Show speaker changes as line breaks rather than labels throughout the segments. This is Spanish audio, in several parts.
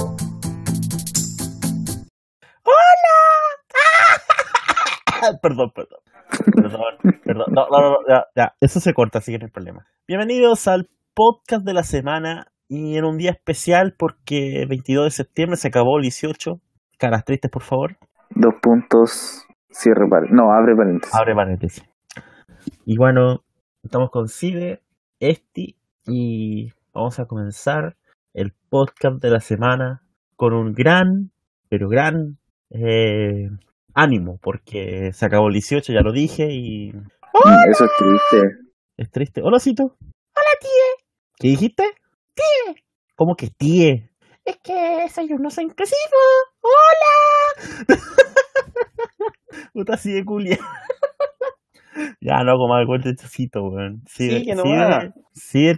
perdón, perdón. Perdón, perdón. No, no, no, ya, ya. Eso se corta, así que no hay problema. Bienvenidos al podcast de la semana y en un día especial porque 22 de septiembre se acabó el 18. Caras tristes, por favor.
Dos puntos, cierre paréntesis. No, abre paréntesis.
Abre paréntesis. Y bueno, estamos con Cide, Esti y vamos a comenzar el podcast de la semana con un gran, pero gran eh, ánimo porque se acabó el 18, ya lo dije y
Mm, Eso es triste.
es triste. Hola, Cito. Hola, tíe. ¿Qué dijiste? Tíe. ¿Cómo que tíe? Es que soy un oso inclusivo. ¡Hola! Puta así de culia. ya, no, como algo el chocito, este weón. Sí,
Sí, que no va.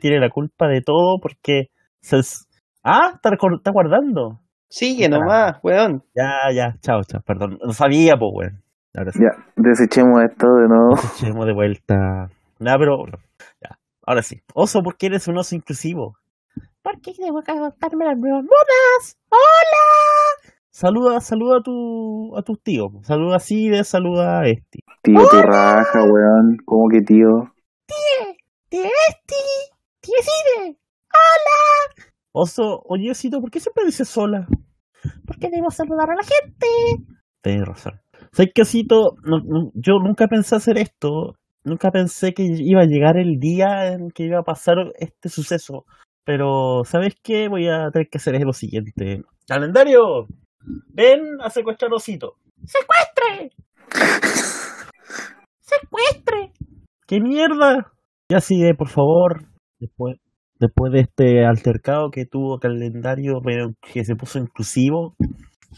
tiene la culpa de todo porque. se es- Ah, está, recor- está guardando.
Sigue
Para.
nomás, weón.
Ya, ya, chao, chao, perdón. No sabía, pues, weón. Ahora sí.
Ya, desechemos esto de nuevo.
Echemos de vuelta. Nada, pero. bueno, ya, ahora sí. Oso, ¿por qué eres un oso inclusivo? Porque debo que adaptarme a las nuevas modas. ¡Hola! Saluda, saluda a, tu, a tus tíos. Saluda a Cide, saluda a Esti.
Tío, tu raja, weón. ¿Cómo que tío?
¡Tío Esti! ¡Tío Cide! ¡Hola! Oso, oye, Osito, ¿por qué siempre dices sola? Porque debo saludar a la gente. Tienes razón. ¿Sabes qué, Osito? No- no- yo nunca pensé hacer esto. Nunca pensé que iba a llegar el día en que iba a pasar este suceso. Pero, ¿sabes qué? Voy a tener que hacer es lo siguiente. ¡Calendario! Ven a secuestrar a Osito. ¡Secuestre! ¡Secuestre! ¡Qué mierda! Ya sigue, por favor. Después, después de este altercado que tuvo calendario, pero que se puso inclusivo.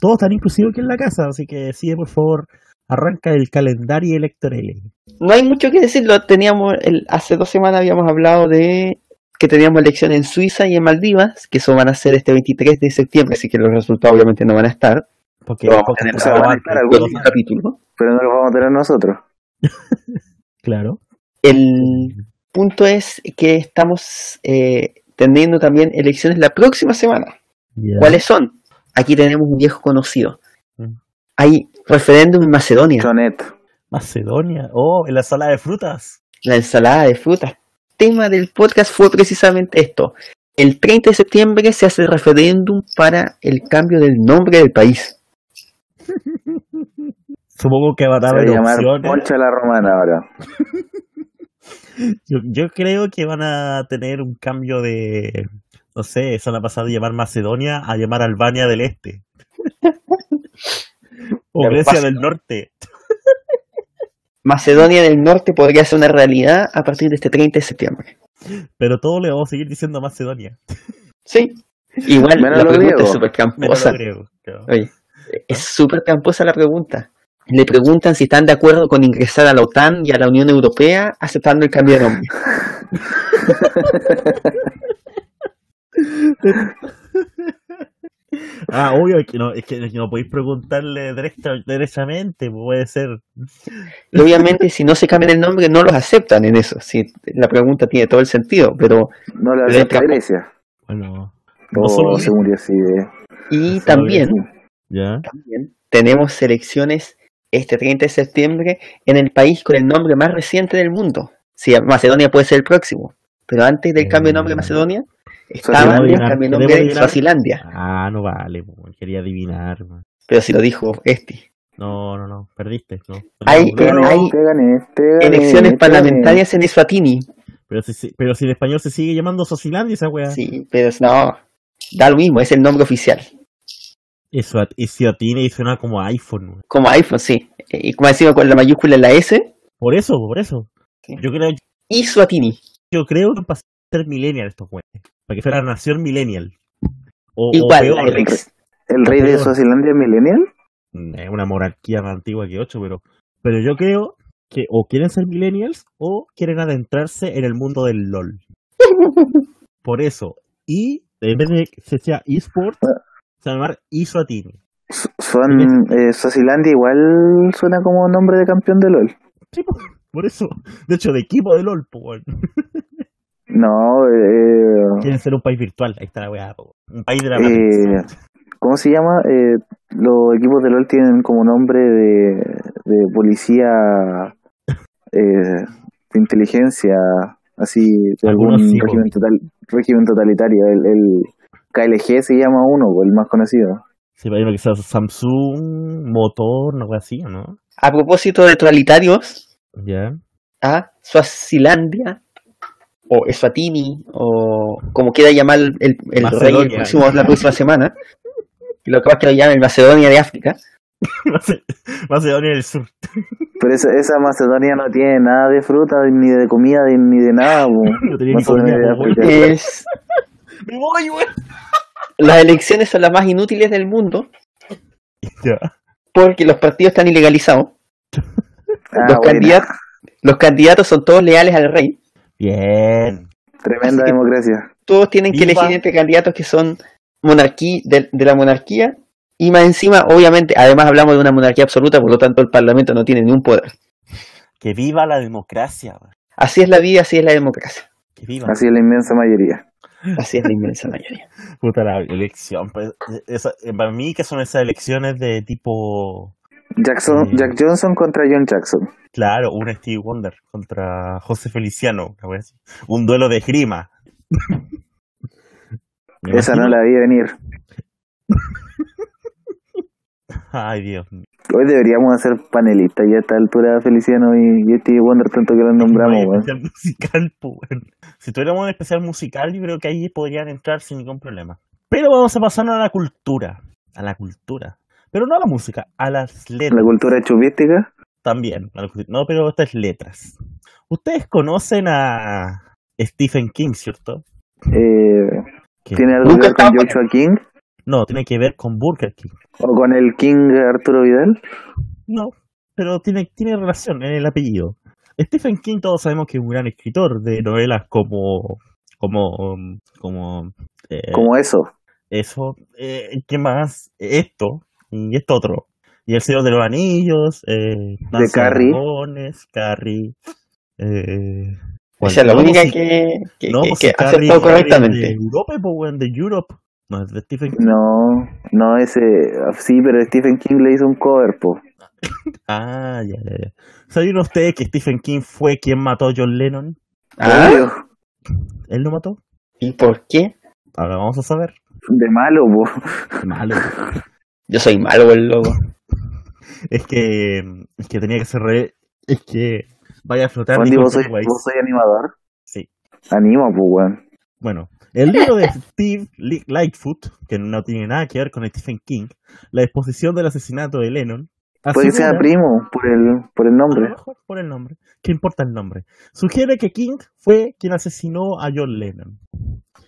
Todo tan inclusivo que en la casa, así que sigue, por favor. Arranca el calendario Elector L.
No hay mucho que decir, lo teníamos, el- hace dos semanas habíamos hablado de que teníamos elecciones en Suiza y en Maldivas, que eso van a ser este 23 de septiembre, así que los resultados obviamente no van a estar.
Porque
Lo vamos a
porque
tener
está
que
grabando,
conectar
Los
algún
todo-
día.
capítulos.
Pero no lo vamos a tener nosotros.
Claro.
El punto es que estamos eh, teniendo también elecciones la próxima semana.
Ya.
¿Cuáles son? Aquí tenemos un viejo conocido.
Mm.
Hay referéndum en Macedonia,
Chonet.
Macedonia. Oh, en la sala de frutas.
la ensalada de frutas. Tema del podcast fue precisamente esto. El 30 de septiembre se hace el referéndum para el cambio del nombre del país.
Supongo que van a
Se va a
haber
llamar
opciones.
Poncho a la Romana ahora.
Yo, yo creo que van a tener un cambio de. No sé, se van a pasar de llamar Macedonia a llamar Albania del Este. o
Pero
Grecia
básico.
del Norte.
Macedonia del Norte podría ser una realidad a partir de este 30 de septiembre.
Pero todo le vamos a seguir diciendo Macedonia.
Sí. Igual
Menos
la
lo
pregunta
griego.
es súper
Menos
tramposa.
lo griego, creo.
Oye, es súper tramposa la pregunta. Le preguntan si están de acuerdo con ingresar a la OTAN y a la Unión Europea aceptando el cambio de nombre.
Ah, obvio, es que no, es que es que no podéis preguntarle derecha- derechamente, pues puede ser.
Y obviamente si no se cambian el nombre no los aceptan en eso. Si la pregunta tiene todo el sentido, pero
No lo
Pero
acepta
entra-
Grecia.
Bueno, No solo
Oh,
Grecia.
se murió así de...
y
Está
también,
ya.
también tenemos elecciones este 30 de septiembre en el país con el nombre más reciente del mundo. Si Macedonia puede ser el próximo, pero antes del cambio de nombre de
Mm.
Macedonia estaba
Debo
el
adivinar,
cambio de
debo
nombre de
adivinar.
Suazilandia,
Ah, no vale, po, quería adivinar. man.
pero si lo dijo este.
No, no, no, perdiste. No,
Hay-
No, no,
Te
Pero
gané,
hay
te gané, te gané,
Elecciones
te
parlamentarias en Eswatini.
Pero si, si- pero si en español se sigue llamando Socilandia esa weá.
Sí, pero es- no, da lo mismo, es el nombre oficial.
Eso, y si a ti y suena como a iPhone. weón.
Como iPhone, sí. Y como decimos con la mayúscula en la S,
Por eso, por eso.
Sí.
Yo creo,
y Suatini.
yo creo que pasó a ser millennial estos weones. Para que fuera nación millennial. O, o
Igual,
peor,
la
elección.
Alex.
gané. ¿El rey de
Pero-
Suazilandia es millennial?
Mm, es una monarquía más antigua que ocho, pero, pero yo creo que o quieren ser millennials o quieren adentrarse en el mundo del LOL. Por eso. Y en vez de que se sea eSport, se va a llamar eSwatini.
Su- Son, eh, Suazilandia igual suena como nombre de campeón de LOL.
Sí, po, por eso. De hecho, de equipo de LOL, pues, po, weón.
No, eh,
Quieren ser un país virtual. Ahí está la weá, po. Un país de la
eh, ¿cómo se llama? Eh, los equipos de LOL tienen como nombre de, de policía, eh, de inteligencia, así, de algún
Algunos sí,
régimen, total, régimen totalitario. El, el KLG se llama uno, pues, el más conocido.
Sí, hay uno que sea Samsung, motor, algo así, ¿o ¿no?
A propósito de totalitarios,
Ya.
a Suazilandia, o Eswatini, o como quiera llamar el, el rey
Macedonia.
el próximo- la próxima semana. Y lo que más que lo llamen Macedonia de África.
Mace- Macedonia del Sur.
Pero esa, esa Macedonia no tiene nada de fruta, ni de comida, ni- ni de nada. pues. po.
No tenía ni
Macedonia de
comida, po,
África.
Es,
¡Me voy, güey!
las elecciones son las más inútiles del mundo
Ya.
porque los partidos están ilegalizados.
Ah,
los,
buena.
candidat- los candidatos son todos leales al rey.
Bien.
Tremenda
Así que-
democracia.
Todos tienen que
Viva.
elegir entre candidatos que son monarquí de, de la monarquía. Y más encima, obviamente, además hablamos de una monarquía absoluta, por lo tanto el parlamento no tiene ningún poder.
Que viva la democracia, güey.
Así es la vida, así es la democracia.
Que viva.
Así es la inmensa mayoría.
Así es la inmensa mayoría.
Puta la elección. Pues, esa- para mí que son esas elecciones de tipo...
Jackson,
Mm.
Jack Johnson contra John Jackson.
Claro, un Steve Wonder contra José Feliciano. una wea así. Un duelo de grima.
Esa no la vi venir.
Ay, Dios mío.
Hoy deberíamos hacer panelistas ya a esta altura, Feliciano y, y Stevie Wonder, tanto que los nombramos.
No hay
weón.
especial musical, po, weón. Si tuviéramos un especial musical, yo creo que ahí podrían entrar sin ningún problema. Pero vamos a pasar a la cultura. A la cultura. Pero no a la música, a las letras
La cultura chupística.
también. a la cultura. No, pero estas letras. Ustedes conocen a Stephen King, ¿cierto?
eh,
Que-
¿Tiene algo
Nunca
que ver con
estaba-
Joshua King?
No, tiene que ver con Burger King.
¿O con el King Arturo Vidal?
No, pero tiene, tiene relación en el apellido. Stephen King todos sabemos que es un gran escritor de novelas como... Como... um, Como... eh,
Como eso.
eso, eh, ¿qué más? Esto y esto otro. Y el Señor de los Anillos, eh, Danza
Carrie.
Dragones, Carrie. Eh,
O
¿cuál?
sea, la
No,
única
pues si-
que, que,
no,
que-
pues
que
si
ha
Carrie-
aceptado
Carrie es
correctamente.
De Europa, pues, weón, de Europe. No, es de Stephen King.
No, no ese. ah, Sí, pero Stephen King le hizo un cover, po.
Ah, ya, ya, ya. ¿Sabían ustedes que Stephen King fue quien mató a John Lennon?
Ah,
Obvio.
¿Él lo mató?
¿Y por qué?
Ahora vamos a saber.
De malo, po.
Qué malo.
Yo soy malo el loco.
Es que, es que tenía que ser re... Es que vaya a flotar.
Andy,
dijo
vos soy,
Pennywise.
vos soy animador.
Sí.
Anima, po, weón.
Bueno, el libro de Steve Li- Lightfoot, que no tiene nada que ver con Stephen King, la exposición del asesinato de Lennon,
Puede que sea
asegura-
primo por el, por el
a lo
nombre.
mejor por el nombre, ¿qué importa el nombre? Sugiere que King fue quien asesinó a John Lennon.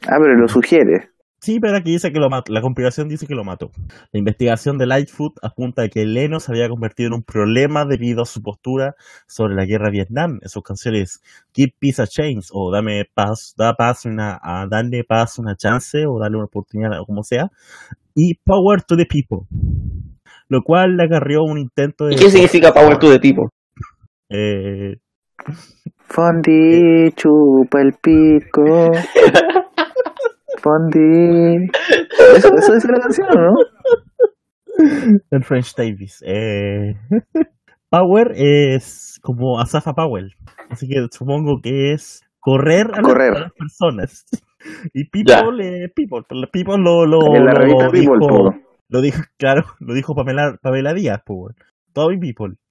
Ah, pero lo sugiere.
Sí, pero aquí dice que lo mató, la compilación dice que lo mató. La investigación de Lightfoot apunta a que Lennon se había convertido en un problema debido a su postura sobre la guerra de Vietnam. En sus canciones Give Peace a Chance o Dame Paz, da paz una, a Darle Paz una chance o Darle una oportunidad o como sea. Y Power to the People. Lo cual le acarreó un intento de...
¿Y qué significa Power to the People?
Eh,
Fondi, chupa el pico. Fondi. Eso, eso es la canción, ¿no?
en French Davis. Eh, Power es como Asafa Powell. Así que supongo que es correr a, las-
Correr.
a las personas. Y People, eh, people, people lo, lo,
en la
lo
revista People,
Oh, dijo,
po.
lo dijo, claro, lo dijo Pamela, Pamela Díaz, por Toby People.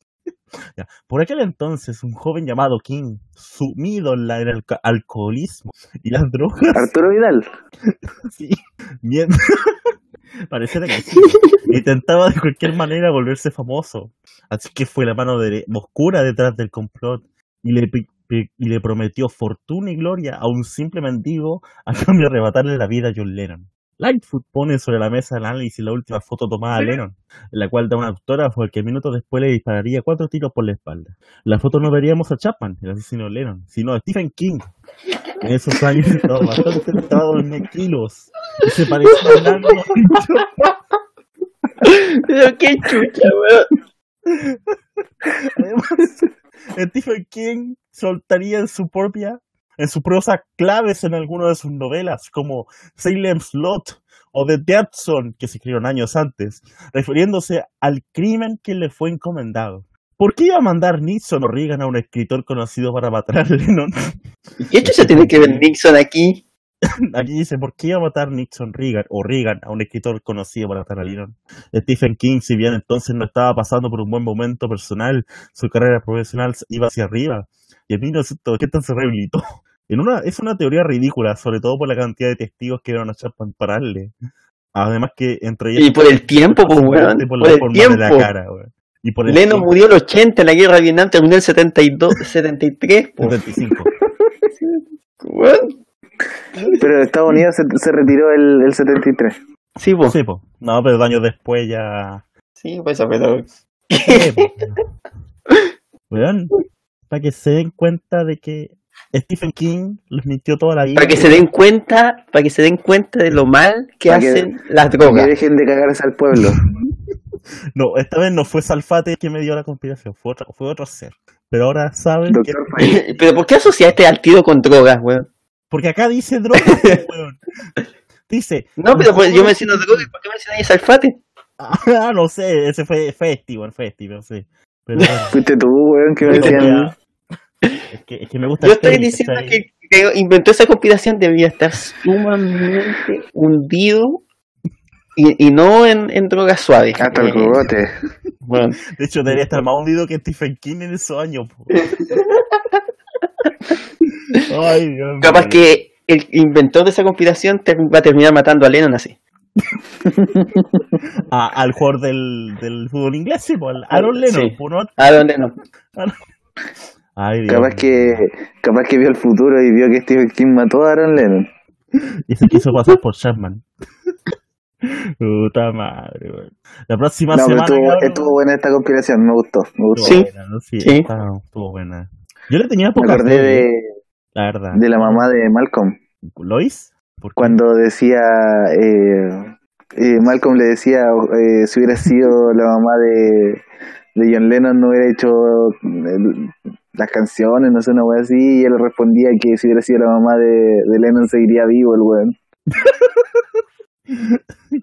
Ya. Por aquel entonces, un joven llamado King, sumido en, la- en el alco- alcoholismo y las drogas,
Arturo Vidal.
Sí. Mien- Pareciera que sí. Intentaba de cualquier manera volverse famoso. Así que fue la mano dere- oscura detrás del complot y le, pi- pi- y le prometió fortuna y gloria a un simple mendigo a cambio de arrebatarle la vida a John Lennon. Lightfoot pone sobre la mesa el análisis la última foto tomada de Lennon, en la cual da un autógrafo al que minutos después le dispararía cuatro tiros por la espalda. En la foto no veríamos a Chapman, el asesino de Lennon, sino a Stephen King. En esos años estaba bastante tentado en kilos y se parecía a Lando
Pero qué chucha, weón.
Además, Stephen King soltaría en su propia, en su prosa claves en algunas de sus novelas, como Salem Slot o The Dead Zone, que se escribieron años antes, refiriéndose al crimen que le fue encomendado. ¿Por qué iba a mandar Nixon o Reagan a un escritor conocido para matar a Lennon?
¿Y esto se tiene que ver Nixon aquí?
Aquí dice, ¿por qué iba a matar Nixon Reagan o Reagan a un escritor conocido para matar a Lennon? Stephen King, si bien entonces no estaba pasando por un buen momento personal, su carrera profesional iba hacia arriba. Y en 1980 se rehabilitó. En una, es una teoría ridícula, sobre todo por la cantidad de testigos que iban a echar para ampararle. Además que entre ellos...
Y por el tiempo, pues, weón.
por
Por,
la
el
forma
tiempo.
de la cara, weón. Y por el
Lennon
tiempo,
murió el 80 en la guerra de Vietnam, terminó el 72, 73, pues,
75.
weón.
Pero Estados Unidos se, se retiró el, el 73.
Sí, pues.
Sí, po. No, pero años después ya.
Sí, pues, pero...
Sí, po. Weón, para que se den cuenta de que Stephen King les mintió toda la vida.
Para que se den cuenta, para que se den cuenta de lo mal que
Para que-
hacen las
Que
drogas.
dejen de cagarse al pueblo.
No, esta vez no fue Salfate que me dio la conspiración, fue otro, fue otro ser. Pero ahora saben que.
Doctor Fay.
pero ¿por qué asociaste al tiro con drogas, weón?
Porque acá dice droga, po, weón. Dice.
No, pero pues, yo menciono drogas, ¿por qué mencionáis alfate?
Ah, no sé, ese fue Festi, weón, Festi, no sé. Pero bueno,
Fuiste tú, weón, que me
pero,
decían.
weón, es, que, es que me gusta
Yo
el
estoy
tenis,
diciendo
¿cachai?
que que inventó esa conspiración debía estar sumamente hundido y, y no en, en drogas suaves.
Hasta el
Eh,
cogote.
bueno,
De hecho, debería estar más hundido que Stephen King en esos años. po. Ay, Dios
capaz
mío.
que el inventor de esa conspiración te- va a terminar matando a Lennon así.
A- al jugador del, del fútbol inglés, sí, po, al Aaron Lennon.
Sí.
po, ¿no?
¿A dónde no?
Ay, Dios
Capaz
mío.
que, capaz que vio el futuro y vio que Stephen King mató a Aaron Lennon.
Y se quiso pasar por Chapman. Puta madre, weón. La próxima
No, pero
semana.
estuvo,
cabrón,
estuvo buena esta conspiración, me gustó. Me gustó.
estuvo
Sí.
buena, ¿no? Sí,
Sí.
está- estuvo buena. Yo le tenía
Me
poca
acordé
fe,
de,
la verdad.
de la mamá de Malcolm.
¿Lois? ¿Por qué?
Cuando decía. eh, eh, Malcolm le decía: eh, si hubiera sido la mamá de, de John Lennon, no hubiera hecho eh, las canciones, no sé, una wea así. Y él le respondía que si hubiera sido la mamá de, de Lennon, seguiría vivo el weón.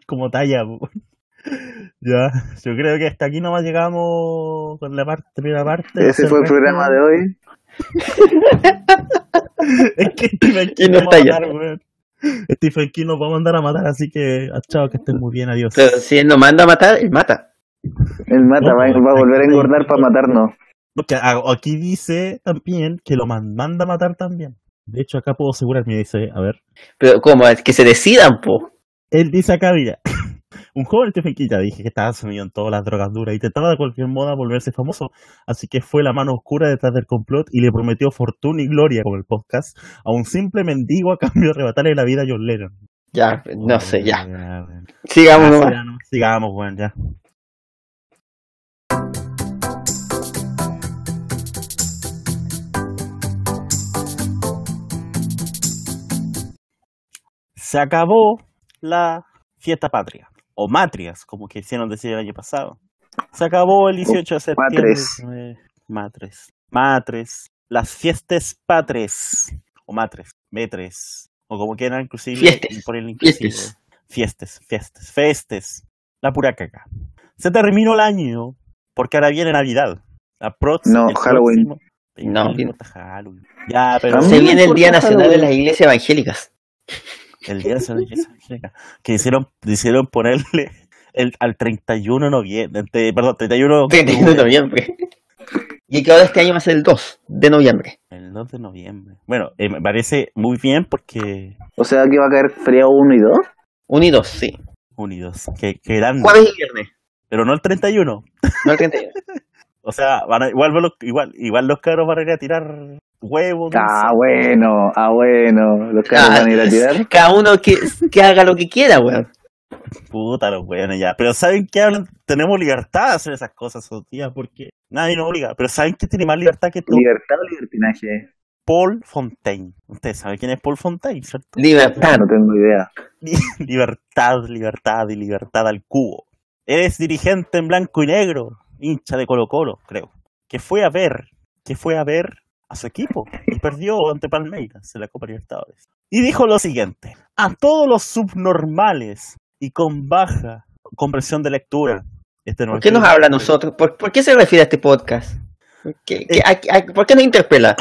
como talla. po. Ya, yo creo que hasta aquí nomás llegamos con la parte, primera parte.
Ese fue el programa de hoy.
hoy. Es que Stephen King
no
nos va a
talla.
matar, weón. Stephen King nos va a mandar a matar, así que ah, chao, que estén muy bien, adiós.
Pero si él no manda a matar, él mata.
El mata
No,
va, va a volver a
aquí-
engordar para matarnos.
Porque a- ah, aquí dice también que lo man- manda a matar también. De hecho, acá puedo asegurar, me dice, a ver.
Pero como es que se decidan, po.
Él dice acá, mira. Un joven Stephen King, ya dije que estaba sumido en todas las drogas duras y trataba de cualquier moda volverse famoso, así que fue la mano oscura detrás del complot y le prometió fortuna y gloria con el podcast a un simple mendigo a cambio de arrebatarle la vida a John Lennon.
Ya, no sé, ya.
bueno.
Sigamos
Ah,
nomás.
sí, ya, no, Sigamos, bueno, ya. Se acabó la fiesta patria, o matrias, como quisieron decir el año pasado. Se acabó el 18 de septiembre.
Matres.
eh, Matres. Matres. Las fiestas patres, o matres, metres, o como quieran, inclusive
Fiestes.
por el inclusive.
Fiestes.
Fiestes, fiestes, festes. La pura caca. Se terminó el año porque ahora viene Navidad. La próxima,
No,
el
Halloween.
próximo-
No,
No importa Halloween. Ya, pero
A mí
Se
me
viene el
importa
Día Nacional de
Halloween.
las Iglesias Evangélicas.
el día de San Miguel, San Miguel, que hicieron, hicieron ponerle el, al 31 de noviembre, de- perdón, 31 de octubre,
31 de noviembre. Y que ahora este año va a ser el 2 de noviembre.
el 2 de noviembre. Bueno, eh, me parece muy bien porque
O sea que va a caer feriado 1 y 2.
Unidos, sí.
unidos, que, que grande,
Jueves y viernes,
pero no el 31,
no el 31.
O sea, van a- igual, van los, igual, igual los cabros van a ir a tirar huevos.
Ah,
dulce.
bueno, ah, bueno. Los caras
Ah,
van a ir a tirar.
Cada uno que, que haga lo que quiera, weón.
Puta, los huevones ya. Pero ¿saben qué? hablan? Tenemos libertad de hacer esas cosas, esos días, porque nadie nos obliga. Pero ¿saben qué tiene más libertad que todo?
Libertad o libertinaje.
Paul Fontaine. Ustedes saben quién es Paul Fontaine, ¿cierto?
Libertad.
No tengo idea.
libertad, libertad y libertad al cubo. Eres dirigente en blanco y negro, hincha de Colo Colo, creo. Que fue a ver, que fue a ver a su equipo y perdió ante Palmeiras en la Copa Libertadores. Y dijo lo siguiente, a todos los subnormales y con baja comprensión de lectura, Este no
¿Por
es
qué nos
el-
habla a nosotros? ¿Por, por qué se refiere a este podcast? ¿Qué- qué- a- a- ¿Por qué nos interpela?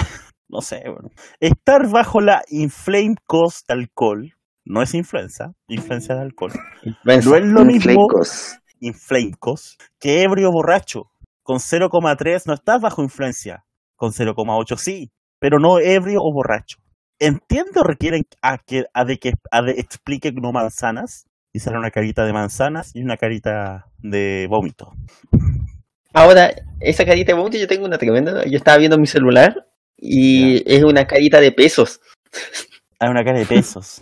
No sé, bueno. Estar bajo la inflame cost de alcohol no es influenza, influencia de alcohol. No es lo mismo
Flecos.
inflame cost que ebrio borracho. Con 0,3 no estás bajo influencia, con 0,8 sí, pero no ebrio o borracho. Entiendo requieren a que a de que a de explique no manzanas y sale una carita de manzanas y una carita de vómito.
Ahora, esa carita de vómito, yo tengo una tremenda. Yo estaba viendo mi celular y es una carita de pesos.
Hay una cara de pesos.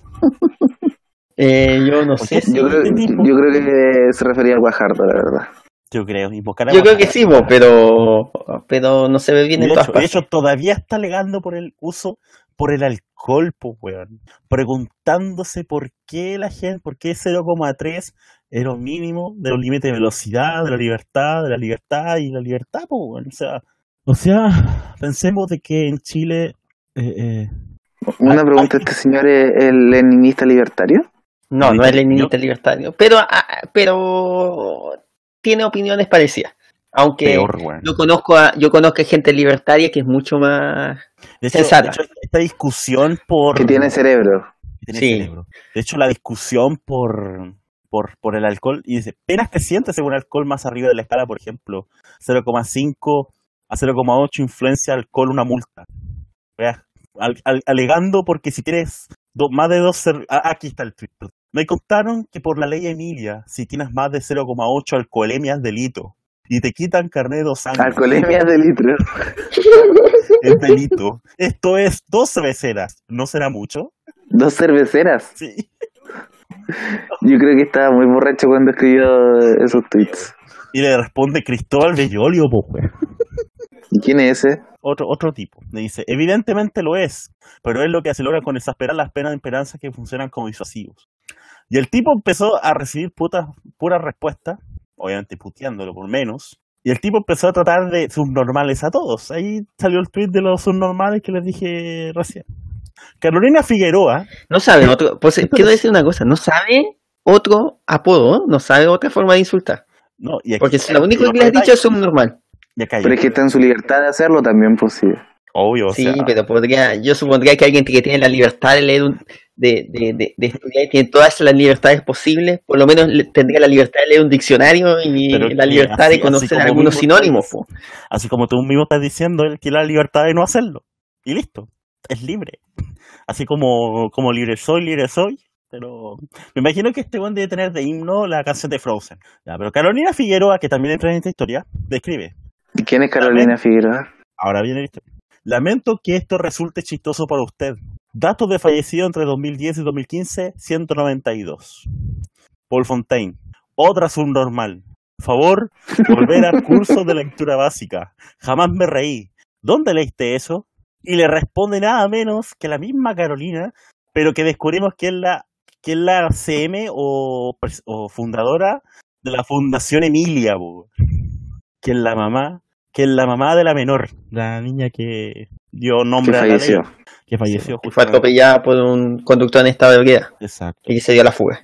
Eh, yo no sé
Porque
si.
Yo creo,
Este tipo.
yo creo que se refería a Guajardo, la verdad.
Yo creo, invocar a
Yo creo que
Guajardo.
sí, bo, pero, pero no se ve bien
De
en todas
hecho, de
partes.
hecho, todavía está alegando por el uso, por el alcohol, po, weón. Preguntándose por qué la gente, por qué 0,3 es lo mínimo de los límites de velocidad, de la libertad, de la libertad y la libertad, po, weón. O sea, o sea, pensemos de que en Chile, eh, eh,
Una
Ay,
pregunta,
ay.
¿este señor es el leninista libertario?
No, no
Lenin-
es leninista libertario, pero, ah, ah, pero tiene opiniones parecidas. Aunque
peor, weón.
yo conozco a, yo conozco a gente libertaria que es mucho más.
De hecho,
sensata.
de hecho, esta discusión por...
Que tiene cerebro.
que tiene
Sí.
cerebro. De hecho, la discusión por, por, por el alcohol, y dice, penas que sientes según alcohol más arriba de la escala, por ejemplo, 0,5 a 0,8 influencia alcohol, una multa. Vea, al- al- alegando porque si tienes do- más de dos... cer- ah, aquí está el tweet. Me contaron que por la ley Emilia, si tienes más de 0,8 alcoholemia es delito. Y te quitan carnet dos años.
Alcoholemia de litro.
Es delito. Esto es dos cerveceras. ¿No será mucho?
Dos cerveceras.
Sí.
Yo creo que estaba muy borracho cuando escribió esos tweets.
Y le responde Cristóbal Bellolio, po, weón.
¿Y quién es ese?
otro, otro tipo. Le dice, evidentemente lo es, pero es lo que se logra con exasperar las penas de esperanza que funcionan como disuasivos. Y el tipo empezó a recibir putas, puras respuestas, obviamente puteándolo por menos, y el tipo empezó a tratar de subnormales a todos. Ahí salió el tweet de los subnormales que les dije recién. Carolina Figueroa,
No sabe otro. Pues, eh, quiero decir una cosa, no sabe otro apodo, ¿eh? no sabe otra forma de insultar.
no, y aquí,
Porque si lo
y
único
otro
que le has
detalle,
dicho es un normal.
y acá hay
Pero es que está en su libertad de hacerlo también, pues posible.
obvio, o
Sí,
sea,
pero podría, yo supondría que alguien que tiene la libertad de leer un, de, de, de, de estudiar y tiene todas las libertades posibles, por lo menos le- tendría la libertad de leer un diccionario y
Pero es
la
que
libertad
así- así
de conocer
como
algunos
mismo
sinónimos.
estás-
po.
Así como tú mismo estás diciendo, él tiene la libertad de no hacerlo. Y listo, es libre. Así como, como libre soy, libre soy. Pero me imagino que este buen debe tener de himno la canción de Frozen. Ya, pero Carolina Figueroa, que también entra en esta historia, describe.
¿Y quién es Carolina Figueroa?
Ahora viene la historia. Lamento que esto resulte chistoso para usted. Datos de fallecido entre 2010 y 2015, 192. Paul Fontaine. Otra subnormal. Favor, volver al curso de lectura básica. Jamás me reí. ¿Dónde leíste eso? Y le responde nada menos que la misma Carolina, pero que descubrimos que es la, que es la CM o, pres- o fundadora de la Fundación Emilia, po. que es la mamá, que es la mamá de la menor, la niña que dio
Que
nombre a la
falleció.
ley, que falleció
que fue
justamente.
atropellada por un conductor en estado de ebriedad
Exacto.
y que se dio a la fuga.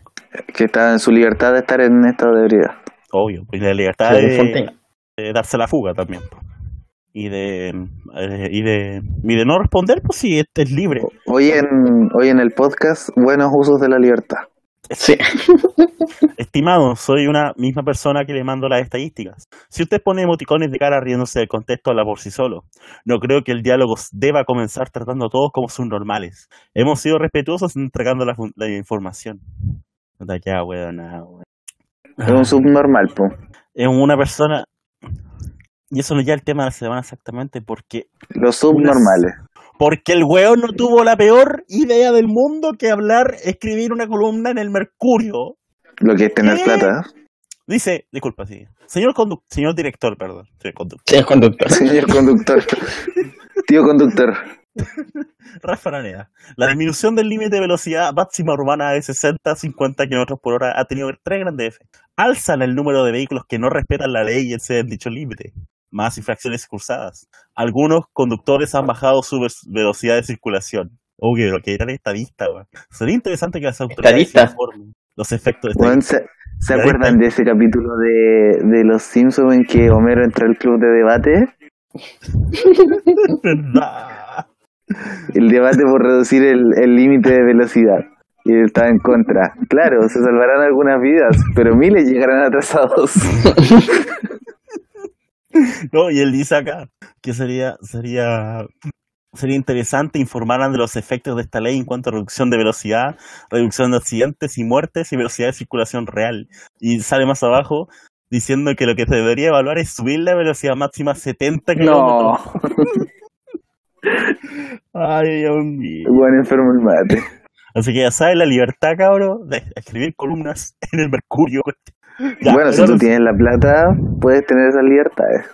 Que está en su libertad de estar en estado de ebriedad.
Obvio, pues la libertad
Según
de,
Fontaine.
de darse la fuga también. po. Y de, eh, y de y de no responder, pues sí, este es libre.
Hoy en, hoy en el podcast, buenos usos de la libertad.
Sí.
Estimado, soy una misma persona que le mando las estadísticas. Si usted pone emoticones de cara riéndose del contexto, habla por sí solo. No creo que el diálogo deba comenzar tratando a todos como subnormales. Hemos sido respetuosos entregando la, fun- la información. No te queda, weón, nada, weón.
Es
Ah.
un subnormal, po.
Es una persona... Y eso no es ya el tema de la semana exactamente, porque
Los subnormales.
Porque el weón no tuvo la peor idea del mundo que hablar, escribir una columna en el Mercurio.
Lo que es tener
¿Qué?
plata.
Dice, disculpa, sí. Señor condu- señor director, perdón. Señor condu-
Sí, es conductor.
Señor conductor. Tío conductor.
Rafa Araneda. La disminución del límite de velocidad máxima urbana de 60 a 50 kilómetros por hora ha tenido tres grandes efectos. Alzan el número de vehículos que no respetan la ley y exceden dicho límite. Más infracciones cursadas. Algunos conductores han bajado su ve- velocidad de circulación. Oh, Uy, lo que dirán estadista, weón. Sería interesante que las autoridades
Estadista.
informen los efectos de esta
Weón, se, ¿Se acuerdan de ese capítulo de, de Los Simpsons en que Homero entra al club de debate?
¿Verdad?
El debate por reducir el el límite de velocidad. Y él estaba en contra. Claro, se salvarán algunas vidas, pero miles llegarán atrasados.
No, y él dice acá que sería, sería, sería interesante informaran de los efectos de esta ley en cuanto a reducción de velocidad, reducción de accidentes y muertes y velocidad de circulación real. Y sale más abajo diciendo que lo que se debería evaluar es subir la velocidad máxima a 70
No,
kilómetros. Ay, Dios mío.
buen enfermo el mate.
Así que ya sabes, la libertad, cabrón, de escribir columnas en el Mercurio. Ya,
bueno, si
pero
tú tienes la plata, puedes tener esas libertades.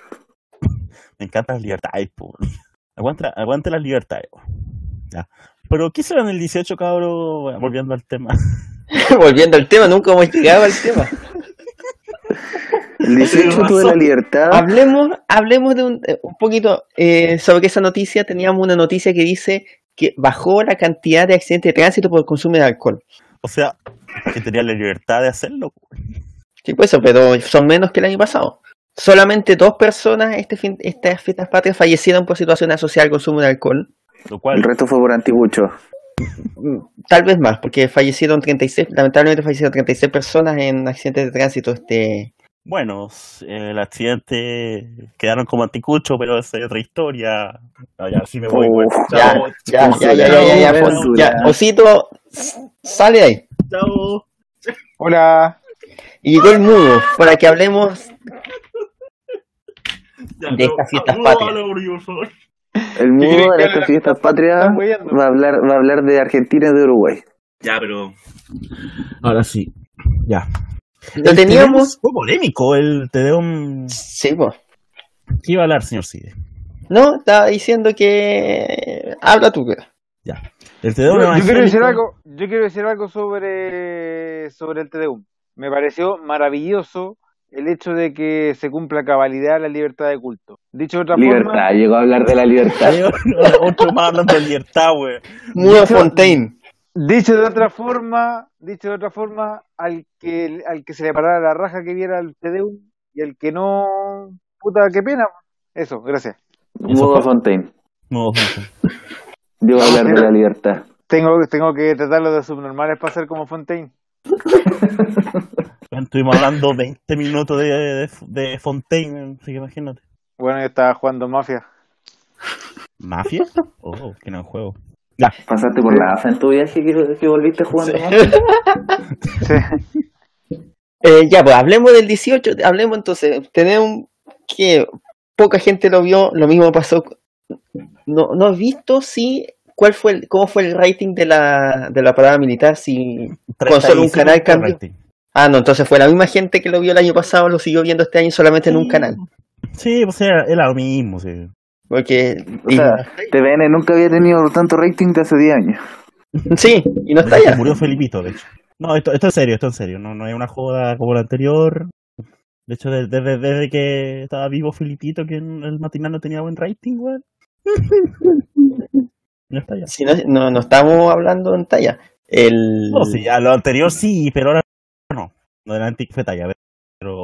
Me encantan las libertades, po. Aguanta, aguante las libertades, po. Ya. Pero, ¿qué será en el 18, cabrón? Bueno, volviendo al tema.
Volviendo al tema, nunca hemos llegado al tema.
El 18 tuve la
razón.
libertad.
Ah,
Hablemos, hablemos de un, eh, un poquito eh, sobre esa noticia. Teníamos una noticia que dice que bajó la cantidad de accidentes de tránsito por consumo de alcohol.
O sea, que tenía la libertad de hacerlo, po.
Sí, pues eso, pero son menos que el año pasado. Solamente dos personas este fin, estas fiestas patrias fallecieron por situación asociada al consumo de alcohol.
Lo
El
cual,
resto fue por antigucho.
Mm, Tal vez más, porque fallecieron 36, lamentablemente fallecieron 36 personas en accidentes de tránsito este,
bueno, s- el accidente quedaron como anticucho, pero esa es otra historia. No, ya, sí me voy,
Oh,
güey.
ya,
Chao,
Ya, ya, ya, ya, ya, ya,
chao,
Fon-
ya.
ya, Osito, s- sale de ahí.
chao.
Hola.
Y llegó el mudo para que hablemos.
Ya,
De
pero-
estas fiestas
saludo a
patrias.
la Uri, por favor.
El
¿Qué creen
mundo
que
de estas
la-
fiestas
están-
patrias
están hueveando?
va a hablar, va a hablar de Argentina y de Uruguay.
Ya, pero. Ahora sí. Ya.
Lo teníamos.
Fue polémico el Tedeum.
Sí, pues.
¿Qué iba a hablar, señor Cide?
No, estaba diciendo que. eh, Habla tú, pues. güey.
El
Yo,
Tedeum
yo
evangélico-
quiero decir algo, yo quiero decir algo sobre, sobre el TDU. Me pareció maravilloso el hecho de que se cumpla a cabalidad la libertad de culto. Dicho de otra forma,
Libertad, llegó a hablar de la libertad.
Eh, Otro más hablando de libertad, güey.
Mudo
Dicho-
Fontaine.
dicho de otra forma, dicho de otra forma, al que al que se le parara la raja que viera el TDU y al que no, puta, qué pena. Eso, gracias.
Mudo Fontaine.
No,
Llegó a hablar de la libertad.
Tengo, tengo que tratarlo de subnormales para ser como Fontaine.
estuvimos hablando 20 minutos de, de, de Fontaine, así que imagínate.
Bueno, yo estaba jugando Mafia.
¿Mafia? Oh, que no juego.
Pasaste por la AFA en tu viaje que, que volviste jugando. más?
Sí.
Eh, ya, pues hablemos del 18. Hablemos entonces. Tenemos que poca gente lo vio. Lo mismo pasó. No, no he visto si. ¿Cuál fue el, ¿Cómo fue el rating de la, de la parada militar? Si Con solo
35
un canal cambió.
rating.
Ah, no, entonces fue la misma gente que lo vio el año pasado, lo siguió viendo este año solamente en un canal.
Sí, o sea, era lo mismo, sí.
Porque.
O sea, TVN ¿eh? nunca había tenido tanto rating de hace 10 años.
sí, y no está
Se
ya.
Murió Felipito, de hecho. No, esto, esto es serio, esto es serio. No, no es una joda como la anterior. De hecho, de- desde, desde que estaba vivo Felipito, que en el matinal no tenía buen rating, güey. No está ya.
Si no, no, no estamos hablando en talla. El...
No, sí, ya lo anterior sí, pero ahora no. Lo del Antic fue talla, pero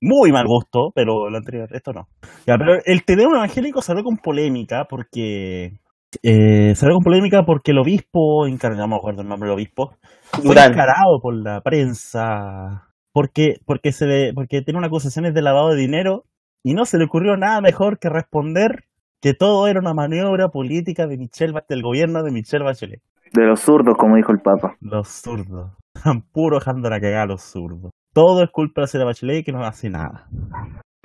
muy mal gusto, pero lo anterior, esto no. Ya, pero el teléfono evangélico salió con polémica porque eh, salió con polémica porque el obispo, encargado, no me acuerdo el nombre del obispo, fue
Durán.
encarado por la prensa porque porque se le, porque tiene unas acusaciones de lavado de dinero y no se le ocurrió nada mejor que responder que todo era una maniobra política de Michelle, Ba- del gobierno de Michelle Bachelet.
De los zurdos, como dijo el Papa.
Los zurdos. Están puro dejando la cagada los zurdos. Todo es culpa de la Bachelet que no hace nada.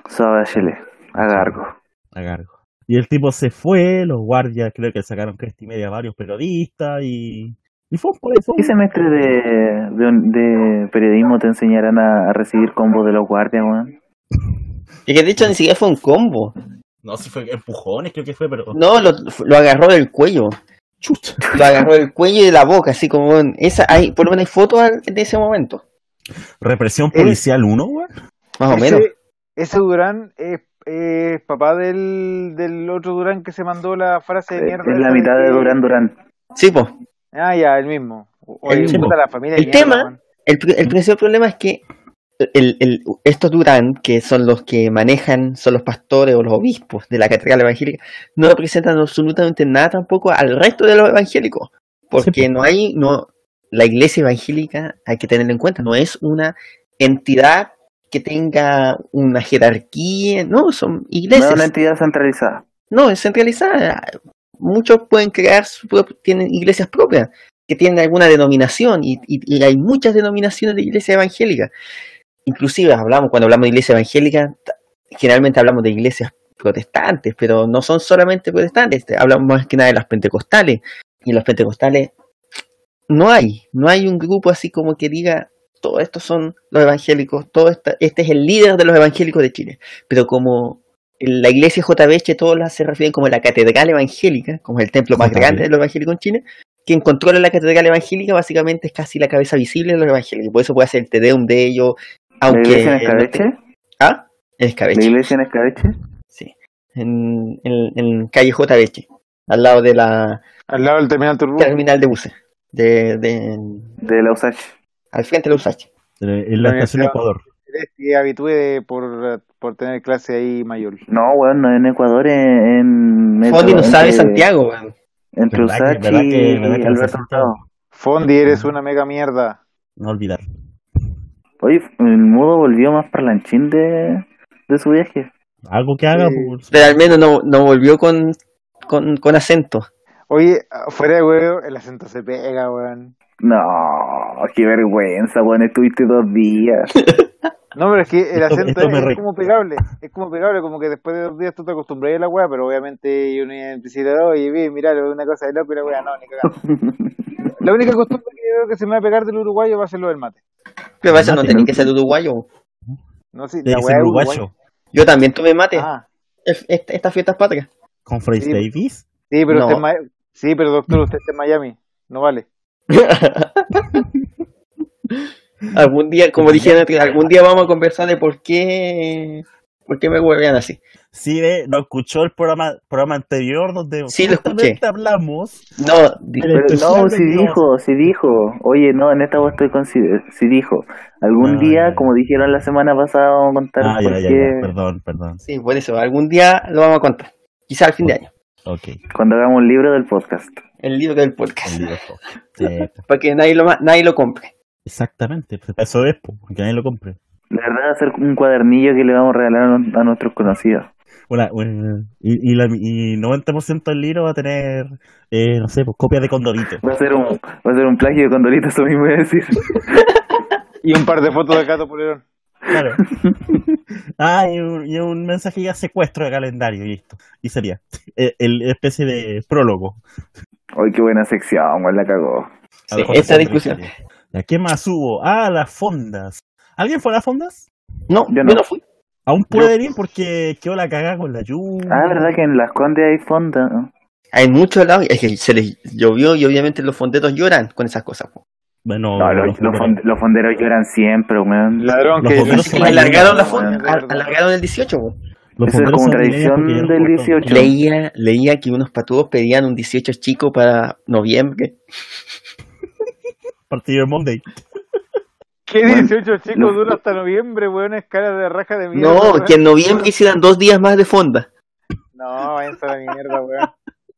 Saba Bachelet, agargo.
A cargo. Y el tipo se fue, los guardias creo que sacaron cresta y media a varios periodistas y. Y fue por eso.
¿Qué semestre de, de, de periodismo te enseñarán a, a recibir combos de los guardias, weón?
Y que de hecho ni siquiera fue un combo.
No, si fue empujones, creo que fue, pero.
No, lo, lo agarró del cuello.
Chucha.
Lo agarró del cuello y de la boca, así como en esa. Hay, por lo menos hay fotos al- de ese momento.
Represión
Eh,
policial 1, weón.
Más o
Ese-
menos.
Ese Durán es, es papá del, del otro Durán que se mandó la frase de
Eh,
mierda.
Es la
esa
mitad de
que-
Durán Durán.
Sí, pues.
Ah, ya, el mismo. O-
El
oye,
mismo.
puta, la familia de
El
mierda,
tema-
man.
Mm.
El, pri- el principal problema es que el- el- estos Durán, que son los que manejan, son los pastores o los obispos de la catedral evangélica, no representan absolutamente nada tampoco al resto de los evangélicos. Porque
Sí, pues.
no hay, no, la iglesia evangélica hay que tenerlo en cuenta, no es una entidad que tenga una jerarquía, no, son
No es
iglesias.
una entidad centralizada.
No, es centralizada. Muchos pueden crear, su prop- tienen iglesias propias, que tienen alguna denominación, y, y- y hay muchas denominaciones de iglesias evangélicas. Inclusive hablamos, cuando hablamos de iglesia evangélica, ta- generalmente hablamos de iglesias protestantes, pero no son solamente protestantes, te- hablamos más que nada de las pentecostales, y en las pentecostales no hay, no hay un grupo así como que diga, todos estos son los evangélicos, todo esta- este es el líder de los evangélicos de Chile, pero como la iglesia JB que todos la- se refieren como la catedral evangélica, como el templo más
JB.
grande de los evangélicos en Chile, quien controla la catedral evangélica básicamente es casi la cabeza visible de los evangélicos, por eso puede hacer el tedeum de ellos,
¿La
aunque...
iglesia en
no
escabeche?
te- ¿Ah? En escabeche,
¿La iglesia en escabeche?
sí. En, en- en calle JB, al lado de la
Al lado del terminal
Oh.
Turbú.
terminal de buses, de, de-
De la USACH.
al frente de la USACH.
En la
La
estación
universidad.
Ecuador.
Y habitué por, por tener clase ahí mayor.
No, weón, no en Ecuador, en... en
Fondi no
entre-
sabe Santiago, weón.
Entre
¿Verdad que-
USACH
verdad que-
y
verdad que
Alberto
necesito?
Hurtado.
Fondi, eres una mega mierda.
No olvidar.
Oye, el mudo volvió más parlanchín de, de su viaje.
Algo que haga.
Eh,
Sí.
pues,
Pero al menos no, no volvió con, con, con acento.
Oye, fuera de huevo, el acento se pega, weón.
No, qué vergüenza, weón, estuviste dos días.
No, pero es que el
Esto-
acento
esto me
es,
re-
como pegable, es como pegable, como que después de dos días tú te acostumbras a la weá, pero obviamente yo ni empecé oye, vi, mirá, lo de una cosa de loco y la weá, no, ni cagando. La única costumbre que yo creo que se me va a pegar del uruguayo va a ser lo del mate.
Pero para eso no
Mate,
tenía
¿no?
que ser uruguayo.
No sé,
Tiene
la
que
weá
ser
es
uruguayo.
Yo también tomé mate.
Ah,
es- est- estas fiestas patrias.
Con Fray
Sí.
Davis.
sí, pero
No.
usted es ma- sí, pero doctor, usted está en Miami, no vale.
algún día, como dije antes, algún día vamos a conversar de por qué, por qué me huevean así.
Sí, ve, no escuchó el programa, programa anterior donde
Sí, lo escuché.
justamente hablamos.
No, di-
del
Pero no,
especial de
si
Dios.
dijo, si dijo. Oye, no, en esta voz estoy con si, si dijo. Algún
Ah,
día,
ya, ya.
como dijeron la semana pasada, vamos a contar
Ah, ya,
por
ya, ya,
qué
Perdón, perdón.
sí, por eso, algún día lo vamos a contar. Quizá al fin de año.
Ok.
cuando hagamos un libro del podcast.
El libro del podcast.
el libro fue. Sí,
Para que nadie lo, ma- nadie lo compre.
Exactamente. pues, Eso es, po, que nadie lo compre.
La verdad, hacer un cuadernillo que le vamos a regalar a, a nuestros conocidos.
Una- una- y, y, la, y 90% del libro va a tener, eh, no sé, pues, copias de Condorito.
Va a ser un, va a ser un plagio de Condorito, eso mismo iba a decir.
Y un par de fotos de gato polerón.
Claro. Ah, y un, y un mensaje ya secuestro de calendario y listo. Y sería eh, el, especie de prólogo.
Ay, qué buena sección, weón, la cagó.
A
Sí,
lo mejor
esta
se
discusión.
podría. ¿Ya qué más hubo? Ah, las fondas. ¿Alguien fue a las fondas?
No,
Yo
yo
no.
no fui.
Aún puede ir porque quedó la cagada con la lluvia.
Ah, verdad que en Las Condes hay fonda. ¿no?
Hay muchos lados, es que se les llovió y obviamente los fondetos lloran con esas cosas. po.
Bueno,
No, los,
los
los fond- los fonderos lloran siempre, weón.
Ladrón
Los
que
bomberos
Así
son
que
más
alargaron la
lloran,
fonda,
weón, de verdad.
alargaron el 18. po.
los
Eso es
fonderos
como
son
tradición
milenios porque
del
llegaron cortando.
18.
Leía, leía que unos patudos pedían un 18 chico para noviembre.
Partido de Monday.
¿Qué
Bueno,
18 chicos
los-
dura hasta noviembre, weón? Es cara de raja de mierda.
No,
weón.
que en noviembre hicieran dos días más de fonda.
No, váyanse a la mierda, weón.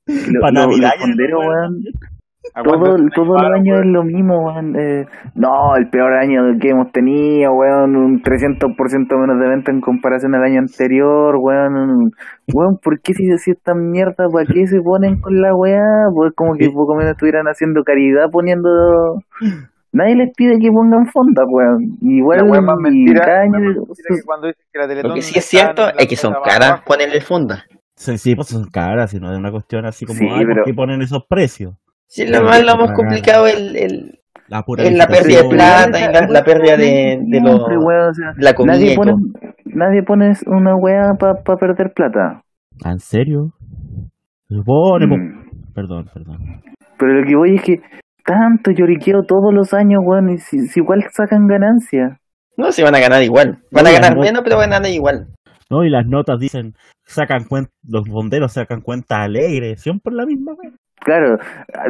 Lo-
Para
lo-
Navidad
los
ya
fonderos,
no
weón, todo,
Aguántate,
todo el
para,
año
weón.
es lo mismo, weón. eh, no, el peor año que hemos tenido, weón, un 300% menos de venta en comparación al año anterior, weón. un- Weón, ¿por qué si se hacía esta mierda? ¿Para qué se ponen con la weá? Pues como que
Sí.
poco menos estuvieran haciendo caridad poniendo... Nadie les pide que pongan fonda, weón. Igual
La weá más mentira,
cada año-
la más mentira que cuando dicen que la Teletón
Lo que sí
está
es cierto
en la
es que son
plata más
caras
baja.
ponerle fonda.
Sí, sí, pues son caras, sino de una cuestión así como,
Sí,
ay, ¿por
pero-
qué ponen esos precios?
Sí, lo
Sí,
más,
hay
lo
que
más
pagar.
complicado es el, el-
La pura
es
licitación.
la pérdida de
Pero igual
plata y
esa-
la, la pérdida de,
Siempre,
de lo-
weón, o sea,
la comida.
nadie
y
pone,
todo.
nadie pone una weá para perder plata.
Ah, ¿En serio? Lo pone, pues. po-
Mm.
Perdón, perdón.
Pero lo que voy es que tanto lloriqueo todos los años, weón, y si, si igual sacan ganancia.
No, se van a ganar igual. Van
No,
a ganar
no.
menos, pero van a ganar igual.
No, y las notas dicen, sacan cuen- los bomberos sacan cuentas alegres, siempre la misma vez.
Claro,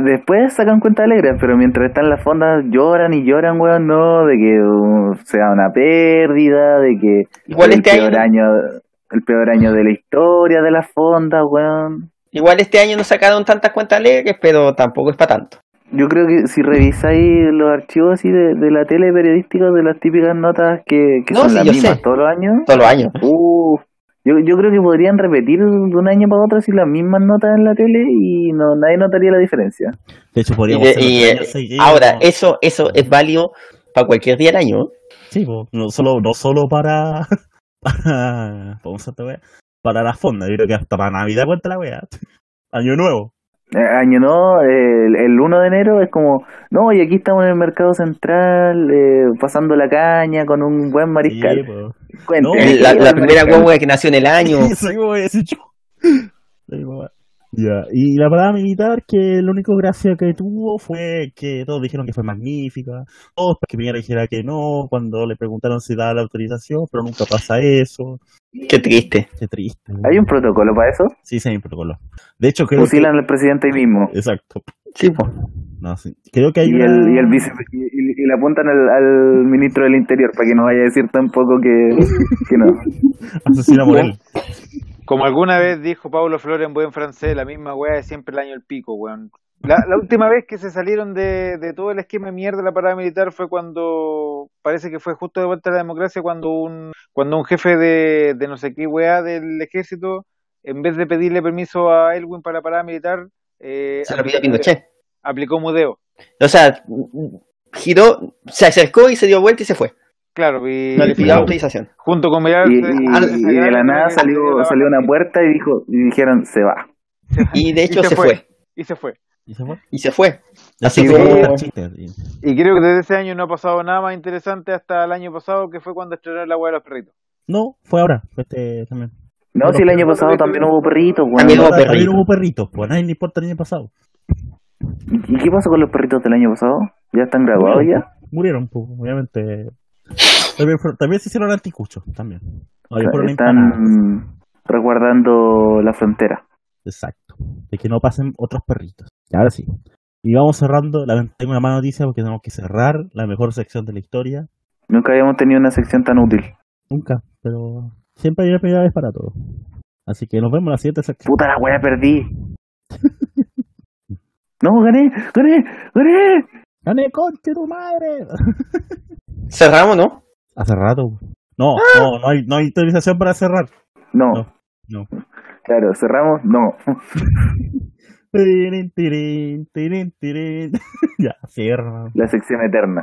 después sacan cuenta alegre, pero mientras están en las fondas lloran y lloran, weón, no, de que uh, sea una pérdida, de que
Igual
el
este año
peor
no-
año, el peor año de la historia de las fondas, weón.
Igual este año no sacaron tantas cuentas alegres, pero tampoco es para tanto.
Yo creo que si revisáis los archivos así de, de la tele periodística, de las típicas notas que, que
No,
son
sí,
las
yo
mismas
sé.
todos los años,
Todos los años.
uh, yo, yo creo que podrían repetir de un año para otro así las mismas notas en la tele y no nadie notaría la diferencia.
De hecho,
Y
podríamos
de-
hacerlo
y,
tres
eh,
años seguidos,
ahora,
como-
eso, eso es válido para cualquier día del año. ¿eh?
Sí, po, no solo, no solo para. para vamos a esta wea, Para la fonda, yo creo que hasta para Navidad cuenta la wea. Año nuevo.
Eh, Año no, el, el 1 de enero es como, no, y aquí estamos en el mercado central, eh, pasando la caña con un buen
Sí,
mariscal.
po.
Cuénteme,
No,
¿qué
La,
es
la
el
primera
mariscal?
guagua que nació en el año.
Eso mismo voy a decir yo. La misma wea. Ya, y la parada militar que la única gracia que tuvo fue que todos dijeron que fue magnífica, todos que Piñera dijera que no, cuando le preguntaron si daba la autorización, pero nunca pasa eso,
Qué triste.
qué triste.
¿Hay un protocolo para eso?
Sí, se me protocolo. De hecho, creo
Fusilan al presidente ahí mismo.
que... Exacto.
Sí, po.
No, sí. Creo que eh, hay
Y,
una-
el, y, el vice, y, y- y le apuntan al, al ministro del Interior para que no vaya a decir tampoco que, que no.
asesina Morel.
Como alguna vez dijo Pablo Flores en buen francés, la misma weá es siempre el año el pico, weón. La, la última vez que se salieron de, de todo el esquema de mierda de la parada militar fue cuando, parece que fue justo de vuelta a la democracia, cuando un, cuando un jefe de, de no sé qué weá del ejército, en vez de pedirle permiso a Elwin para la parada militar, eh,
Se lo pidió a Pinochet.
aplicó mudeo.
O sea, giró, se acercó y se dio vuelta y se fue.
Claro, y
No le pidió
claro.
autorización.
junto con Mirar,
Y, y- y de la nada salió, salió una puerta y dijo y dijeron, se va.
Y de hecho
se
se,
fue.
fue.
y se fue.
¿Y se fue?
Y se fue.
Así
Así
fue
que-
como chiste. Y-
Y creo que desde ese año no ha pasado nada más interesante hasta el año pasado, que fue cuando estrenaron la hueá de los perritos.
No, fue ahora. fue Este, también.
No,
Bueno,
si el
pero-
año pasado también hubo perritos, weón.
También hubo-
También
perrito.
hubo perritos, pues a nadie le importa el año pasado.
¿Y qué pasó con los perritos del año pasado? ¿Ya están grabados ya?
Murieron, pues, obviamente. También, fueron- también se hicieron anticuchos, también. Ahí fueron empanadas.
están resguardando la frontera.
Exacto. De que no pasen otros perritos. Y ahora sí. Y vamos cerrando. la- Tengo una mala noticia porque tenemos que cerrar la mejor sección de la historia.
Nunca habíamos tenido una sección tan útil.
Nunca, pero siempre hay una primera vez para todo. Así que nos vemos en la siguiente sección.
Puta la wea, perdí. No, gané, gané, gané.
¡Gané, conche tu madre!
Cerramos, ¿no?
Hace rato. No, no, no hay, no hay autorización para cerrar.
No.
No, no.
Claro, cerramos, no.
Tirín, tirín, tirín, tirín. ya, cierra.
La sección eterna.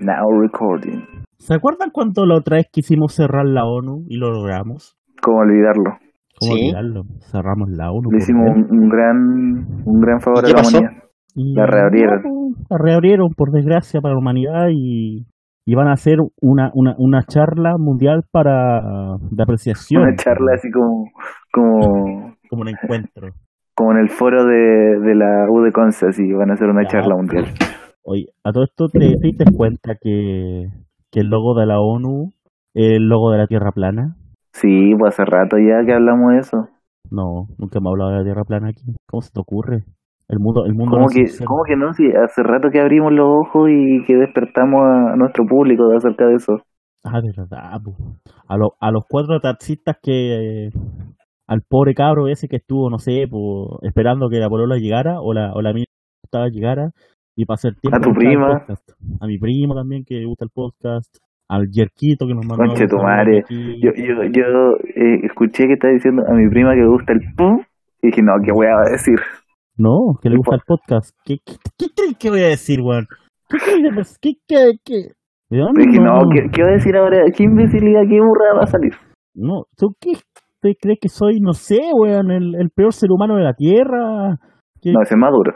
Now recording.
¿Se acuerdan cuando la otra vez quisimos cerrar la ONU y lo logramos?
¿Cómo olvidarlo?
¿Cómo
Sí.
olvidarlo? Cerramos la ONU.
Le
por
hicimos
dentro.
un, un gran un gran favor
¿Y
a
qué
la
pasó?
humanidad.
Y-
la reabrieron.
no, pues, La reabrieron, por desgracia, para la humanidad y, y van a hacer una, una, una charla mundial para de apreciación.
Una charla así como como
Como un encuentro.
como en el foro de, de la U de Conce, así van a hacer una
Ya.
charla mundial.
Oye, a todo esto te diste cuenta que, que el logo de la ONU es el logo de la Tierra plana.
Sí, pues hace rato ya que hablamos de eso.
No, nunca hemos hablado de la Tierra plana aquí. ¿Cómo se te ocurre? El mundo, el mundo
¿Cómo
no es
que,
sincero.
¿Cómo que no? Si hace rato que abrimos los ojos y que despertamos a nuestro público de acerca de eso.
Ah, de verdad, po. A, lo- a los cuatro taxistas que... eh, al pobre cabro ese que estuvo, no sé, po, esperando que la polola llegara o la, o la mina que le gustaba llegara y pasó el tiempo.
A tu
escuchaba el
prima.
podcast. A mi primo también que le gusta el podcast. Al Yerquito que nos mandó...
Conche
un
tu
saludo
madre.
de aquí.
Yo, yo, yo eh, escuché que estaba diciendo a mi prima que le gusta el pum y dije, no, ¿qué voy a decir?
No, que le
El
gusta el podcast. ¿Qué, qué, qué crees que voy a decir, weón? ¿Qué crees que pues, qué, qué, qué? Weón,
Le dije, no,
no,
¿qué, ¿qué voy a decir ahora? ¿Qué imbecilidad, qué burra va a salir?
no, ¿tú qué te crees que soy, no sé, weón, el, el peor ser humano de la Tierra?
No, ese es maduro.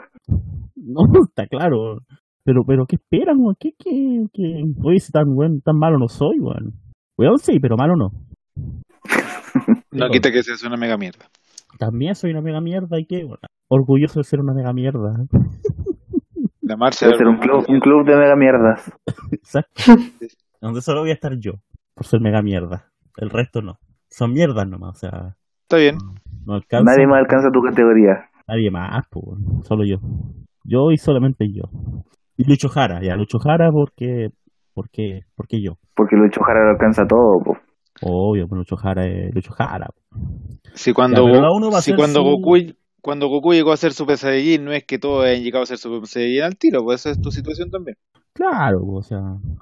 No, está claro. Pero, pero, ¿qué esperan, weón? ¿Qué, qué, qué? Oye, si tan, weón, tan malo no soy, weón. Weón sí, pero malo no.
No
Sí,
quita que sea una mega mierda.
¿eh? También soy una mega mierda y qué, weón. Orgulloso de ser una mega mierda.
La marcha.
Debe ser un club, un club de mega mierdas.
Exacto. Donde solo voy a estar yo, por ser mega mierda. El resto no. Son mierdas nomás, o sea,
Está bien.
no alcanza.
Nadie más alcanza tu categoría.
Nadie más, po, weón. solo yo. Yo y solamente yo. Y Lucho Jara, ya, Lucho Jara porque, porque, porque yo.
Porque Lucho Jara lo alcanza todo. po.
Obvio, pues Lucho Jara es Lucho Jara. po.
Si cuando,
Ya, pero
Go-
la uno va a
si
ser
cuando
su-
Goku cuando Goku llegó a hacer su pesadillín, no es que todos hayan llegado a hacer su pesadillín al tiro, pues esa es tu situación también.
Claro, po, o sea,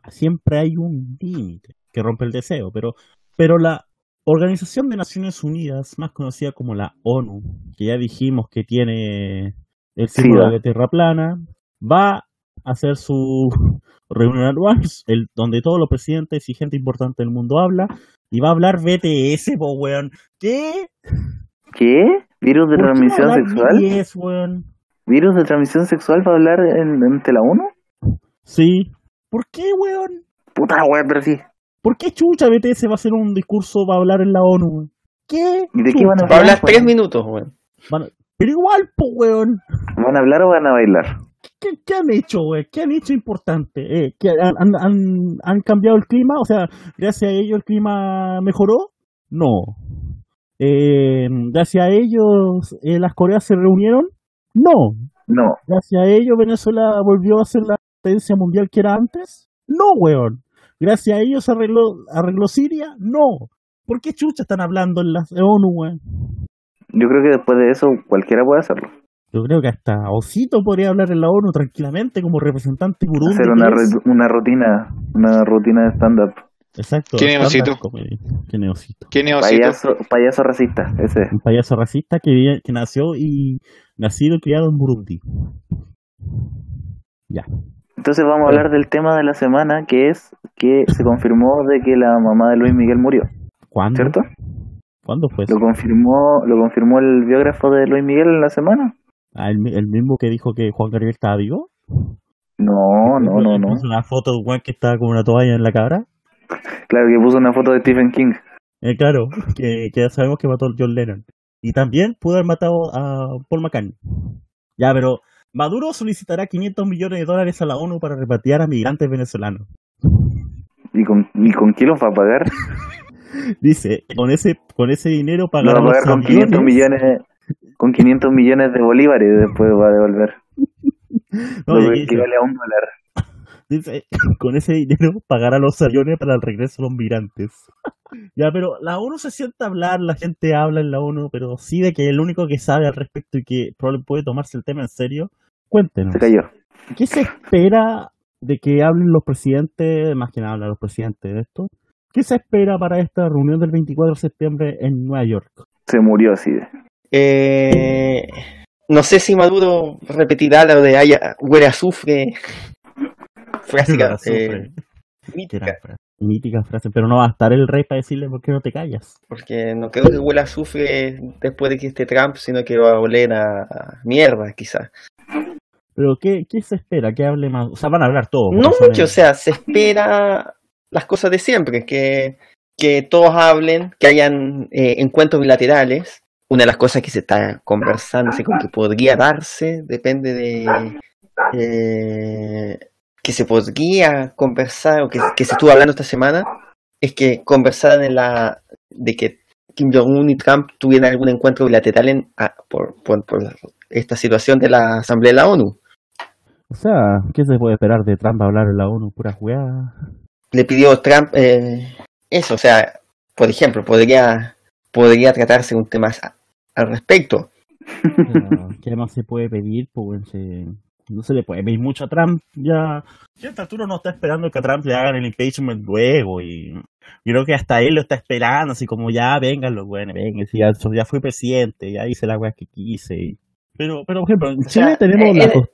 siempre hay un límite que rompe el deseo, pero, pero la Organización de Naciones Unidas, más conocida como la ONU, que ya dijimos que tiene el símbolo
va.
de Tierra plana, va a hacer su reunión anual, el, donde todos los presidentes y gente importante del mundo habla, y va a hablar BTS, po, weón. ¿Qué?
¿Qué? ¿Virus
¿Por
de
qué va a
transmisión
hablar
sexual?
BTS, weón?
¿Virus de transmisión sexual va a hablar en, en Tela 1?
Sí. ¿Por qué, weón?
Puta la wea, pero sí.
¿Por qué chucha BTS va a hacer un discurso, va a hablar en la ONU? weón? ¿Qué?
¿Y de qué van a
chucha?
Va a hablar
Bueno.
tres minutos, weón.
Pero igual, po, weón.
¿Van a hablar o van a bailar?
¿Qué, qué han hecho, weón? ¿Qué han hecho importante? Eh, ¿que han, han- han- han cambiado el clima? O sea, gracias a ellos el clima mejoró. No. Eh, gracias a ellos eh, las Coreas se reunieron. No.
No.
Gracias a ellos Venezuela volvió a ser la potencia mundial que era antes. No, weón. Gracias a ellos arregló, arregló Siria. No. ¿Por qué chucha están hablando en la ONU, weón?
Yo creo que después de eso cualquiera puede hacerlo.
Yo creo que hasta Osito podría hablar en la ONU tranquilamente como representante burundi.
Hacer
que
una,
es.
ru- una rutina, una rutina de stand-up.
Exacto.
¿Quién es
stand-up
Osito?
comedy. ¿Quién es Osito?
¿Quién es Osito?
Payaso, payaso racista, ese. es.
Un payaso racista que, vi- que nació y nacido y criado en Burundi.
Entonces vamos a hablar del tema de la semana, que es que se confirmó de que la mamá de Luis Miguel murió,
¿Cuándo?
¿cierto?
¿Cuándo fue Mm, eso?
Lo confirmó, lo confirmó el biógrafo de Luis Miguel en la semana.
Ah, el, mi- el mismo que dijo que Juan Gabriel estaba vivo.
No, no, no,
Le
no.
puso Una foto de Juan que estaba con una toalla en la cabra.
Claro que puso una foto de Stephen King.
Eh, claro, que, que ya sabemos que mató a John Lennon. Y también pudo haber matado a Paul McCartney. Ya, pero Maduro solicitará 500 millones de dólares a la ONU para repatriar a migrantes venezolanos.
¿Y con, y con qué los va a pagar?
Dice, con ese con ese dinero
Los va
pagará
a pagar
los
con 500
aviones.
millones, con 500 millones de bolívares y después va a devolver.
No,
lo
y
que
dice-
equivale a un dólar.
Dice, con ese dinero pagará los aviones para el regreso de los migrantes. ya, pero la ONU se sienta a hablar, la gente habla en la ONU, pero sí de que el único que sabe al respecto y que probablemente puede tomarse el tema en serio, cuéntenos.
Se cayó.
¿Qué se espera de que hablen los presidentes, más que nada hablan los presidentes de esto? ¿Qué se espera para esta reunión del 24 de septiembre en Nueva York?
Se murió así. de-
Eh, no sé si Maduro repetirá lo de haya, huele a azufre. Frase
Pero la
eh,
sufre.
mítica,
Gran frase. Mítica frase, pero no va a estar el rey para decirle por qué no te callas.
porque no creo que huela a azufre después de que esté Trump, sino que va a oler a, a mierda, quizás.
Pero ¿qué, qué se espera? ¿Que hable más? O sea, van a hablar todos.
No
porque son
mucho, o
el-
sea, se espera las cosas de siempre, que, que todos hablen, que hayan eh, encuentros bilaterales. Una de las cosas que se está conversando, así como que podría darse, depende de eh, que se podría conversar, o que, que se estuvo hablando esta semana, es que conversaran en la, de que Kim Jong-un y Trump tuvieran algún encuentro bilateral en, ah, por, por- por esta situación de la Asamblea de la ONU.
O sea, ¿qué se puede esperar de Trump a hablar en la ONU? Pura jugada.
le pidió Trump eh, eso, o sea, por ejemplo, podría, podría tratarse un tema a- al respecto.
Pero, ¿Qué más se puede pedir? Pues se- no se le puede pedir mucho a Trump. Ya. Ya esta altura no está esperando que a Trump le hagan el impeachment luego. Y yo creo que hasta él lo está esperando. Así como ya vengan los buenos, vengan. si Ya, yo ya fui presidente, ya hice la weá que quise. y- Pero, pero, por ejemplo, en Chile
sea,
tenemos
eh,
la.
eh,
cos-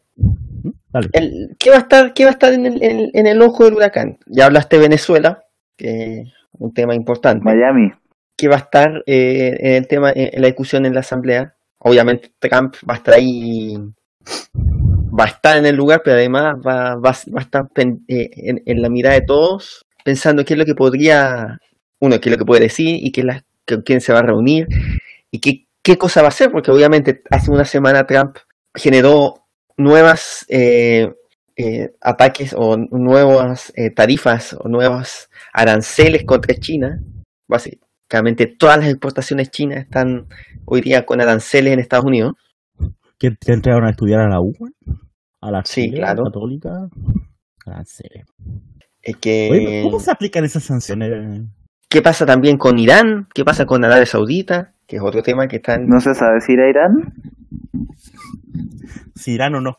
Dale.
El, ¿Qué va a estar, qué va a estar en, el, en- en el ojo del huracán? Ya hablaste de Venezuela, que es un tema importante.
Miami.
¿Qué va a estar eh, en el tema, en la discusión en la asamblea? Obviamente Trump va a estar ahí, va a estar en el lugar, pero además va, va, a- va a estar pen- eh, en, en la mirada de todos, pensando qué es lo que podría, uno, qué es lo que puede decir y qué es la, con quién se va a reunir y qué, qué cosa va a hacer, porque obviamente hace una semana Trump generó nuevas eh, eh, ataques o nuevas eh, tarifas o nuevos aranceles contra China. Básicamente todas las exportaciones chinas están hoy día con aranceles en Estados Unidos.
que te entraron a estudiar a la U? ¿A la
Sí,
chilena,
claro.
católica? Ah, Aranceles.
Eh, que,
Oye, ¿Cómo se aplican esas sanciones?
¿Qué pasa también con Irán? ¿Qué pasa con Arabia Saudita? Que es otro tema que están...
No se sabe si ir a Irán.
¿Si irán o no?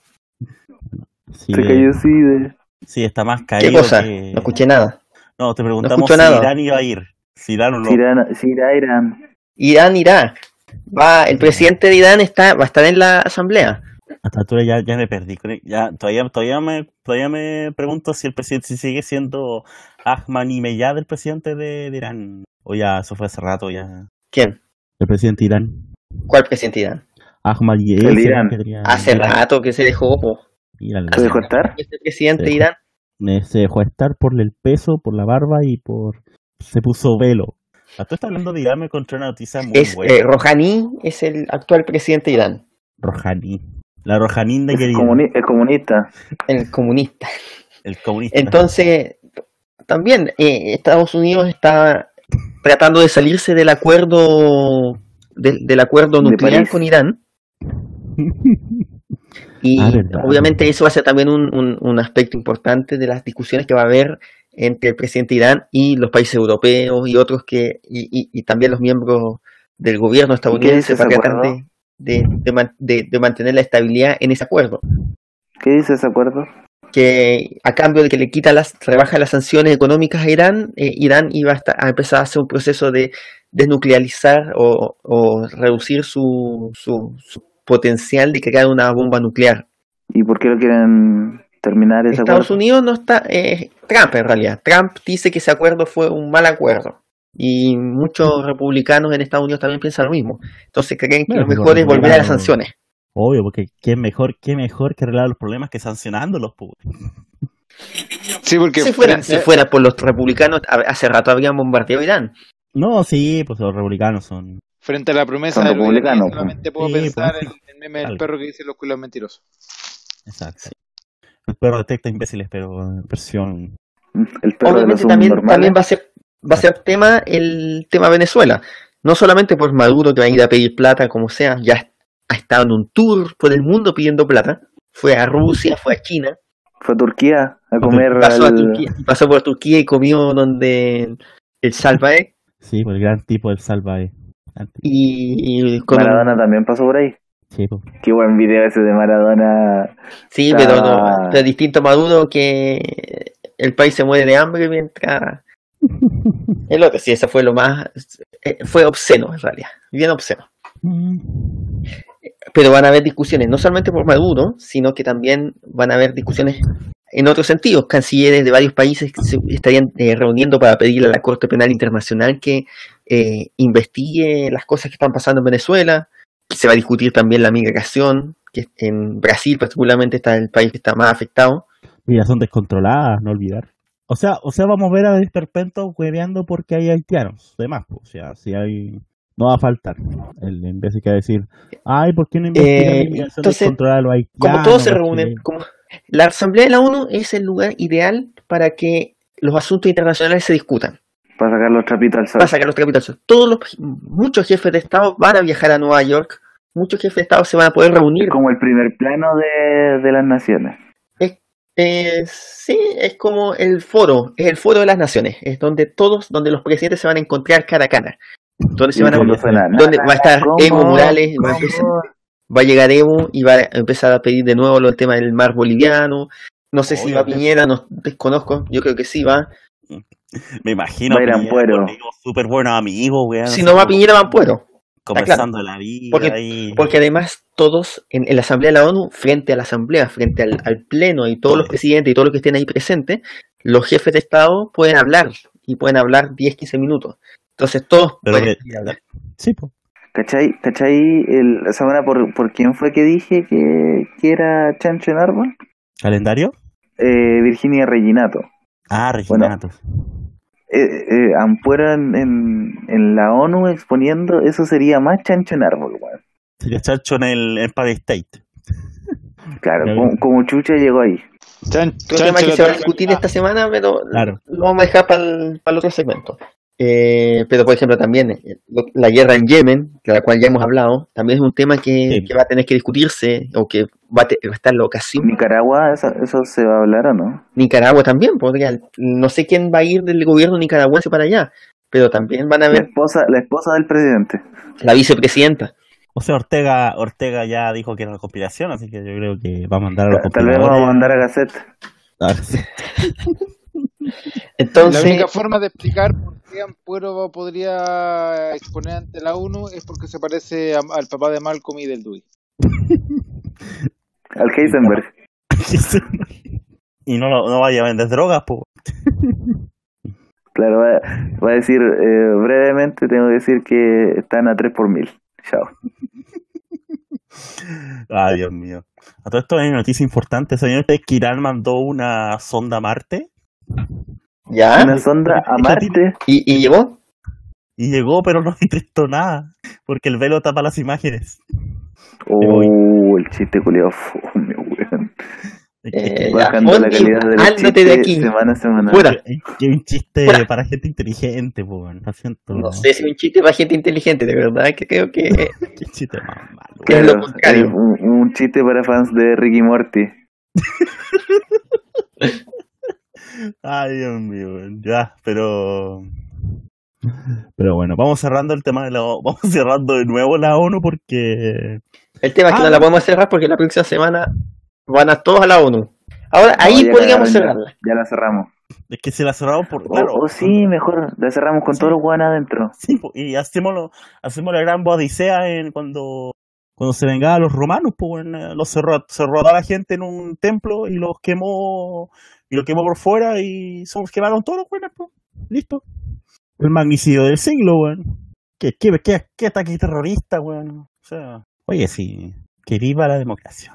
Sí,
Se cayó así de.
sí, está más
¿Qué
caído
cosa?
que-
No escuché nada.
No, te
No
preguntamos
escucho
si
nada.
Irán iba a ir. Si Irán o no.
Si ir a- si ir a Irán.
Irán irá. Va, el presidente de Irán está, va a estar en la asamblea.
A esta altura ya, ya me perdí. creo- Ya, todavía, todavía, me, todavía me pregunto si el presidente si sigue siendo Ahmadinejad el presidente de, de Irán. O ya, eso fue hace rato ya.
¿Quién?
El presidente de Irán.
¿Cuál presidente de Irán?
Ahmadinejad.
El
ese
Irán.
era que tenía-
Hace rato que se dejó. po.
Irán,
¿Se
Irán.
dejó estar?
Este presidente
Se
de
dejó.
Irán.
Eh, se dejó estar por el peso, por la barba y por... Se puso velo. A Ah, tú estás hablando de Irán, me encontré una noticia muy
Es,
buena.
eh, Rouhani es el actual presidente de Irán.
Rojaní. La Rojanín de
Es
querida.
comuni- es comunista.
El comunista.
El comunista.
Entonces, también eh, Estados Unidos está tratando de salirse del acuerdo del- del acuerdo
De
nuclear
París.
con Irán. Y
Ah, verdad.
obviamente eso va a ser también un, un- un aspecto importante de las discusiones que va a haber entre el presidente de Irán y los países europeos y otros que, y, y- y también los miembros del gobierno estadounidense
dice
para
ese
tratar de,
acuerdo?
de- de man- de- de mantener la estabilidad en ese acuerdo.
¿Qué dice ese acuerdo?
Que a cambio de que le quita las, rebaja las sanciones económicas a Irán, eh, Irán iba a, esta- a empezar a hacer un proceso de desnuclearizar o, o reducir su, su- su potencial de crear una bomba nuclear.
¿Y por qué lo quieren terminar ese
Estados
acuerdo?
Unidos no está. eh, Trump, en realidad. Trump dice que ese acuerdo fue un mal acuerdo. Y muchos republicanos en Estados Unidos también piensan lo mismo. Entonces creen que
Bueno,
lo
como
mejor es volver a las
republicano.
sanciones.
Obvio, porque qué mejor, qué mejor que arreglar los problemas que sancionándolos, po.
Sí, porque.
Si fuera, si fuera por los republicanos, a- hace rato habían bombardeado Irán.
No, sí, pues los republicanos son.
Frente a la promesa
Son
de lo iraní,
republicanos,
solamente puedo
Sí,
pensar
pues.
en el meme del
Algo.
perro que dice los culos mentirosos.
Exacto. El perro detecta imbéciles, pero en versión.
El perro de los
Obviamente también,
subnormales.
también va a ser va a ser tema el tema Venezuela. No solamente por Maduro que va a ir a pedir plata, como sea, ya ha estado en un tour por el mundo pidiendo plata. Fue a Rusia, fue a China.
Fue a Turquía a comer
pasó,
al-
a Turquía, pasó por Turquía y comió donde el Salvae
Sí, por el gran tipo del salvaje. Gran tipo,
y, y con un-
Maradona también pasó por ahí.
sí, pues. po.
Qué buen video ese de Maradona.
sí,
está-
pero no, pero distinto a Maduro que el país se muere de hambre mientras el otro, sí, eso fue lo más eh, fue obsceno en realidad, bien obsceno.
Mm.
Pero van a haber discusiones, no solamente por Maduro, sino que también van a haber discusiones en otros sentidos. Cancilleres de varios países que se estarían eh, reuniendo para pedirle a la Corte Penal Internacional que eh, investigue las cosas que están pasando en Venezuela. que Se va a discutir también la migración, que en Brasil particularmente está el país que está más afectado.
Mira, son descontroladas, no olvidar. O sea, o sea, vamos a ver a Desperpento hueveando porque hay haitianos. Demás, po. o sea, si hay. No va a faltar. El imbécil que va a decir, ay, ¿por qué no investigan
Eh,
la inmigración
entonces,
descontrolada de los
Como
haitianos?
todos se
Porque-
reúnen, como la Asamblea de la ONU es el lugar ideal para que los asuntos internacionales se discutan.
Para sacar los trapitos al sol.
Pasa que los capitales, todos los muchos jefes de estado van a viajar a Nueva York, muchos jefes de estado se van a poder reunir.
Es como el primer plano de, de las naciones.
Eh, sí, es como el foro, es el foro de las naciones, es donde todos, donde los presidentes se van a encontrar cara a cara, donde Pues se
Y
van a,
cuando
Colombia.
suena, na,
donde
na,
va a estar
¿cómo?
Evo Morales, va a, empezar-
¿Cómo?
va a llegar Evo y va a empezar a pedir de nuevo los temas del mar boliviano. No sé si va
Obviamente.
Piñera, no desconozco, yo creo que sí va.
Me imagino
Bailan
Piñera
puero.
conmigo, súper buenos amigos, weón.
Si
así
no va
como
Piñera, van Puero.
Conversando de la vida.
Porque-
y-
Porque además todos en, en la Asamblea de la ONU, frente a la Asamblea, frente al, al Pleno y todos los presidentes y todos los que estén ahí presentes, los jefes de Estado pueden hablar y pueden hablar 10, 15 minutos. Entonces todos
Pero
pueden
de-
salir a hablar.
Sí, po.
¿Cachai? ¿Cachai? El, esa buena por, ¿Por quién fue que dije que, que era Chancho en árbol?
¿Calendario?
Eh, Virginia Reginato.
Ah,
Bueno.
Reginato.
Eh, eh, Ampuero en, en, en la ONU exponiendo, eso sería más Chancho en árbol, weón.
Sería Chacho en el Empire State. Claro.
Claro, como, como Chucha llegó ahí.
Chan,
Es un tema
chancho
que
la
se va a
otra-
discutir esta semana, pero
Claro.
lo vamos a dejar para el, otro segmento. Eh, pero, por ejemplo, también eh, lo- la guerra en Yemen, de la cual ya hemos hablado, también es un tema que,
Sí.
que va a tener que discutirse o que va a, te- va a estar la ocasión.
Nicaragua, eso, eso se va a hablar o no?
Nicaragua también, porque no sé quién va a ir del gobierno nicaragüense para allá, pero también van a
La
ver
esposa, la esposa del presidente.
la vicepresidenta.
O sea, Ortega, Ortega ya dijo que era una conspiración, así que yo creo que va a mandar a los
Ta- Tal vez vamos a
conspiradores.
mandar a Gaceta.
Entonces,
La única forma de explicar por qué Ampuero podría exponer ante la ONU es porque se parece a- al papá de Malcolm y del Dewey.
Al Heisenberg.
y no, lo- no vaya a vender drogas, po.
Claro, va, va a decir eh, brevemente, tengo que decir que están a 3 por mil. Chao.
Ay, Dios mío. A todo esto hay una noticia importante, señores, es que Irán mandó una sonda a Marte Ah,
ya,
Una sonda a Marte.
y, y llegó.
y llegó, pero no detectó nada, porque el velo tapa las imágenes.
Oh, el chiste culiado fome, weón.
Eh, ya.
Bajando la
Oye,
calidad de los
ándate de aquí.
chistes semana a semana.
Fuera.
Es que es un chiste
Fuera.
para gente inteligente, po, weón. Lo siento.
No sé si es un chiste para gente inteligente, de verdad, que creo que
Qué chiste más malo.
Que es lo
Claro,
contrario.
es un, un chiste para fans de Ricky Morty.
Ay, Dios mío, weón. ya, pero. Pero bueno, vamos cerrando el tema de la O- Vamos cerrando de nuevo la ONU porque.
El tema es que
Ah,
no
bueno.
la podemos cerrar porque la próxima semana van a todos a la ONU. Ahora,
No,
ahí
ya
podríamos
cagaron,
cerrarla.
ya, ya la cerramos.
Es que se la cerramos
Oh,
por.
O-
Claro.
o, sí, mejor la cerramos con
Sí.
todos los guanes adentro.
Sí, po, y hacemos, hacemos la gran bodicea en cuando. Cuando se vengaban los romanos, pues weón, eh, los cerró, cerró a toda la gente en un templo y los quemó y los quemó por fuera y se los quemaron todos los buenos, pues. Listo. El magnicidio del siglo, weón. ¿Qué, qué, qué, qué ataque terrorista, weón? O sea, oye, sí, que viva la democracia.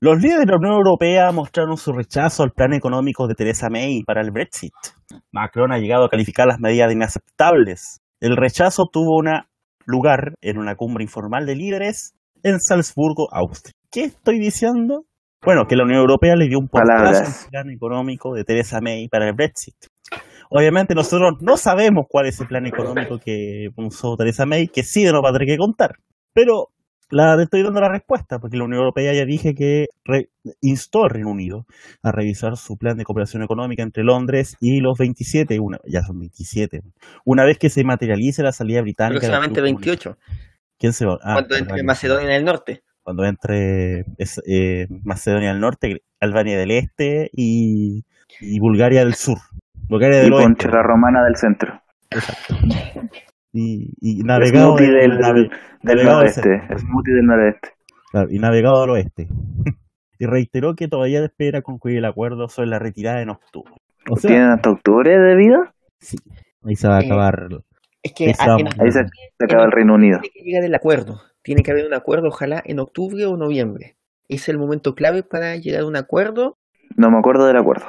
Los líderes de la Unión Europea mostraron su rechazo al plan económico de Theresa May para el Brexit. Macron ha llegado a calificar las medidas de inaceptables. El rechazo tuvo una- lugar en una cumbre informal de líderes en Salzburgo, Austria. ¿Qué estoy diciendo? Bueno, que la Unión Europea le dio un portazo
Palabras.
al plan económico de Theresa May para el Brexit. Obviamente nosotros no sabemos cuál es el plan económico que puso Theresa May, que sí nos va a tener que contar. Pero la, le estoy dando la respuesta, porque la Unión Europea ya dije que re- instó al Reino Unido a revisar su plan de cooperación económica entre Londres y los 27, una, ya son 27, una vez que se materialice la salida británica. del
Próximamente
club
28,
comunista. ¿Quién se va? Ah,
cuando
Albania.
entre Macedonia del Norte.
Cuando entre es- eh, Macedonia del Norte, Albania del Este y, y Bulgaria del Sur. Bulgaria
Y
del Oeste.
Poncho la romana del centro.
Y, y
Es
navegado,
Muti
del,
del,
nave-
del
navegado del
noreste. Es Muti del noreste.
Claro, y navegado al oeste. y reiteró que todavía espera concluir el acuerdo sobre la retirada en octubre. O sea,
¿Tienen hasta octubre de vida?
ahí se va a
Eh,
acabar.
Es que
ahí se va a
en
morir.
Ahí se, se acaba el Reino Unido.
tiene que llegar el acuerdo. Tiene que haber un acuerdo, ojalá en octubre o noviembre. Es el momento clave para llegar a un acuerdo
No me acuerdo del acuerdo.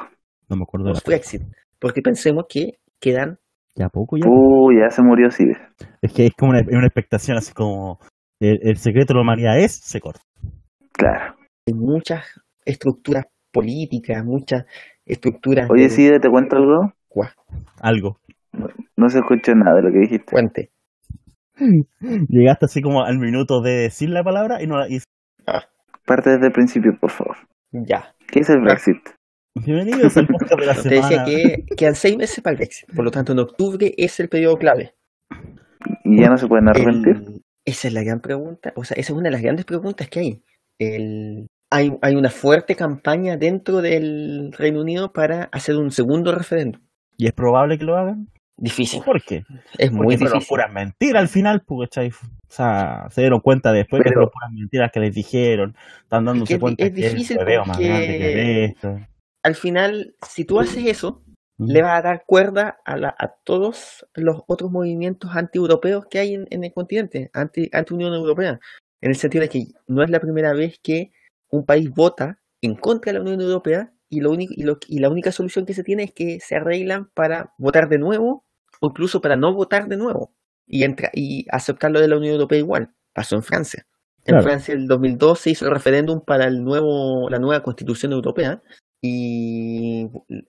No me acuerdo.
post
la-
Brexit. Porque pensemos que quedan
Ya poco ya.
Uh, ya se murió sí
Es que es como una, una expectación así como el, el secreto de la humanidad es, se corta.
Claro.
muchas estructuras políticas, muchas estructuras
Oye,
de
sí, ¿te cuento algo?
Algo.
No se escuchó nada de lo que dijiste.
puente.
Llegaste así como al minuto de decir la palabra y no la y-
Parte desde el principio, por favor.
Ya.
¿Qué es el Brexit?
Bienvenidos al podcast de la
Te decía
semana.
que quedan seis meses para el Brexit. Por lo tanto, en octubre es el periodo clave.
¿Y ya no se pueden arrepentir?
El- esa es la gran pregunta, o sea, esa es una de las grandes preguntas que hay. El, hay, hay una fuerte campaña dentro del Reino Unido para hacer un segundo referéndum.
Y es probable que lo hagan.
Difícil,
¿Por qué?
es muy
Porque fueron
difícil.
puras mentiras al final, pues, ¿cachai? O sea, se dieron cuenta después que fueron
Pero-
puras mentiras que les dijeron. Están
que
dándose
es di-
cuenta
es
que es el
difícil
hueveo más
porque-
grande que esto.
Al final, si tú haces eso, le vas a dar cuerda a, la- a todos los otros movimientos anti-europeos que hay en, en el continente, anti, anti-Unión Europea, en el sentido de que no es la primera vez que un país vota en contra de la Unión Europea y, lo único, y, lo- y la única solución que se tiene es que se arreglan para votar de nuevo o incluso para no votar de nuevo y, entra, y aceptar lo de la Unión Europea igual. Pasó en Francia. En
Claro.
Francia en el 2002 se hizo el referéndum para el nuevo, la nueva constitución europea y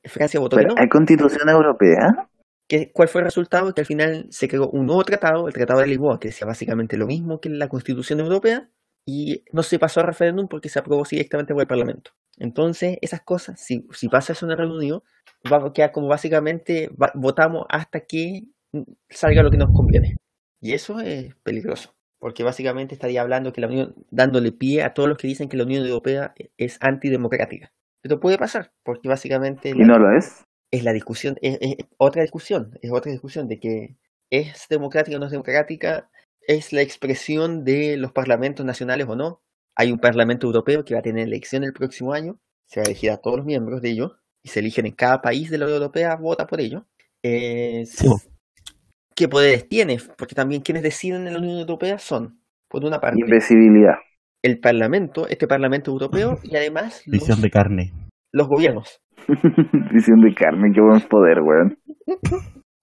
Francia votó
Pero,
que no.
¿Hay constitución europea?
¿Qué- ¿Cuál fue el resultado? Que al final se creó un nuevo tratado, el Tratado de Lisboa, que decía básicamente lo mismo que la Constitución Europea, y no se pasó a referéndum porque se aprobó directamente por el Parlamento. Entonces, esas cosas, si, si pasa eso en el Reino Unido, va a quedar como básicamente va- votamos hasta que salga lo que nos conviene. Y eso es peligroso, porque básicamente estaría hablando que la Unión, dándole pie a todos los que dicen que la Unión Europea es antidemocrática. Esto puede pasar, porque básicamente
Y
la-
no lo es.
es la discusión, es, es otra discusión, es otra discusión de que es democrática o no es democrática, es la expresión de los parlamentos nacionales o no. Hay un parlamento europeo que va a tener elección el próximo año, se va a elegir a todos los miembros de ellos y se eligen en cada país de la Unión Europea, vota por ellos. Es-
Sí, bo.
¿Qué poderes tiene? Porque también quienes deciden en la Unión Europea son, por una parte,
Invisibilidad.
el Parlamento, este Parlamento Europeo y además los,
Visión de carne.
los gobiernos.
Visión de carne, qué buen poder, weón.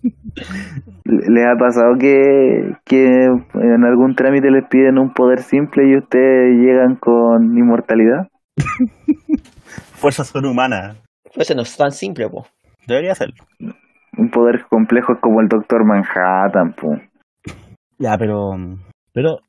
Le- ¿Les ha pasado que, que en algún trámite les piden un poder simple y ustedes llegan con inmortalidad?
Fuerza sobrehumana.
Pues eso no es tan simple, po.
Debería serlo.
Un poder complejo es como el Doctor Manhattan, po.
Ya, pero. Pero.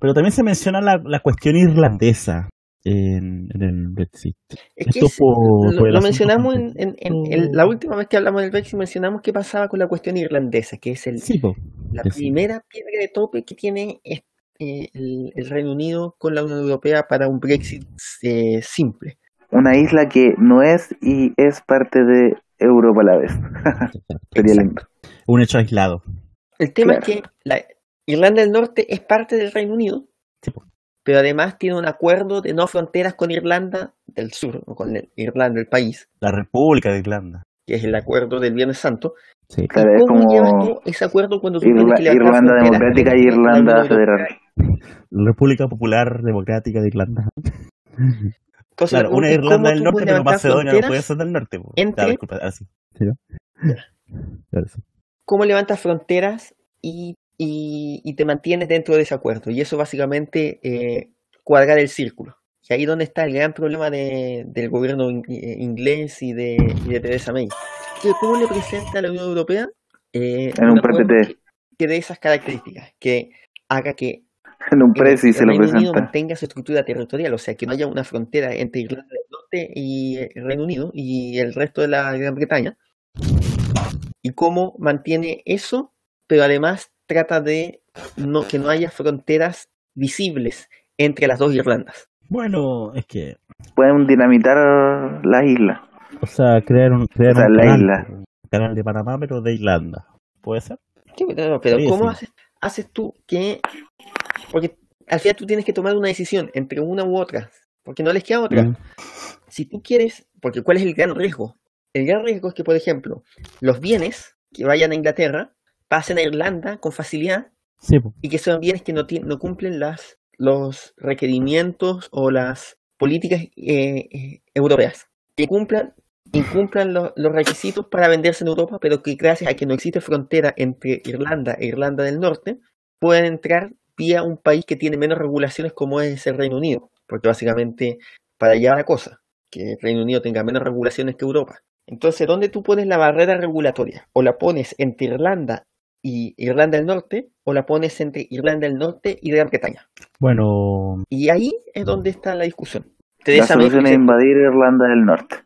Pero también se menciona la, la cuestión irlandesa en, en el Brexit.
Es que
Esto
es-
por,
Lo,
por el
lo
asunto
mencionamos en,
francés.
en- en- en la última vez que hablamos del Brexit, mencionamos qué pasaba con la cuestión irlandesa, que es el,
Sí, po.
la
sí, sí.
primera piedra de tope que tiene es- eh, el, el Reino Unido con la Unión Europea para un Brexit eh, simple.
Una isla que no es y es parte de Europa a la vez. Sería
Exacto.
lindo.
Un hecho aislado.
El tema es que la, Irlanda del Norte es parte del Reino Unido,
Sí, po.
pero además tiene un acuerdo de no fronteras con Irlanda del Sur, o con el- Irlanda, el país,
La República de Irlanda.
que es el acuerdo del Viernes Santo.
Sí.
Claro,
¿Y
es
cómo llevas
como
tú ese acuerdo cuando tú tienes
Irla-
que levantar
Irlanda
fronteras con
Democrática y
la Unión
Irlanda
Europea?
Federal.
República Popular Democrática de Irlanda.
Entonces,
Claro,
la
una
pregunta es, ¿cómo
Irlanda del
tú
Norte,
puedes
pero
levantar
Macedonia no
fronteras?
puede ser del norte. po.
entre-
Ya, disculpa, ahora sí. ¿Sí, no? Ahora sí.
¿Cómo levantas fronteras y, y- y te mantienes dentro de ese acuerdo? Y eso básicamente eh, cuadrar el círculo. Y ahí donde está el gran problema de- del gobierno in- eh, inglés y de, y de Theresa May. Que ¿Cómo le presenta a la Unión Europea eh,
En un
acuerdo
PPT.
que, que dé esas características? Que haga que
En un
en el
presi se lo
Reino Unido
presenta.
mantenga su estructura territorial, o sea, que no haya una frontera entre Irlanda del Norte y eh, el Reino Unido y el resto de la Gran Bretaña, y cómo mantiene eso, pero además trata de no, que no haya fronteras visibles entre las dos Irlandas.
Bueno, es que.
Pueden dinamitar las islas.
O sea, crear un, crear
O sea,
un
la
canal,
isla.
po. canal de Panamá, pero de Irlanda. ¿Puede ser?
Sí, pero, no, pero
Sí,
¿cómo
sí.
haces, haces tú que...? Porque al final tú tienes que tomar una decisión entre una u otra, porque no les queda otra.
Mm.
si tú quieres, porque ¿cuál es el gran riesgo? El gran riesgo es que, por ejemplo, los bienes que vayan a Inglaterra pasen a Irlanda con facilidad
Sí, po.
y que sean bienes que no, tie- no cumplen las, los requerimientos o las políticas eh, eh, europeas. Que cumplan, incumplan lo- los requisitos para venderse en Europa, pero que gracias a que no existe frontera entre Irlanda e Irlanda del Norte, puedan entrar vía un país que tiene menos regulaciones como es el Reino Unido. Porque básicamente para allá va la cosa, que el Reino Unido tenga menos regulaciones que Europa. Entonces, ¿dónde tú pones la barrera regulatoria? ¿O la pones entre Irlanda y Irlanda del Norte o la pones entre Irlanda del Norte y Gran Bretaña.
Bueno,
Y ahí es donde está la discusión.
La
Theresa May
solución es
presentó-
invadir Irlanda del Norte.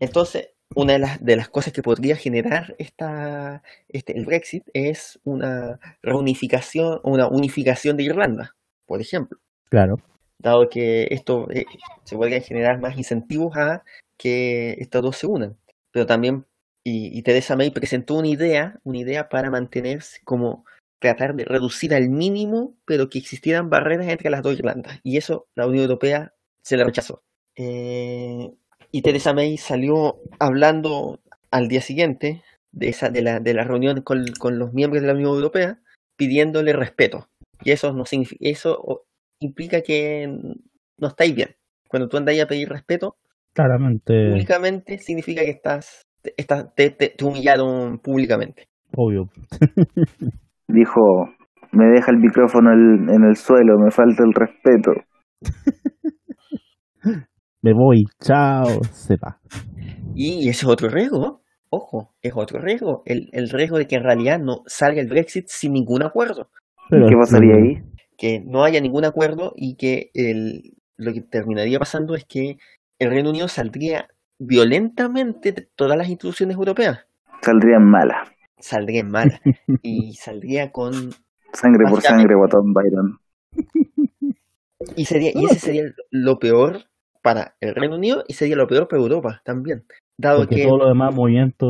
Entonces, una de las, de las cosas que podría generar esta, este, el Brexit es una reunificación, una unificación de Irlanda, por ejemplo,
claro.
dado que esto eh, se podrían generar más incentivos a que estos dos se unan. Pero también, y, y Theresa May presentó una idea, una idea para mantenerse como tratar de reducir al mínimo, pero que existieran barreras entre las dos Irlandas. Y eso la Unión Europea se la rechazó. Eh, y Theresa May salió hablando al día siguiente de, esa, de, la, de la reunión con, con los miembros de la Unión Europea pidiéndole respeto. Y eso, no signifi- eso o- implica que no estáis bien. Cuando tú andáis a pedir respeto,
Claramente.
públicamente significa que estás, te- estás- te, te- te humillaron públicamente.
Obvio.
Dijo, me deja el micrófono el- en el suelo, me falta el respeto.
Me voy, chao, se va.
Y ese es otro riesgo, ojo, es otro riesgo, el, el riesgo de que en realidad no salga el Brexit sin ningún acuerdo,
Pero-
¿Qué pasaría ahí?
que no haya ningún acuerdo y que el, lo que terminaría pasando es que el Reino Unido saldría violentamente de todas las instituciones europeas,
Saldrían malas.
saldría en mala y saldría con...
Sangre por
Básicamente.
sangre, guatón Byron.
Y, sería, y ese sería lo peor para el Reino Unido y sería lo peor para Europa también, dado
Porque
que...
todos los demás movimientos,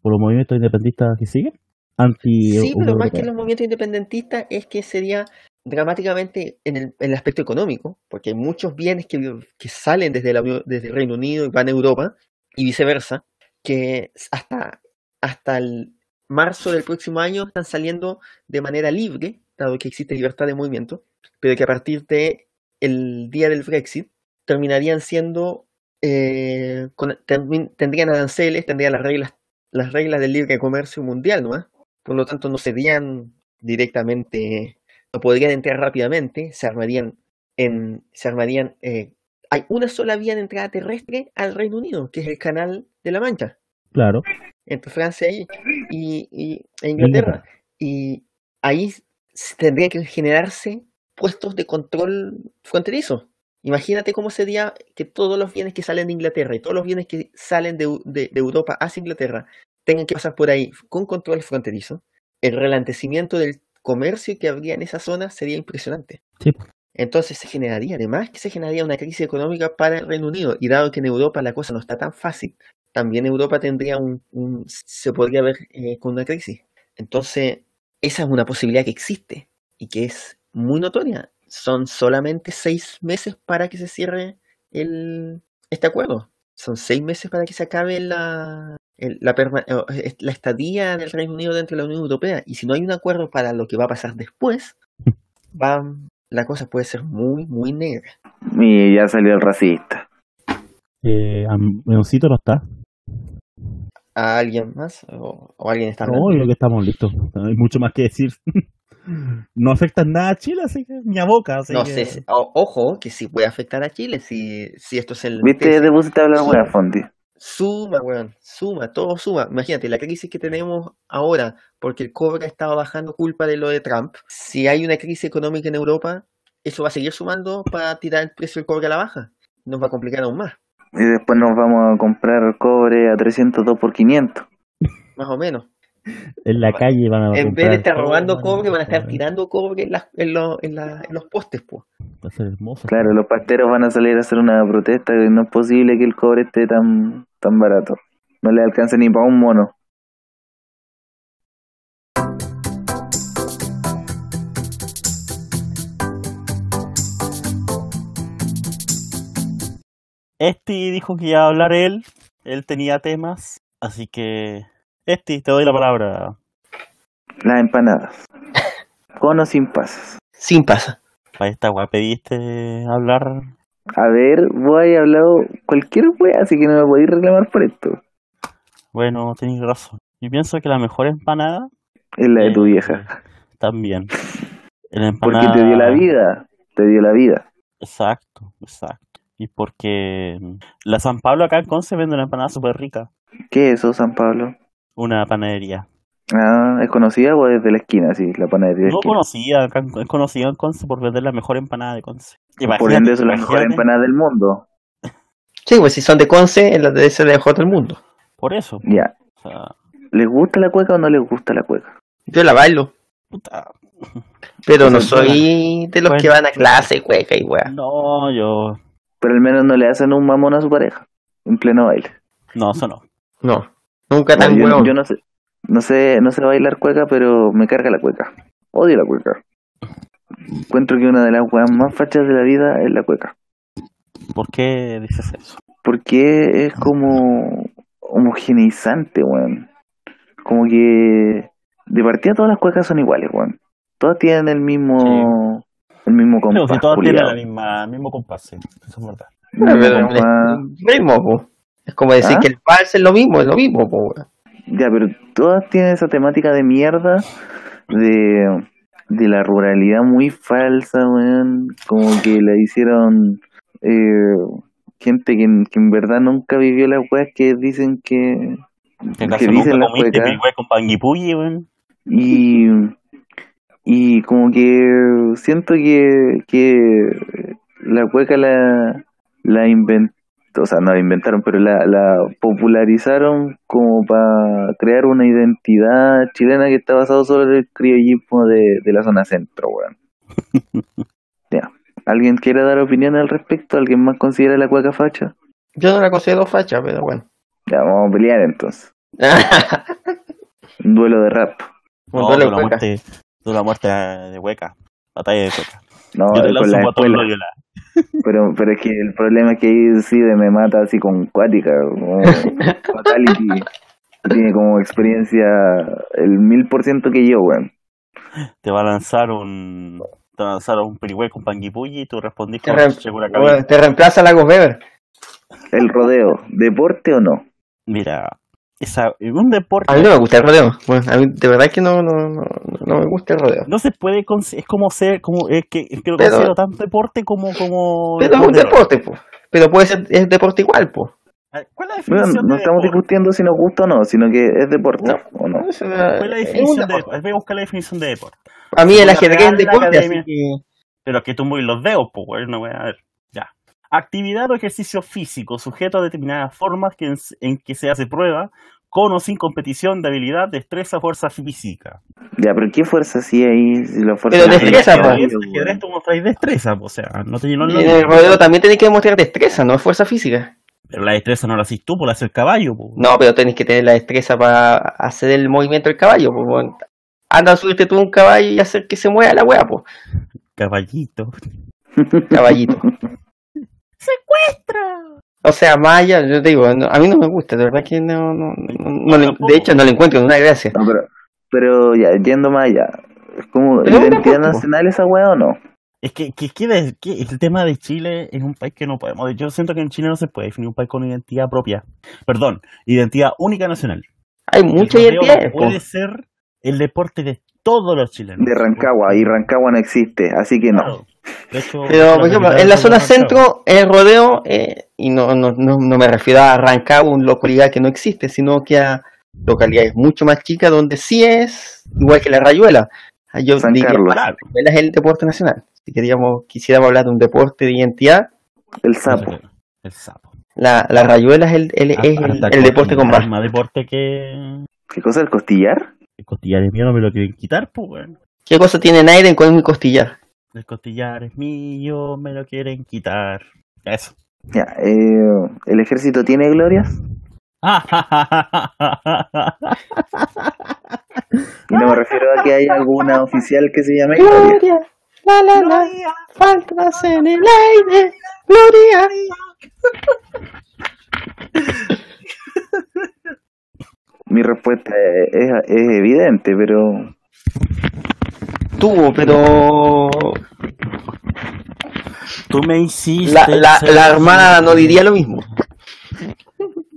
por los movimientos independentistas que siguen, anti
Sí, pero más que
europeos.
los movimientos independentistas es que sería dramáticamente en el, en el aspecto económico, porque hay muchos bienes que, que salen desde, la Unión- desde el Reino Unido y van a Europa y viceversa, que s- hasta, hasta el marzo del próximo año están saliendo de manera libre, dado que existe libertad de movimiento, pero que a partir de el día del Brexit terminarían siendo, eh, con- termin- tendrían aranceles, tendrían las reglas, las reglas del libre comercio mundial nomás por lo tanto no serían directamente, no podrían entrar rápidamente, se armarían en, se armarían, eh, hay una sola vía de entrada terrestre al Reino Unido, que es el Canal de la Mancha,
Claro,
entre Francia y, y- y- e
Inglaterra.
Inglaterra, y ahí se tendría que generarse puestos de control fronterizo. Imagínate cómo sería que todos los bienes que salen de Inglaterra y todos los bienes que salen de, Eu- de- de Europa hacia Inglaterra tengan que pasar por ahí con control fronterizo. El relantecimiento del comercio que habría en esa zona sería impresionante.
Sí.
Entonces se generaría, además que se generaría una crisis económica para el Reino Unido, y dado que en Europa la cosa no está tan fácil, también Europa tendría un, un- se podría ver eh, con una crisis. Entonces, esa es una posibilidad que existe y que es muy notoria. Son solamente seis meses para que se cierre el, este acuerdo. Son seis meses para que se acabe la, el- la, perma- o, eh, la estadía del Reino Unido dentro de la Unión Europea. Y si no hay un acuerdo para lo que va a pasar después, va, la cosa puede ser muy, muy negra.
Y ya salió el racista.
Eh, Am- Leoncito no está.
¿A alguien más? ¿O, o alguien está hablando?
Obvio que estamos listos. No hay mucho más que decir. No afecta en nada a Chile, así que ni a boca. Así
No
que-
sé, si- o- ojo, que sí puede afectar a Chile si, si esto se
¿Viste?
enlentece.
De vos te habla wea, Fondi.
Suma, weón, suma, todo suma. Imagínate la crisis que tenemos ahora porque el cobre estaba bajando culpa de lo de Trump. Si hay una crisis económica en Europa, eso va a seguir sumando para tirar el precio del cobre a la baja. Nos va a complicar aún más,
Y después nos vamos a comprar cobre a 302 por 500.
más o menos.
En la calle van a
En vez
comprar
de estar
todo,
robando cobre, van a estar
comprar-
tirando cobre en, las- en los- en la- en los postes, pues.
Va a ser hermoso.
Claro, los pasteros van a salir a hacer una protesta. que No es posible que el cobre esté tan, tan barato. No le alcanza ni para un mono.
Esti dijo que iba a hablar él. Él tenía temas. Así que, Esti, te doy la palabra.
Las empanadas. Con o sin pasas.
Sin pasa.
Para esta weá pediste hablar.
A ver, vos has hablado cualquier wea, así que no me podéis reclamar por esto.
Bueno, tenés razón. Yo pienso que la mejor empanada
Es la de tu
Eh,
vieja.
también. La
Porque
empanada...
te dio la vida. Te dio la vida.
Exacto, exacto. Y porque mm, la San Pablo acá en Conce vende una empanada súper rica.
¿Qué es eso, San Pablo?
Una panadería.
Ah, ¿es conocida o es de la esquina? Sí, la panadería de la
No
esquina.
conocida, acá en- es conocida en Conce por vender la mejor empanada de Conce.
Por ende, es la mejor
imagínate.
empanada del mundo.
Sí, pues si son de Conce, en la de se dejó todo el mundo.
Por eso.
Ya.
O sea,
¿Les gusta la cueca o no les gusta la cueca?
Yo la bailo,
puta.
pero no
Pues,
soy de los que
Bueno.
van a clase, cueca y weá.
No, yo.
Pero al menos no le hacen un mamón a su pareja. En pleno baile.
No, eso no.
No, nunca tan
Bueno, yo,
huevón.
yo no sé. No sé, no sé bailar cueca, pero me carga la cueca. Odio la cueca. Encuentro que una de las weas más fachas de la vida es la cueca.
¿Por qué dices eso?
Porque es como homogeneizante, weón. Como que de partida todas las cuecas son iguales, weón. Todas tienen el mismo, el mismo
Pero
compás.
si todas tienen la
culiao.
misma, el mismo compás, sí. Eso es verdad.
El mismo
Ah, pero
compás.
es lo mismo, po. Es como decir
¿Ah?
que el vals es lo mismo, es lo mismo, po, weón.
Ya, pero todas tienen esa temática de mierda de, de la ruralidad muy falsa, weón. Como que la hicieron eh, gente que, en- que en verdad nunca vivió las weas que dicen que,
En
que
caso
dicen
nunca
las
comiste
cuecas.
pirihue con panguipulli, weón.
Y, y como que siento que, que la cueca la, la inventó, o sea, no la inventaron, pero la, la popularizaron como para crear una identidad chilena que está basado sobre el criollismo de, de la zona centro, weón. Ya. ¿Alguien quiere dar opinión al respecto? ¿Alguien más considera la cueca facha?
Yo no la considero facha, pero bueno.
Ya, vamos a pelear entonces. Un duelo de rap.
Un
No,
duelo
de la
cueca.
muerte, de la muerte de hueca. Batalla de hueca.
No,
Yo te
con
lanzo
la
un guatón
escuela.
Loyola.
Pero, pero es que el problema es que ahí sí de me mata así con cuática, como fatality. Tiene como experiencia el mil por ciento que yo, weón.
Te va a lanzar un. Te va a lanzar un pirihue con panguipulli y tú respondís
Te,
con
re-
segura
bueno, te reemplaza la Weber.
El rodeo, ¿deporte o no?
Mira, esa, en un deporte
A mí no me gusta el rodeo. Bueno, a mí de verdad que no, no, no, no me gusta el rodeo.
no se puede. consi- Es como ser. como Es que, es que lo
Pero-
considero tanto deporte como. como
Pero es un
deporte.
deporte, po. Pero puede ser es deporte igual, po.
A ver, ¿Cuál es la
Weón,
definición
no
de
estamos
deporte?
discutiendo si nos gusta o no, sino que es deporte
No.
o no.
O sea,
¿Cuál es la
es un
definición de
deporte.
deporte? Voy a buscar la definición de deporte.
A mí el
Según la
ajedrez es
Real
deporte, así
Academia.
que...
Pero que tú muy los dedos, pues, weón, no voy a ver. Ya. Actividad o ejercicio físico sujeto a determinadas formas que en, en que se hace prueba, con o sin competición de habilidad, destreza, fuerza física.
Ya, pero ¿qué fuerza sí ahí? Si la fuerza
Pero
la estoy
destreza, pues.
haciendo yo,
po.
ajedrez, ajedrez
weón.
tú mostráis destreza, po, o sea, no te llenó
Y
lo
en el rodeo también tenés que demostrar destreza, no fuerza física.
Pero la destreza no la haces tú, por la hace el caballo, po.
No, pero tenés que tener la destreza para hacer el movimiento del caballo. po. Bueno, Anda a subirte tú a un caballo y hacer que se mueva la pues. wea, po.
Caballito.
Caballito. O sea, Maya, yo te digo, no- a mí no me gusta, de verdad que no, no, no- no le- de hecho no le encuentro una gracia.
No, pero, pero ya, yendo más allá. ¿Es como
Pero es un
identidad
deporte, po.
nacional esa weá o no?
Es que, que, que de- que el tema de Chile es un país que no podemos. Yo siento que en Chile no se puede definir un país con identidad propia. Perdón, identidad única nacional.
Hay mucha
el rodeo no
identidad, pues.
puede ser el deporte de todos los chilenos.
De Rancagua, y Rancagua no existe, así que no.
Claro. De hecho,
Pero, por ejemplo,
capital
en la
son
zona
de Rancagua.
centro, el rodeo, eh, y no, no, no, no me refiero a Rancagua, una localidad que no existe, sino que a localidades mucho más chicas donde sí es, igual que la Rayuela. Ah, Yo
San
diría,
Carlos,
Claro.
Rayuela es el deporte nacional. Si queríamos, quisiéramos hablar de un deporte de identidad,
el sapo.
El sapo.
la, la Rayuela es el, el-
Ah,
es el-
Hasta
el deporte con
más.
más.
deporte que.
¿Qué cosa? ¿El costillar?
El costillar es mío, no me lo quieren quitar, pues, weón.
¿Qué cosa tiene en aire con mi costillar?
El costillar es mío, me lo quieren quitar. Eso.
Ya, eh, ¿el ejército tiene glorias? Y no me refiero a que haya alguna oficial que se llame Gloria.
la la la, faltas en el aire, gloria.
Mi respuesta eh, es, es evidente, pero
Tuvo, pero
Tú me hiciste.
la, la,
ser
la hermana no diría lo mismo.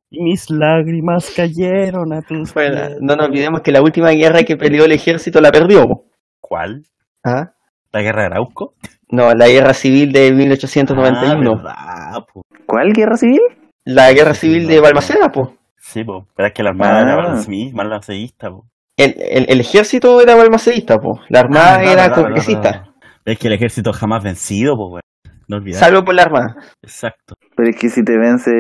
y Mis lágrimas cayeron a tus
Bueno,
pies.
no nos olvidemos que la última guerra que peleó el ejército la perdió. po.
¿Cuál?
¿Ah?
¿La guerra de Arauco?
No, la guerra civil de
Ah,
1891.
verdad, po.
¿cuál guerra civil?
la guerra civil de Balmaceda, po.
Sí, po. Pero es que la armada
Ah.
era balonceísta, balonceísta, po.
El, el, el ejército era balmacedista, po. La armada
Ah,
era
verdad, verdad,
congresista,
verdad. Es que el ejército jamás vencido, pues, weón. No olvidar.
salvo por la armada.
Exacto.
Pero es que si te vence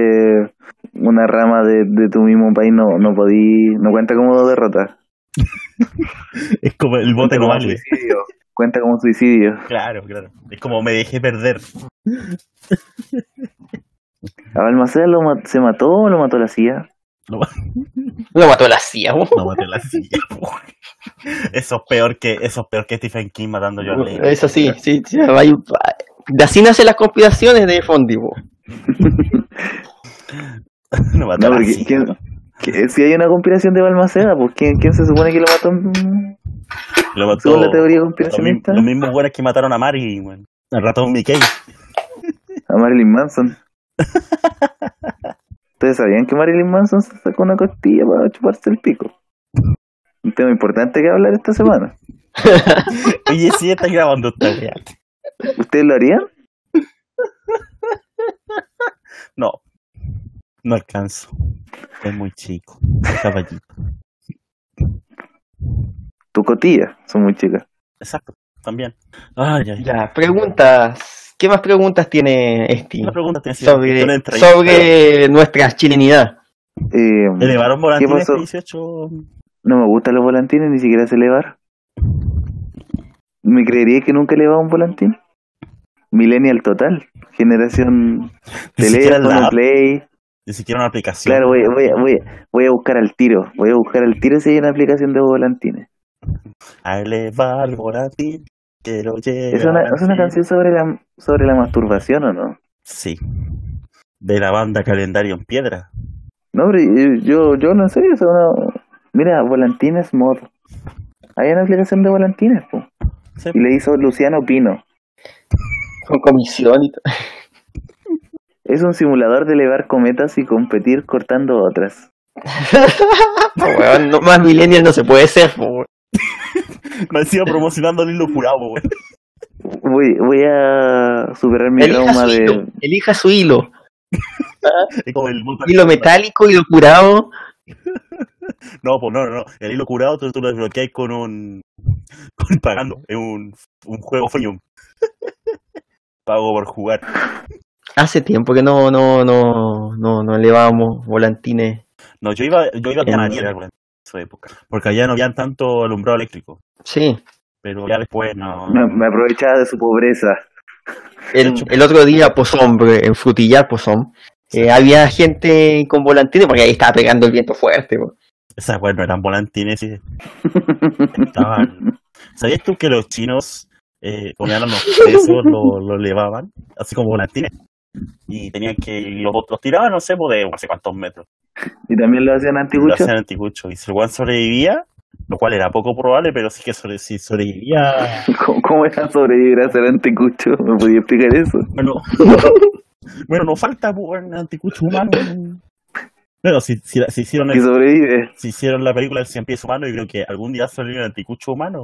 una rama de, de tu mismo país, no, no podí, no cuenta como derrota.
Es como el bote
Cuenta
no
como
vale.
suicidio. Cuenta como suicidio.
Claro, claro. Es como me dejé perder.
¿A Balmaceda lo ma- se mató o lo mató la CIA?
No,
Lo mató la CIA, po.
no maté la silla, po. Eso es peor que, eso es peor que Stephen King matando a John Lennon.
eh,
Eso sí, sí, sí, hay- de así nacen las conspiraciones de Fondi, po.
No mató
No,
a la
porque
silla.
¿quién- que- si hay una conspiración de Balmaceda, pues ¿quién, quién se supone que lo mató en-
Lo mató.
según la teoría
Los mi-
conspiracionista?
los mismos buenos que mataron a Mary, weón. Al ratón Mickey.
A Marilyn Manson. ¿Ustedes sabían que Marilyn Manson se sacó una costilla para chuparse el pico? Un tema importante que hablar esta semana.
Oye, sí, está grabando esta wea.
¿Ustedes lo harían?
No. No alcanzo. Soy muy chico. Caballito.
Tu cotilla, son muy chicas.
Exacto. También. Ay, ay,
Ya, preguntas. ¿Qué más preguntas tiene este
Una pregunta te hacía.
sobre,
Tú le entras ahí.
sobre nuestra chilenidad?
Eh,
Elevaron volantines
pasó?
de 18.
no me gustan los volantines, ni siquiera sé elevar. ¿Me creería que nunca elevaba un volantín? Millennial total. Generación
Ni
teléfono,
siquiera, la-
play.
ni siquiera una aplicación.
Claro, voy, voy, voy, voy a buscar al tiro. Voy a buscar al tiro si hay una aplicación de volantines.
A elevar volantín. Que lo lleve.
¿Es una,
al
es una
cielo.
canción sobre la, sobre la masturbación o no?
Sí. De la banda Calendario en Piedra.
No, pero yo- yo, yo no sé eso. No. Mira, volantines mod. Hay una aplicación de volantines, po.
Sí.
Y le hizo Luciano Pino.
Con comisión y todo.
Es un simulador de elevar cometas y competir cortando otras.
No, weón, no, más millennial no se puede ser, po, weón.
Me han sido promocionando el hilo curado, güey.
Voy, voy a superar mi
Elija
trauma
su hilo.
de.
Elija su hilo.
Es como el Mortal
Hilo
Kombat.
metálico, hilo curado.
No, pues no, no, no. El hilo curado tú, tú lo desbloqueas con un. con pagando. Es un, un juego freemium. Pago por jugar.
Hace tiempo que no, no, no, no, no elevábamos volantines.
No, yo iba, yo iba a
En-
Canadiera en su época. Porque allá no habían tanto alumbrado eléctrico.
Sí.
Pero ya después no.
Me, me aprovechaba de su pobreza.
El, el otro día, Pozón, bro, en Frutillar, Pozón, eh, había gente con volantines porque ahí estaba pegando el viento fuerte. bro.
Esas, bueno, eran volantines y estaban. ¿Sabías tú que los chinos eh, ponían a los presos, lo, lo elevaban? Así como volantines. Y tenían que. y Los, los tiraban, no sé, pues, de no sé cuántos metros.
Y también lo hacían
lo
antigucho.
hacían anticucho. Y si el Juan sobrevivía, lo cual era poco probable, pero sí que sobre, si sobrevivía.
¿Cómo, cómo era sobrevivir a ser anticucho? ¿Me podía explicar eso?
Bueno, bueno no falta pues, un anticucho humano. Bueno, si, si, si hicieron
Que
el-
sobrevive.
si hicieron la película El Cien Pies Humano, yo creo que algún día salió un anticucho humano.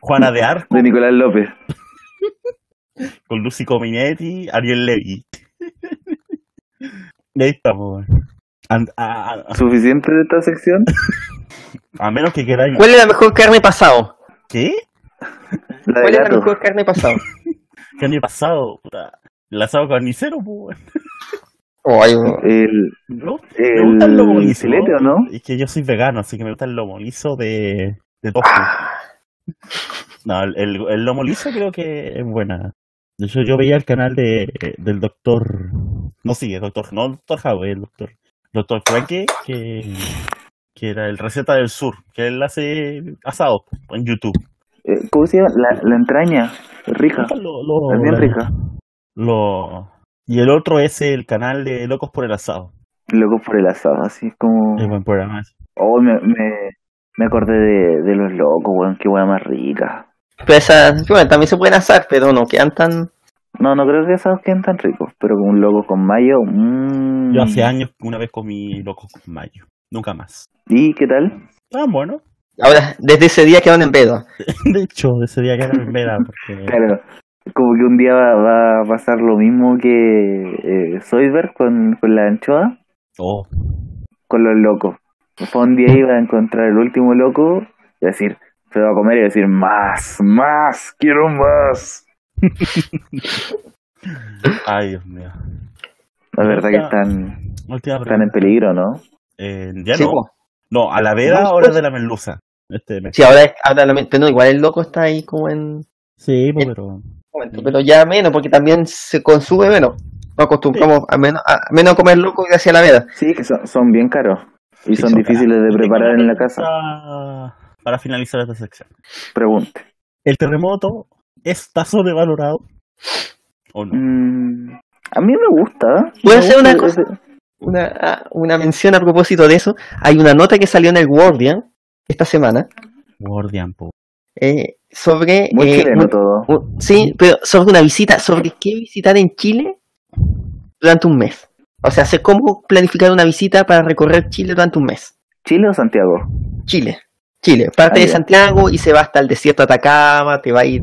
Juana de Arco,
De Nicolás López.
con Lucy Cominetti, Ariel Levy. Y ahí estamos. An- A, a-
¿Suficiente de esta sección?
a menos que queráis.
¿Cuál es la mejor carne pasado?
¿Qué?
La de
¿Cuál es la
gato.
mejor carne pasado?
¿Qué año pasado? Puta. El asado carnicero, pues. Oh,
Ay, bro.
El,
¿No? Me gusta el lomo
el
liso.
filete, ¿o no?
Es que yo soy vegano, así que me gusta el lomo liso de, de tofu.
Ah.
No, el, el, el lomo liso creo que es buena. De hecho, yo veía el canal de, del doctor. No, sí, el doctor. No, el doctor Javi, el doctor. Doctor Franke, que, que era el receta del sur, que él hace asado en YouTube.
Eh, ¿Cómo se llama? La, la entraña. Rica.
Lo- lo-
Ah, Es bien
la-
rica.
lo- y el otro es el canal de Locos por el Asado.
Luego por el asado, así es como.
Es buen programa. ese.
Oh, me, me, me acordé de, de los locos, weón. Qué weá más rica.
Pero esas, bueno, también se pueden asar, pero no quedan tan.
No, no creo que esos queden tan ricos, pero con un loco con mayo. Mmm.
Yo hace años una vez comí locos con mayo. Nunca más.
¿Y qué tal?
Ah, bueno.
Ahora, desde ese día quedan en pedo.
De hecho, ese día que era en vela, porque
Claro. Como que un día va, va a pasar lo mismo que eh, Soyberg con, con la anchoa,
oh,
con los locos. Fue un día iba a encontrar el último loco y decir, se va a comer y decir, más, más, quiero más.
ay Dios mío.
La verdad que están,
Última
están en pues.
pregunta.
peligro, ¿no?
Eh, ya
Sí,
no.
po.
No, a la vera
No,
ahora
pues.
de la merluza. Este mes.
Sí, ahora, ahora lo- pero no, igual el loco está ahí como en.
Sí, pues, pero.
momento, pero ya menos, porque también se consume menos. Nos acostumbramos a menos a, menos a comer loco y hacia la veda.
Sí, que son, son bien caros y
Sí,
son
son
difíciles de
Yo tengo
preparar
una
en la
pregunta
casa.
Para finalizar esta sección.
Pregunta.
¿El terremoto está sobrevalorado? ¿O no?
Mm, a mí me gusta.
Voy a
Me
hacer
gusta
una cosa.
ese-
una, ah, una mención a propósito de eso. Hay una nota que salió en el Guardian esta semana
Guardian, po.
eh, sobre.
Muy
eh,
chileno
un-
todo.
un- sí, pero sobre una visita, sobre qué visitar en Chile durante un mes. O sea, sé cómo planificar una visita para recorrer Chile durante un mes.
¿Chile o Santiago?
Chile. Chile. Parte
Ahí
de
va.
Santiago y se va hasta el desierto de Atacama, te va a ir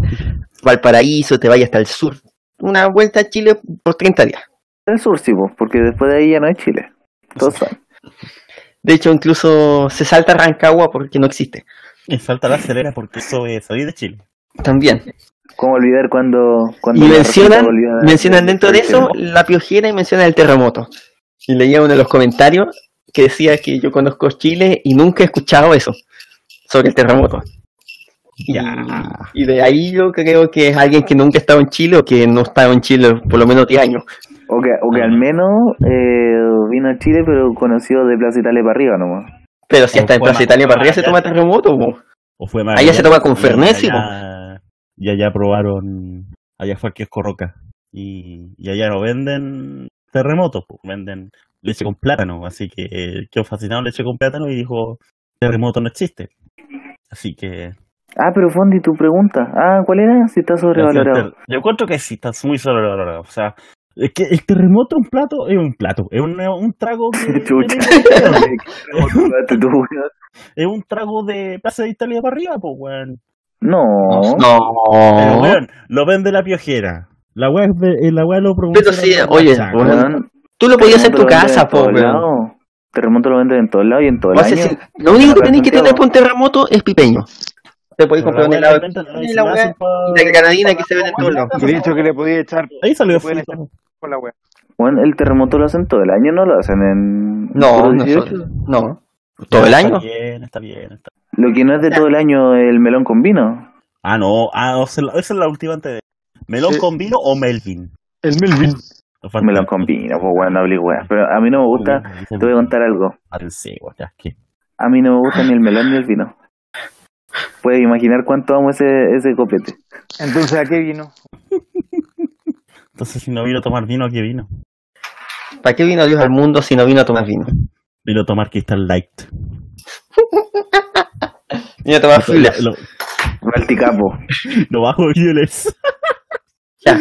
Valparaíso, te va a ir hasta el sur. Una vuelta a Chile por 30 días.
El sur, sí, po, porque después de ahí ya no es Chile. Todos saben.
De hecho, incluso se salta Rancagua porque no existe.
Y falta la cerera porque eso es salir de Chile.
También.
¿Cómo olvidar cuando, cuando
Y
la
mencionan,
Rosita volvió a-
mencionan dentro de
a-
eso la piojera y mencionan el terremoto. Y leía uno de los comentarios que decía que yo conozco Chile y nunca he escuchado eso sobre el terremoto. Y-
Mm.
Mm.
Y de ahí yo creo que es alguien que nunca ha estado en Chile o que no ha estado en Chile por lo menos 10 años.
O que, o que al menos eh, vino a Chile, pero conoció de Plaza Italia para arriba nomás.
Pero si
O
hasta en
fue
Plaza
más-
Italia para arriba se
allá.
toma terremoto, po.
O fue más
Allá se toma con
y
Fernet,
allá- Y allá probaron. Allá fue que es Corroca. Y, y allá no venden terremotos, po, venden leche con plátano. Así que eh, quedó fascinado leche con plátano y dijo: terremoto no existe. Así que.
Ah, pero Fondi, tu pregunta. Ah, ¿cuál era? Si está sobrevalorado.
Yo encuentro que sí, está muy sobrevalorado. O sea, es que el terremoto es un plato, es un plato, es un, un trago. que-
Chucha.
es un trago de Plaza de Italia para arriba, pues, weón.
no.
No.
Pero, weón, lo vende la piojera. La weá, es de- eh, la weá lo promociona.
Pero sí,
en
oye,
WhatsApp.
weón,
weón,
Tú lo podías hacer en tu
terremoto lo venden
casa,
en
po,
todos
weón.
lados. Terremoto lo venden en todos lados y en todo el
O sea,
año.
sí, lo único
Acá
que
en
tenéis que tener
Santiago.
por un terremoto es pipeño. Te podéis
Pero la
comprar un
weá
helado de
venden,
pipeño
no
y
dicen
la
nada,
weá
son pa-
y la granadina que se ven en todos lados.
He dicho que le podía echar.
Ahí salió
Se pueden
frito.
por la wea.
Bueno, el terremoto lo hacen todo el año, no lo hacen en.
No,
puro
no,
18?
solo- no. ¿Todo el año?
Está bien, está bien. está-
Lo que no es de todo el año es el melón con vino.
Ah, no, ah, o sea, esa es la última antes de. ¿Melón
Sí.
con vino o Melvin?
El Melvin.
Lo falta-
Melón con vino, pues bueno, no hablé weas. Pero a mí no me gusta. Te voy a contar algo.
Ah, sí, weón, ya, que-
A mí no me gusta ni el melón ni el vino. Puedes imaginar cuánto amo ese, ese copete.
Entonces, ¿a qué vino?
Entonces, si no vino a tomar vino, ¿qué vino?
¿Para qué vino Dios al mundo si no vino a tomar vino?
Vino a tomar Crystal Light.
Vino a tomar
Lo,
filas.
lo-
Valticapo.
lo bajo de Hewlett.
Ya.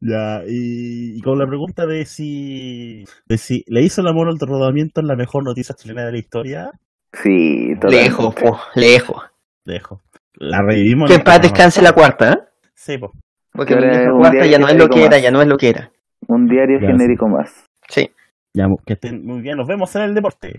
Ya, y, y con la pregunta de si, de si le hizo el amor al rodamiento en la mejor noticia chilena de la historia,
Sí, totalmente.
Lejos, po, lejos.
dejo. La revivimos.
Que
en
en
el
paz
programa.
descanse la cuarta, ¿eh?
Sí, po.
Porque
Ahora
la
es un
cuarta
diario
ya no es lo que
genérico
era,
más.
ya no es lo que era.
Un diario
Ya,
genérico más.
Sí.
Ya, mo- que estén muy bien. Nos vemos en el deporte.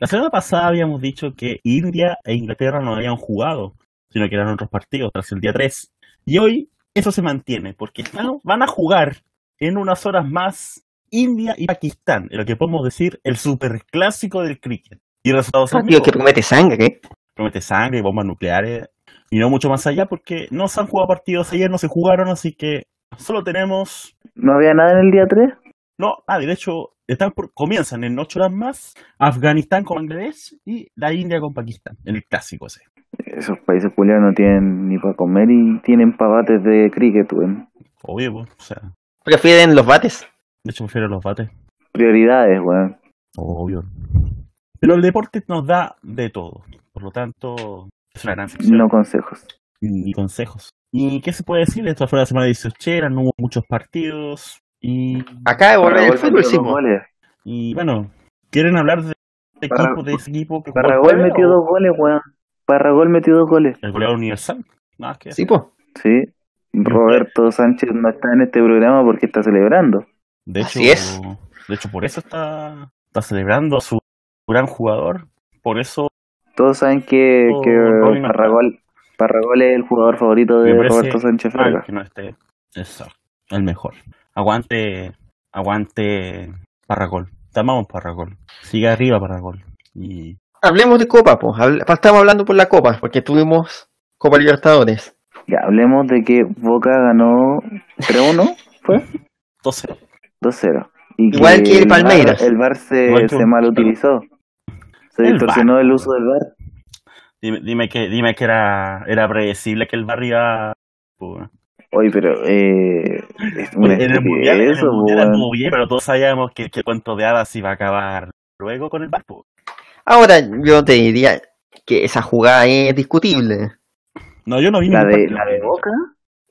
La semana pasada habíamos dicho que India e Inglaterra no habían jugado, sino que eran otros partidos tras el día 3. Y hoy eso se mantiene, porque están- van a jugar en unas horas más India y Pakistán, en lo que podemos decir el superclásico del cricket. Y resultados
Partido
amigos
que promete sangre, ¿eh?
promete sangre, bombas nucleares y no mucho más allá porque no se han jugado partidos ayer, no se jugaron, así que solo tenemos...
¿No había nada en el día 3?
No, ah, de hecho, están por- comienzan en ocho horas más Afganistán con Bangladesh y la India con Pakistán, en el clásico ese.
Esos países culiados no tienen ni para comer y tienen pavates de cricket, weón.
Obvio, pues, o sea,
Prefieren los bates.
de hecho prefiero los bates.
Prioridades, weón.
Obvio. Pero el deporte nos da de todo, por lo tanto, es una gran sección.
No consejos.
y consejos. ¿Y qué se puede decir? Esta fue la semana 18, no hubo muchos partidos y
Acá de volver el
Barragol
fútbol,
metió
sí,
dos
po.
goles.
Y bueno, ¿quieren hablar de este
Barra-
equipo, de
pues,
ese equipo que jugó el
Barragol
jueves,
metió
o
dos goles, weón. Barragol metió dos goles.
El goleador universal. Nada más que
Sí, po.
Sí. Roberto Sánchez no está en este programa porque está celebrando.
De hecho,
Así es.
de hecho por eso está, está celebrando a su gran jugador. Por eso
Todos saben que,
Oh,
que
Ronnie no está.
Parragol, Parragol es el jugador favorito de
Me parece
Roberto Sánchez
mal
Fraga.
que no esté Exacto, el mejor. Aguante, aguante Parragol. Te amamos Parragol. Sigue arriba Parragol. Y
Hablemos de Copa, po. Habl- Estamos hablando por la Copa, porque tuvimos Copa Libertadores.
Ya, hablemos de que Boca ganó 3-1, ¿fue?
entonces,
2-0. Y
Igual que el
VAR-
Palmeiras.
el VAR
Igual
se,
que
se
un-
mal utilizó. Se
El
distorsionó el uso del VAR.
dime, dime que dime que era, era predecible que el barrio iba...
Oye, pero eh, es una
en el mundial, en
estupidez
el
eso,
mundial
weón.
estuvo bien, pero todos sabíamos que, que el cuento de hadas iba a acabar luego con el Vasco.
Ahora yo te diría, que esa jugada es discutible.
No, yo no vi
La
ningún
de,
partido.
la de Boca.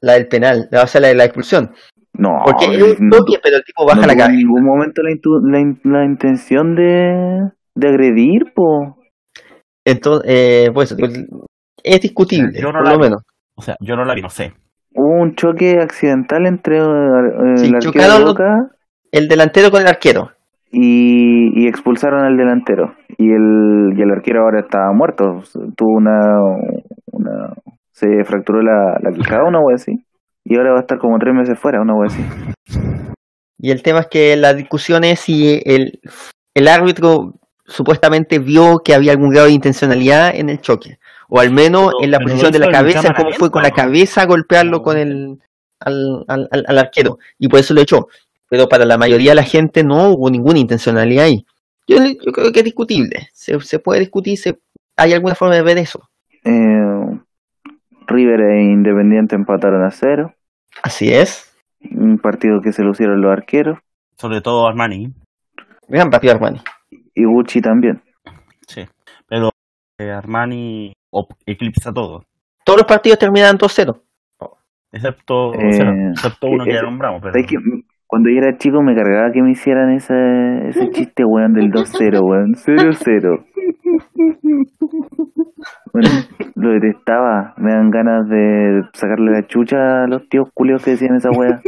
La del penal, la- o sea, la de la expulsión.
No,
Porque es un
no-
toque, pero el tipo baja
no tuvo
la
en
cabeza.
ningún momento la, intu- la, in- la intención de, de agredir, po.
Entonces, eh, pues, es discutible,
Yo no
por
la
lo
vi.
menos.
O sea, yo no la vi, no sé.
Hubo un choque accidental entre eh,
Sí,
el arquero
chocaron
de
los-
Boca
El delantero con el arquero.
y, y expulsaron al delantero. Y el, y el arquero ahora está muerto. Tuvo una. una se fracturó la, la quijada, una wea así. Y ahora va a estar como tres meses fuera, una wea así.
Y el tema es que la discusión es si el, el árbitro supuestamente vio que había algún grado de intencionalidad en el choque. O al menos
Pero-
en la
pero lo
posición de la
hizo en
cabeza,
cámara
cómo fue con la
lenta, ¿no?
cabeza golpearlo
No.
con el al, al- al- al arquero. Y por eso lo echó. Pero para la mayoría de la gente no hubo ninguna intencionalidad ahí. Yo, yo creo que es discutible. Se, se puede discutir, se, hay alguna forma de ver eso.
Eh, River e Independiente empataron a cero.
Así es.
Un partido que se lucieron los arqueros.
Sobre todo Armani.
Gran partido, hermano.
Y Gucci también.
Pero eh, Armani op- eclipsa todo.
Todos los partidos terminan 2-0.
Excepto,
Eh,
o sea, excepto uno que
eh,
ya nombramos. Pero...
¿Sabes que cuando yo era chico me cargaba que me hicieran ese, ese chiste, weón, del 2-0, weón. 0-0. Bueno, lo detestaba. Me dan ganas de sacarle la chucha a los tíos culios que decían esa weá.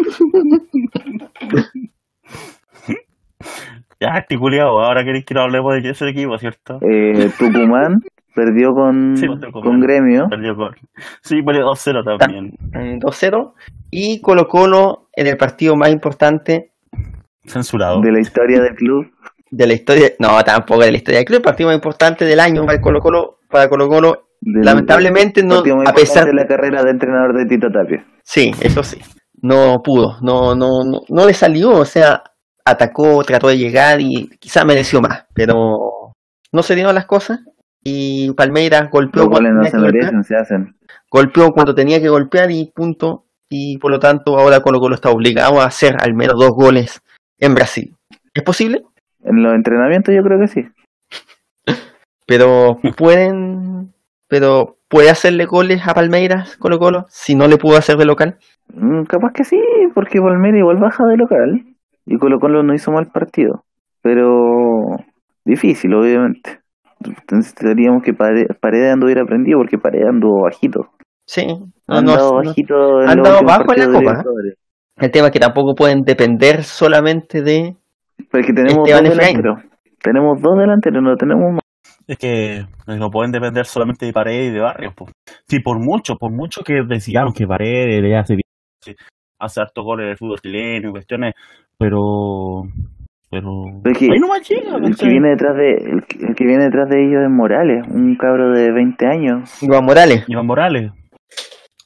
Ya, este culiao, ahora queréis que no hablemos de ese equipo, ¿cierto?
Eh, Tucumán perdió con,
Sí, con Tucumán.
con Gremio.
Perdió con... Sí, perdió 2-0 también.
en 2-0 y Colo Colo en el partido más importante
Censurado.
De la historia del club.
de la historia, no, tampoco de la historia del club, el partido más importante del año para el Colo Colo, para Colo Colo,
del-
lamentablemente no,
partido más
a pesar,
importante de la carrera de entrenador de Tito Tapia.
sí, eso sí, no pudo, no, no, no, no le salió, o sea, atacó, trató de llegar y quizás mereció más, pero no se dieron las cosas y Palmeiras golpeó
Los
cuando
goles no
tenía
se
que golpear,
merecen, se hacen.
golpeó cuando tenía que golpear y punto, y por lo tanto ahora Colo Colo está obligado a hacer al menos dos goles en Brasil. ¿Es posible?
En los entrenamientos yo creo que sí.
Pero pueden. Pero puede hacerle goles a Palmeiras, Colo Colo, si no le pudo hacer de local.
Mm, Capaz que sí, porque Palmeiras igual baja de local y Colo Colo no hizo mal partido. Pero difícil, obviamente. Entonces tendríamos que Pare- Paredes anduviera aprendido porque Paredes anduvo bajito.
Sí. No, no,
Andado
no.
bajito en los
ha andado
últimos
bajo en la
partidos de
Copa, ¿eh?
Libertadores.
El tema es que tampoco pueden depender solamente de.
Pero es que tenemos
Esteban
dos
Efraín.
delanteros. Tenemos dos delanteros, no tenemos más.
Es que eh, no pueden depender solamente de paredes y de barrios. po. Sí, por mucho, por mucho que decíamos que paredes le hace, bien, que hace harto goles del fútbol chileno y cuestiones, pero. Pero.
Pero es que-
ahí no más llega,
El que
¿cachai?
viene detrás de el que, el que viene detrás de ellos es Morales, un cabro de 20 años.
Iván Morales.
Iván Morales.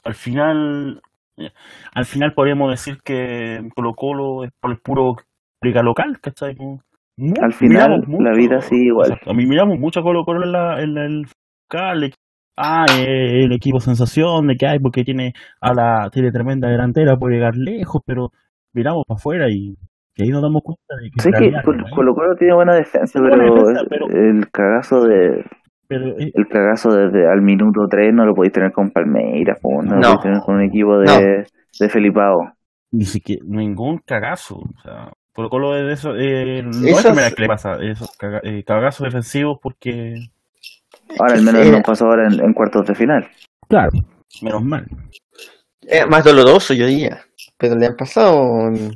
Al final. eh, Al final podríamos decir que Colo Colo es por el puro liga local, ¿cachai? Como- mu-
Al final,
miramos mucho-
la vida sigue igual.
Exacto, A mí miramos mucho a Colo Colo en, la, en la- el local. el- Ah, eh, el equipo sensación de que hay porque tiene a la tiene tremenda delantera, puede llegar lejos, pero miramos para afuera y, y ahí nos damos cuenta de que en
Sé que
realidad
Colo
no es.
Colo Colo tiene buena defensa,
Tiene
pero,
buena defensa,
es-
pero-
el cagazo de
Pero, eh,
el cagazo desde al minuto 3 no lo podéis tener con Palmeiras, po, no,
No.
lo podéis tener con un equipo de,
No.
de Felipao.
ni siquiera ningún cagazo. O sea, Colo Colo es de eso, eh, no es
Esas-
primera que le pasa esos caga- eh, cagazos defensivos porque,
Ahora al
que
menos
se-
nos pasó ahora en, en cuartos de final.
claro, menos mal.
Es más doloroso, yo diría. Pero le han pasado.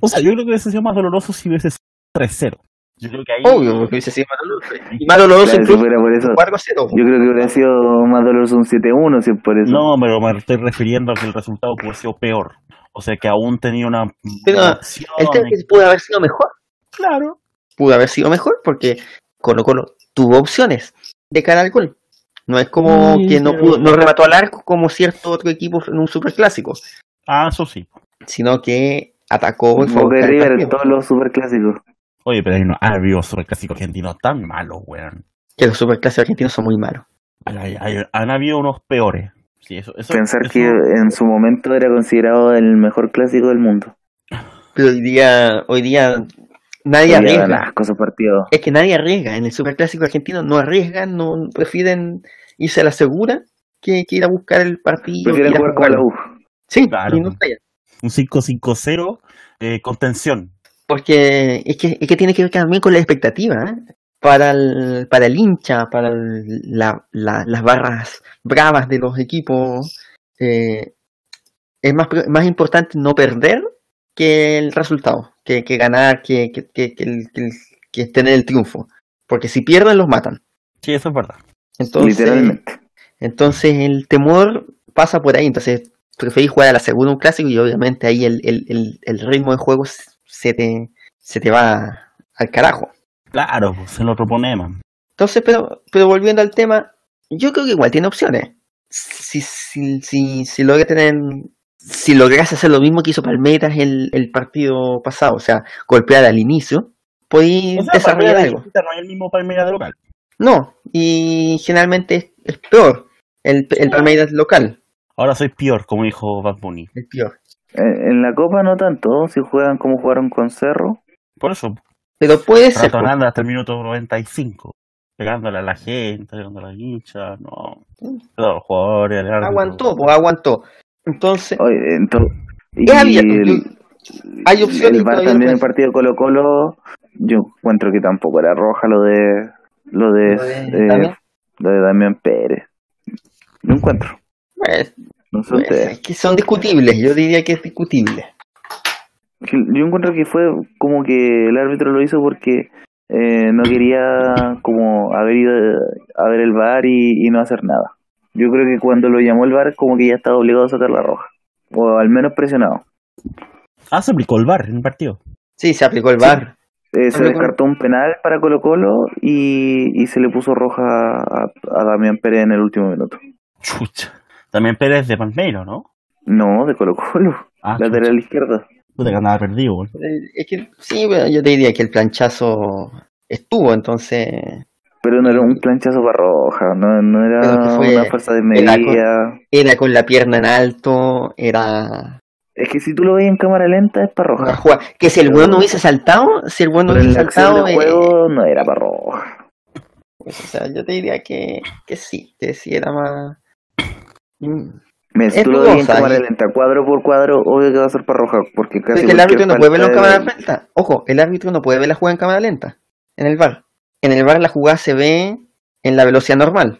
O sea, yo creo que hubiese sido más doloroso si hubiese sido 3-0. Yo creo que ahí.
Obvio, porque hubiese sido más doloroso. Y más doloroso
Claro, si
incluso
fuera por eso,
4-0.
yo creo que hubiera sido más doloroso un 7-1 si es por eso.
No, pero me estoy refiriendo a que el resultado hubiese sido peor. O sea, que aún tenía una.
Pero
una opción
El tema
de-
es que pudo haber sido mejor.
Claro.
pudo haber sido mejor porque Colo Colo tuvo opciones de cara al gol. No es como
Sí,
que no,
pero-
pudo- no remató al arco como cierto otro equipo en un superclásico,
Ah, eso sí.
sino que atacó y fue a
Boca y
buscar el
River,
partido.
todos los superclásicos.
Oye, pero hay no. Ah, vio sobre el clásico argentino tan malo, weón.
Que los superclásicos argentinos son muy malos.
Hay- hay- Han habido unos peores. Sí, eso, eso,
Pensar
eso-
que en su momento era considerado el mejor clásico del mundo.
Pero hoy día, hoy día Nadie
Ya
arriesga.
dan asco esos partidos.
Es que nadie arriesga. En el superclásico argentino no arriesgan, no prefieren irse a la segura que, que ir a buscar el partido.
Prefieren
ir a
jugar como la
jugarlo.
U.
Sí,
Claro.
y no fallan.
Un 5-5-0 eh, con tensión.
Porque es que, es que tiene que ver también con la expectativa. ¿eh? Para, el, para el hincha, para el- la- la- las barras bravas de los equipos, eh, es más, pre- más importante no perder que el resultado, que, que ganar, que, que, que, que el- que el- que tener el triunfo. Porque si pierden, los matan.
Sí, eso es verdad.
Entonces,
Literalmente.
Entonces el temor pasa por ahí. Entonces preferís jugar a la segunda un clásico y obviamente ahí el, el- el- el ritmo de juego s- se te, se te va al carajo.
Claro, pues el otro ponema.
Entonces, pero, pero volviendo al tema, yo creo que igual tiene opciones. Si, si, si, si logra tener... Si logras hacer lo mismo que hizo Palmeiras el, el partido pasado, o sea, golpear al inicio, podéis
O sea,
desarrollar
Palmeiras
algo.
visita no es el mismo Palmeiras de local.
No, y generalmente es, es peor el, el Palmeiras local,
Ahora soy peor, como dijo Bad Bunny.
el peor.
En, en la Copa no tanto. Si juegan como jugaron con Cerro.
Por eso,
Pero puede ser. po.
ratonando hasta el minuto 95. Pegándole a la gente, pegándole a la hincha, no. Todos los jugadores, el árbitro.
Aguantó, pues aguantó. Entonces,
Oye, ento- y
es abierto.
el-
hay opciones
El VAR
todavía
también
puede
en el
ser.
partido Colo Colo. Yo encuentro que tampoco era roja lo de lo de,
Lo de
eh,
Damián.
lo de Damián Pérez. No encuentro.
Pues,
No sé
pues,
ustedes.
es que son discutibles, yo diría que es discutible.
Que- Yo encuentro que fue como que el árbitro lo hizo porque eh, no quería como haber ido a ver el VAR y, y no hacer nada. Yo creo que cuando lo llamó el VAR como que ya estaba obligado a sacar la roja. O al menos presionado.
Ah, se aplicó el bar en el partido.
Sí, se aplicó el
Sí.
bar.
Eh, se
Colo-Colo.
descartó un penal para Colo Colo y, y se le puso roja a, a Damián Pérez en el último minuto.
Chucha. También Pérez de Palmeiro, ¿no?
No, de Colo Colo,
Ah,
lateral izquierda.
Puta que andaba perdido, güey.
Eh, Es que, sí, bueno, yo te diría que el planchazo estuvo, entonces.
Pero no era un planchazo para roja, no, no
Pero que
era
fue-
una fuerza de
era con-
medida.
Era con la pierna en alto, era.
Es que si tú lo ves en cámara lenta es para
una
roja.
jugada- Que si el
Pero-
weón no hubiese saltado, si el weón no
Ah. Pero en
hubiese
la acción
saltado.
del
eh,
juego no era para roja.
pues, o sea, yo te diría que, que sí, que sí era más. Mm.
Mira, si
es
tú lo ves en
dudosa,
cámara
y-
lenta, cuadro por cuadro, obvio que va a ser para roja. Porque casi
Pero es que el árbitro
cualquier
no puede verlo en
falta
cámara
es-
lenta. Ojo, el árbitro no puede ver la jugada en cámara lenta. En el bar. En el bar la jugada se ve en la velocidad normal.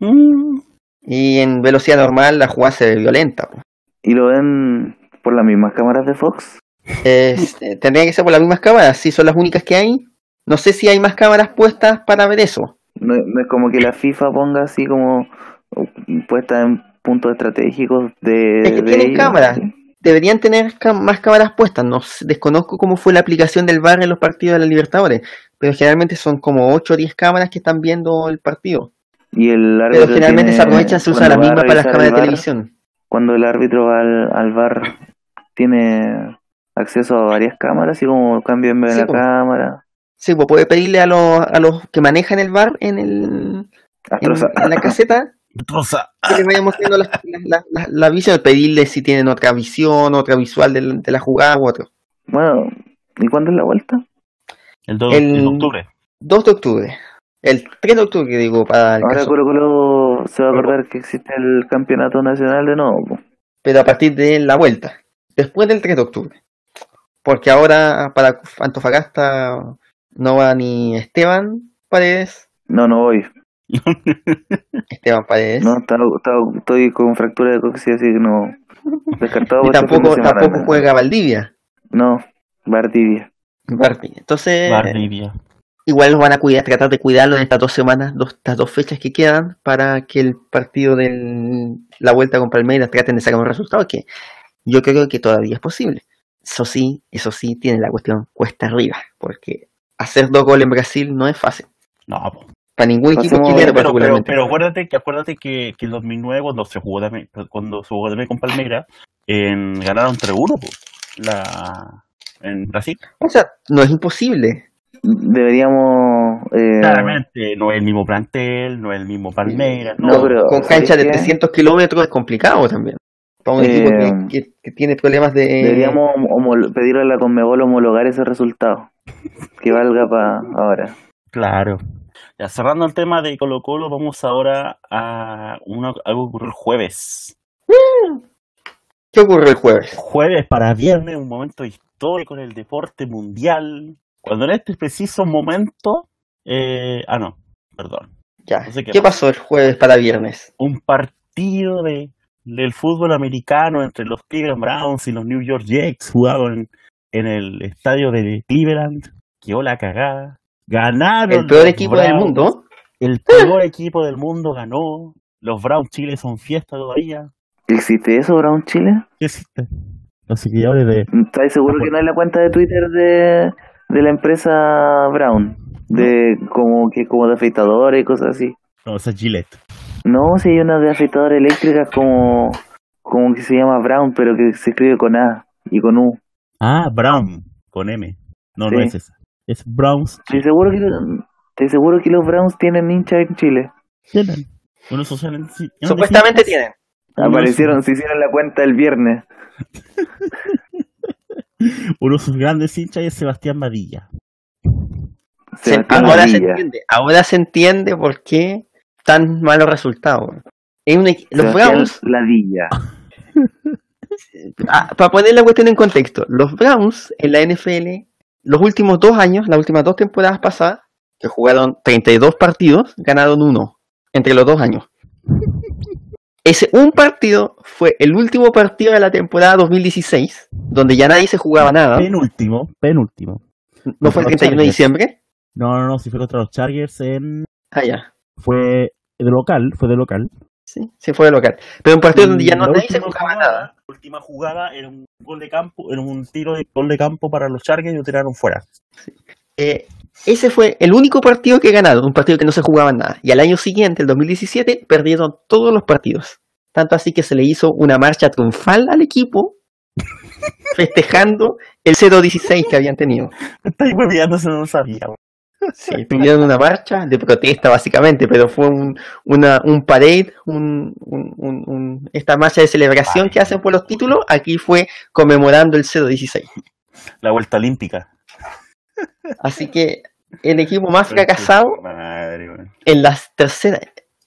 Mm.
Y en velocidad normal la jugada se ve violenta. po.
Y lo ven por las mismas cámaras de Fox.
Es- eh, tendría que ser por las mismas cámaras. Si son las únicas que hay. No sé si hay más cámaras puestas para ver eso.
No, no es como que la FIFA ponga así como o, puesta en puntos estratégicos de.
Es que
de
tienen
ellos,
cámaras.
¿sí?
Deberían tener cam- más cámaras puestas. No sé- desconozco cómo fue la aplicación del bar en los partidos de la Libertadores. Pero generalmente son como 8 o 10 cámaras que están viendo el partido.
Y el árbitro.
Pero generalmente
tiene-
se aprovechan, se usa la
cuando va a
misma para las
revisar
cámaras
el
de
VAR,
televisión.
Cuando el árbitro va al, al bar, tiene acceso a varias cámaras, así como cambian
Sí,
la
po.
cámara.
Sí, pues puede pedirle a los, a los que manejan el bar en, el, en,
Astroza-
en la caseta
Troza.
que le vayan mostrando las- las- las- las- la, visión, pedirle si tienen otra visión, otra visual del- de la jugada u otro.
Bueno, ¿y cuándo es la vuelta?
El 2
El-
de octubre.
2 de octubre, el 3 de octubre, digo, para el
Ahora
caso.
Colo Colo se va a acordar que existe el campeonato nacional de nuevo. po.
pero a partir de la vuelta, después del 3 de octubre. Porque ahora para Antofagasta no va ni Esteban Paredes,
No, no voy.
Esteban Paredes,
No, está- está- estoy con fractura de coxis, así que no. Descartado
y
para este fin de
tampoco,
semana,
tampoco
no.
juega Valdivia.
No, Valdivia.
Bardi. Entonces,
Valdivia.
Igual los van a cuidar, tratar de cuidarlo en estas dos semanas, dos, estas dos fechas que quedan para que el partido de la vuelta con Palmeiras traten de sacar un resultado que yo creo que todavía es posible. Eso sí, eso sí, tiene la cuestión cuesta arriba, porque hacer dos goles en Brasil no es fácil.
No, po.
Para ningún equipo
Pasemos-
Oye,
chileno
pero, pero,
particularmente.
pero acuérdate que acuérdate que, que en 2009 cuando se jugó también, cuando se jugó también con Palmeiras en- ganaron 3-1 po, la en Brasil.
O sea, no es imposible.
Deberíamos. eh,
Claramente no es el mismo plantel, no es el mismo Palmeiras,
No,
no.
pero-
Con
¿sabes
cancha de
qué?
300 kilómetros es complicado también. Para un equipo que,
Eh,
que- que tiene problemas de...
Deberíamos homolo- pedirle a la Conmebol homologar ese resultado. que valga para ahora.
Claro. Ya cerrando el tema de Colo Colo, vamos ahora a una, algo que ocurrió el jueves.
¿Qué ocurre el jueves?
Jueves para viernes, un momento histórico en el deporte mundial. Cuando en este preciso momento... eh, ah, no, perdón.
Ya.
No sé qué
¿Qué pasó el jueves para viernes?
Un partido de, del fútbol americano entre los Cleveland Browns y los New York Jets jugado en, en el estadio de Cleveland. Quedó la cagada. Ganaron.
El peor
los
equipo del
Browns.
mundo.
El peor equipo del mundo ganó. Los Browns Chile son fiesta todavía.
¿Existe eso, Brown Chile?
¿Qué existe? Los seguidores de.
¿Estás seguro que no es la cuenta de Twitter de, de la empresa Brown? De como que como de afeitadores y cosas así.
No, esa es Gillette.
No, si hay una de afeitadora eléctrica como, como que se llama Brown, pero que se escribe con A y con U.
Ah, Brown. Con M. No, no
Sí.
es esa. Es Browns
Estoy seguro que, estoy seguro que los Browns tienen hincha en Chile.
Chile. Unos sociales.
Supuestamente tienen.
Aparecieron, se hicieron la cuenta el viernes.
Uno de sus grandes hinchas es Sebastián Badilla.
Se-
Sebastián
ahora se
Badilla.
entiende. Ahora se entiende por qué tan malos resultados. Es un equi- los
Sebastián
Browns,
Ladilla.
ah, para poner la cuestión en contexto, los Browns en la NFL, los últimos dos años, las últimas dos temporadas pasadas, que jugaron 32 partidos, ganaron uno entre los dos años. Ese un partido fue el último partido de la temporada 2016, donde ya nadie se jugaba nada.
Penúltimo, penúltimo.
No fue el 31 de diciembre.
No, no, no, si fue contra los Chargers en.
Ah, ya.
Fue de local, fue de local.
Sí, se fue de local. Pero un partido donde ya
Y
no,
la
nadie se
última
Mm, jugaba
jugada-
nada.
la última jugada era un gol de campo, era un tiro de gol de campo para los Chargers y lo tiraron fuera.
Eh, ese fue el único partido que ganaron, un partido que no se jugaba nada. Y al año siguiente, el 2017, perdieron todos los partidos. Tanto así que se le hizo una marcha triunfal al equipo, festejando el 0-16 que habían tenido.
Estáis hueveando, eso no lo sabía. weón.
Sí, tuvieron una marcha de protesta básicamente, pero fue un, una, un parade, un, un- un- un- esta marcha de celebración que hacen por los títulos, aquí fue conmemorando el 0-16.
La vuelta olímpica.
Así que el equipo más fracasado
Madre, weón.
en las terceras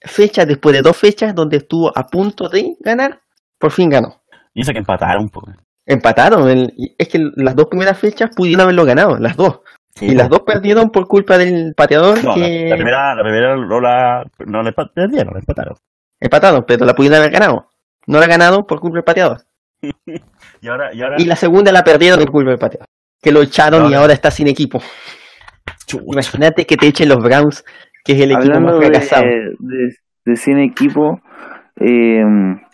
fechas, después de dos fechas donde estuvo a punto de ganar, por fin ganó.
Y eso que empataron, po.
Empataron, el- y es que las dos primeras fechas pudieron haberlo ganado, las dos.
Sí,
Y las
po.
dos perdieron por culpa del pateador
No, la,
que
la primera, la primera no la, no la empa- perdieron, la empataron.
empataron, pero la pudieron haber ganado. No la ganaron por culpa del pateador.
Y ahora, y ahora,
Y la segunda la perdieron por culpa del pateador. Que lo echaron y
Ahora-
ahora está sin equipo.
Chucha.
Imagínate que te echen los Browns, que es el equipo
Hablando
más
de,
fracasado.
de, de cine equipo, eh,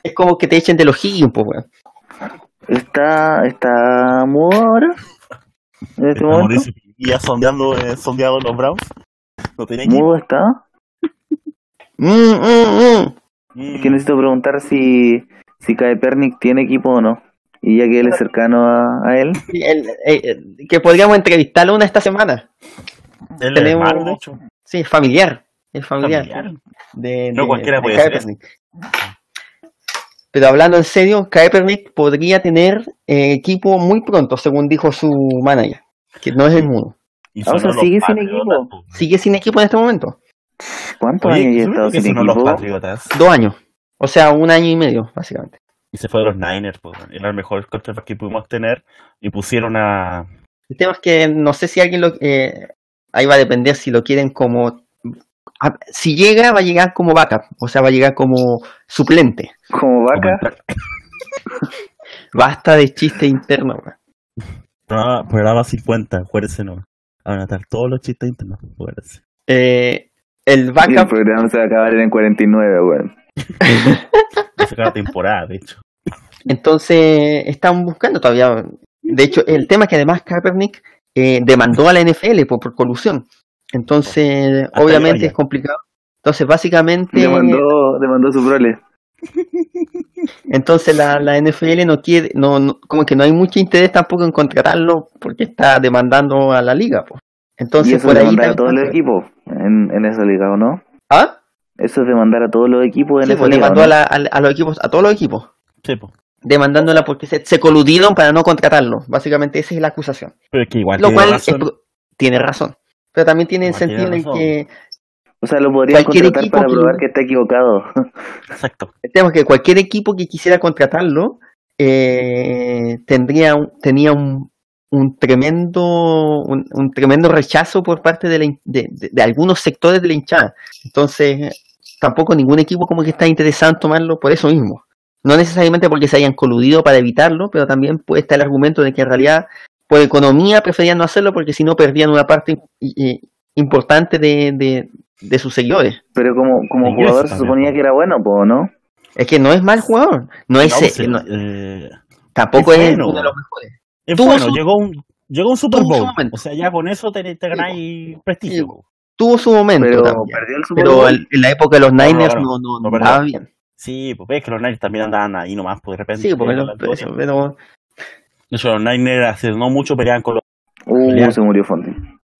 Es como que te echen de los Higgins, pues, weón.
está, está mudo ahora. En este
Está
momento.
Mauricio Pinilla sondeando, eh, sondeando los Browns. No tenía
Mudo está.
Mm, mm, mm.
Es que necesito preguntar si, si Kaepernick tiene equipo o no. Y ya que él es cercano a, a él,
Sí, el- eh, eh, que podríamos entrevistarlo una esta semana.
Él es
tenemos-
hermano, de hecho.
Sí, es familiar. Es familiar.
Familiar.
De,
No
de-
cualquiera
de
puede ser
Kaepernick. Pero hablando en serio, Kaepernick podría tener eh, equipo muy pronto, según dijo su manager, que no es el mudo.
Y
Ah,
sonó
o sea,
los
sigue sin
Patriotas,
equipo.
po.
Sigue sin equipo en este momento.
¿cuántos
Oye,
años ya ha
¿sabes
estado
que
sin
sonó los
equipo?
Patriotas?
Dos años. O sea, un año y medio, básicamente.
Y se fue a los Niners, pues, po. Era el mejor quarterback que pudimos tener. Y pusieron a.
El tema es que no sé si alguien lo... eh, ahí va a depender si lo quieren como... a- si llega, va a llegar como backup. O sea, va a llegar como suplente.
Como vaca.
Basta de chiste interno. weón.
Programa, programa 50, acuérdense, no. Van a estar todos los chistes internos, acuérdense.
Eh, el
Y el
backup,
programa se va a acabar en el 49, weón.
Esa era la temporada, de hecho.
pues.
entonces, están buscando todavía. De hecho, el tema es que además Kaepernick eh, demandó a la NFL por, por colusión. Entonces,
Hasta
obviamente
allá.
es complicado. Entonces, básicamente,
Demandó, demandó su prole.
entonces la, la NFL no quiere, no, no- como que no hay mucho interés tampoco en contratarlo porque está demandando a la liga. po.
Y
Entonces,
eso
por
es
ahí...
demandar a
también-
todos los equipos en, en esa liga, ¿o no?
¿Ah?
Eso es demandar a todos los equipos en
Sí,
esa
pues,
liga. ¿o
demandó
no?
a, la- a- a los equipos, a todos los equipos.
Sí, pues. po.
demandándola porque se, se coludieron para no contratarlo. Básicamente esa es la acusación.
Pero es que igual
Lo
Ah, tiene
cual eh, es
razón.
pro- tiene razón. Pero también tiene
No, tiene
sentido en el
razón.
que
O sea, lo podrían
Cualquier
contratar
equipo
para
que-
probar que está equivocado.
Exacto.
el tema es que cualquier equipo que quisiera contratarlo eh, tendría un- tenía un, un tremendo un, un tremendo rechazo por parte de, la hin- de, de- de algunos sectores de la hinchada. Entonces, tampoco ningún equipo como que está interesado en tomarlo por eso mismo. No necesariamente porque se hayan coludido para evitarlo, pero también puede estar el argumento de que en realidad por economía preferían no hacerlo porque si no perdían una parte i- i- importante de, de- de sus seguidores.
Pero como, como
Sí,
jugador
eso
se
también,
suponía
po.
que era bueno, po, ¿no?
Es que no es mal jugador, no es,
No, pues,
eh, no-
eh,
tampoco
Es
es,
bueno.
uno de los mejores.
es
Tuvo
bueno,
su-
llegó un llegó a un Super
tuvo su
Bowl.
momento. pues.
O sea, ya con eso te, te ganáis prestigio.
Sí. Tuvo su momento
Pero
también.
perdió el Super
Pero
Bowl.
en, en la época de los
no,
Niners
claro.
no, no,
No,
no
perdón.
andaba bien.
Sí, pues ves que los Niners también andaban ahí nomás, pues de repente.
Sí, porque
con
los,
las glorias.
pero, pero
De hecho, los Niners hace no mucho peleaban con los.
Uh,
Pelear.
se murió Fonti.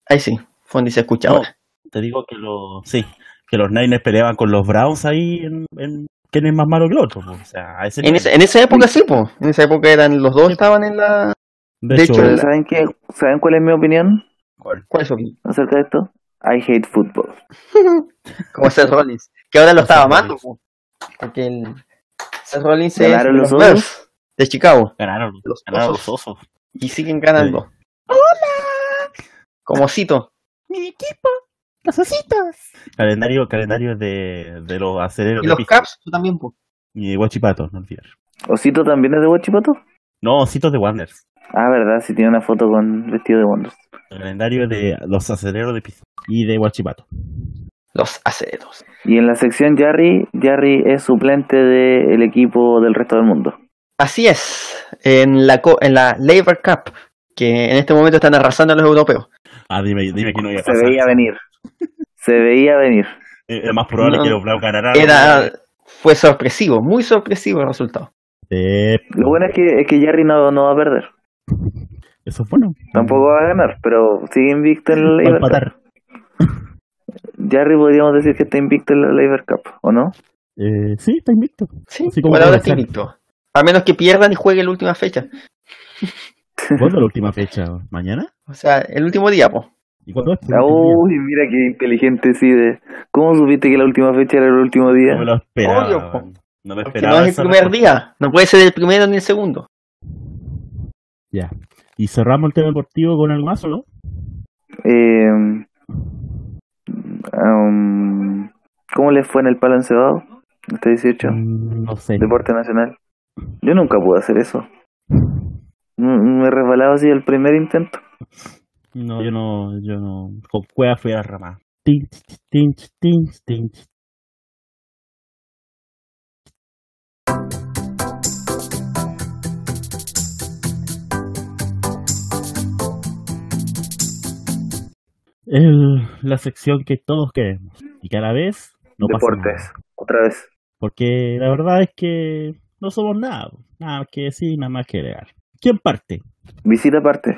ahí sí, Fondi se escucha
No,
ahora.
te digo que los. Sí, que los Niners peleaban con los Browns ahí en. en ¿Quién es más malo que el otro? pues, O sea, a ese
En,
nivel.
esa- en esa época sí, pues. En esa época eran los dos
Sí, po.
estaban en la.
De,
de
hecho,
hecho,
Pero
la-
¿saben qué? ¿Saben cuál es mi opinión
¿cuál?
¿Cuál es su opinión?
acerca de esto? I hate football.
Como Seth Rollins, que ahora lo
Como Seth
estaba amando,
Rollins.
po. porque el Seth Rollins es de
¿Ganaron
los
los osos?
Bears de Chicago
Ganaron,
Los
ganaron
osos.
los osos.
y siguen ganando. ¡Hola! Como Cito,
Mi equipo, los ositos. Calendario, calendario de, de los aceleros
y
de
los
pista.
Caps también, po.
Y de Guachipatos, no olvidar.
¿Osito también es de Huachipato?
No, ositos de Wanderers.
Ah, verdad, sí tiene una foto con vestido de Wonders.
El calendario de los aceleros de pista. Y de Guachipato.
los aceros.
Y en la sección Jarry, Jarry es suplente del equipo del resto del mundo.
Así es, en la, co- en la Labor Cup, que en este momento están arrasando a los europeos.
Ah, dime, dime que no iba a
Se
pasar.
veía venir. Se veía venir.
Eh, Lo más probable
No.
es que los Browns ganaran.
Era, fue sorpresivo, muy sorpresivo el resultado.
Eh,
Lo bueno es que, es que Jarry no, no va a perder.
Eso es bueno.
Tampoco va a ganar, pero sigue invicto en la
Va a
Labor Cup.
empatar.
Jarry podríamos decir que está invicto en la Labor Cup, ¿o no?
Eh, sí, está invicto.
Sí,
Así como
por ahora
debe
está
ser.
invicto. A menos que pierdan y jueguen la última fecha.
¿Cuándo es la última fecha? ¿Mañana?
O sea, el último día, po.
¿Y cuándo es? ¿El último día?
Uy, mira qué inteligente Cide. ¿Cómo supiste que la última fecha era el último
No me
día?
lo esperaba.
Obvio, po.
man. no me
Porque
esperaba.
no es el
esa
primer
respuesta.
día, no puede ser el primero ni el segundo.
Ya. Y cerramos el tema deportivo con algo más, ¿o no?
Eh, um, ¿Cómo les fue en el palo encebado? Este 18,
Mm, No sé.
deporte nacional. Yo nunca pude hacer eso. Me- Me resbalaba así el primer intento.
No, yo no, yo no. Con cueva fui a la rama. Tinch, tinch, tinch, tinch. El- la sección que todos queremos y cada vez no pasa nada.
Deportes, otra vez.
Porque la verdad es que no somos nada. Nada más que decir, nada más que agregar. ¿Quién parte?
Visita aparte,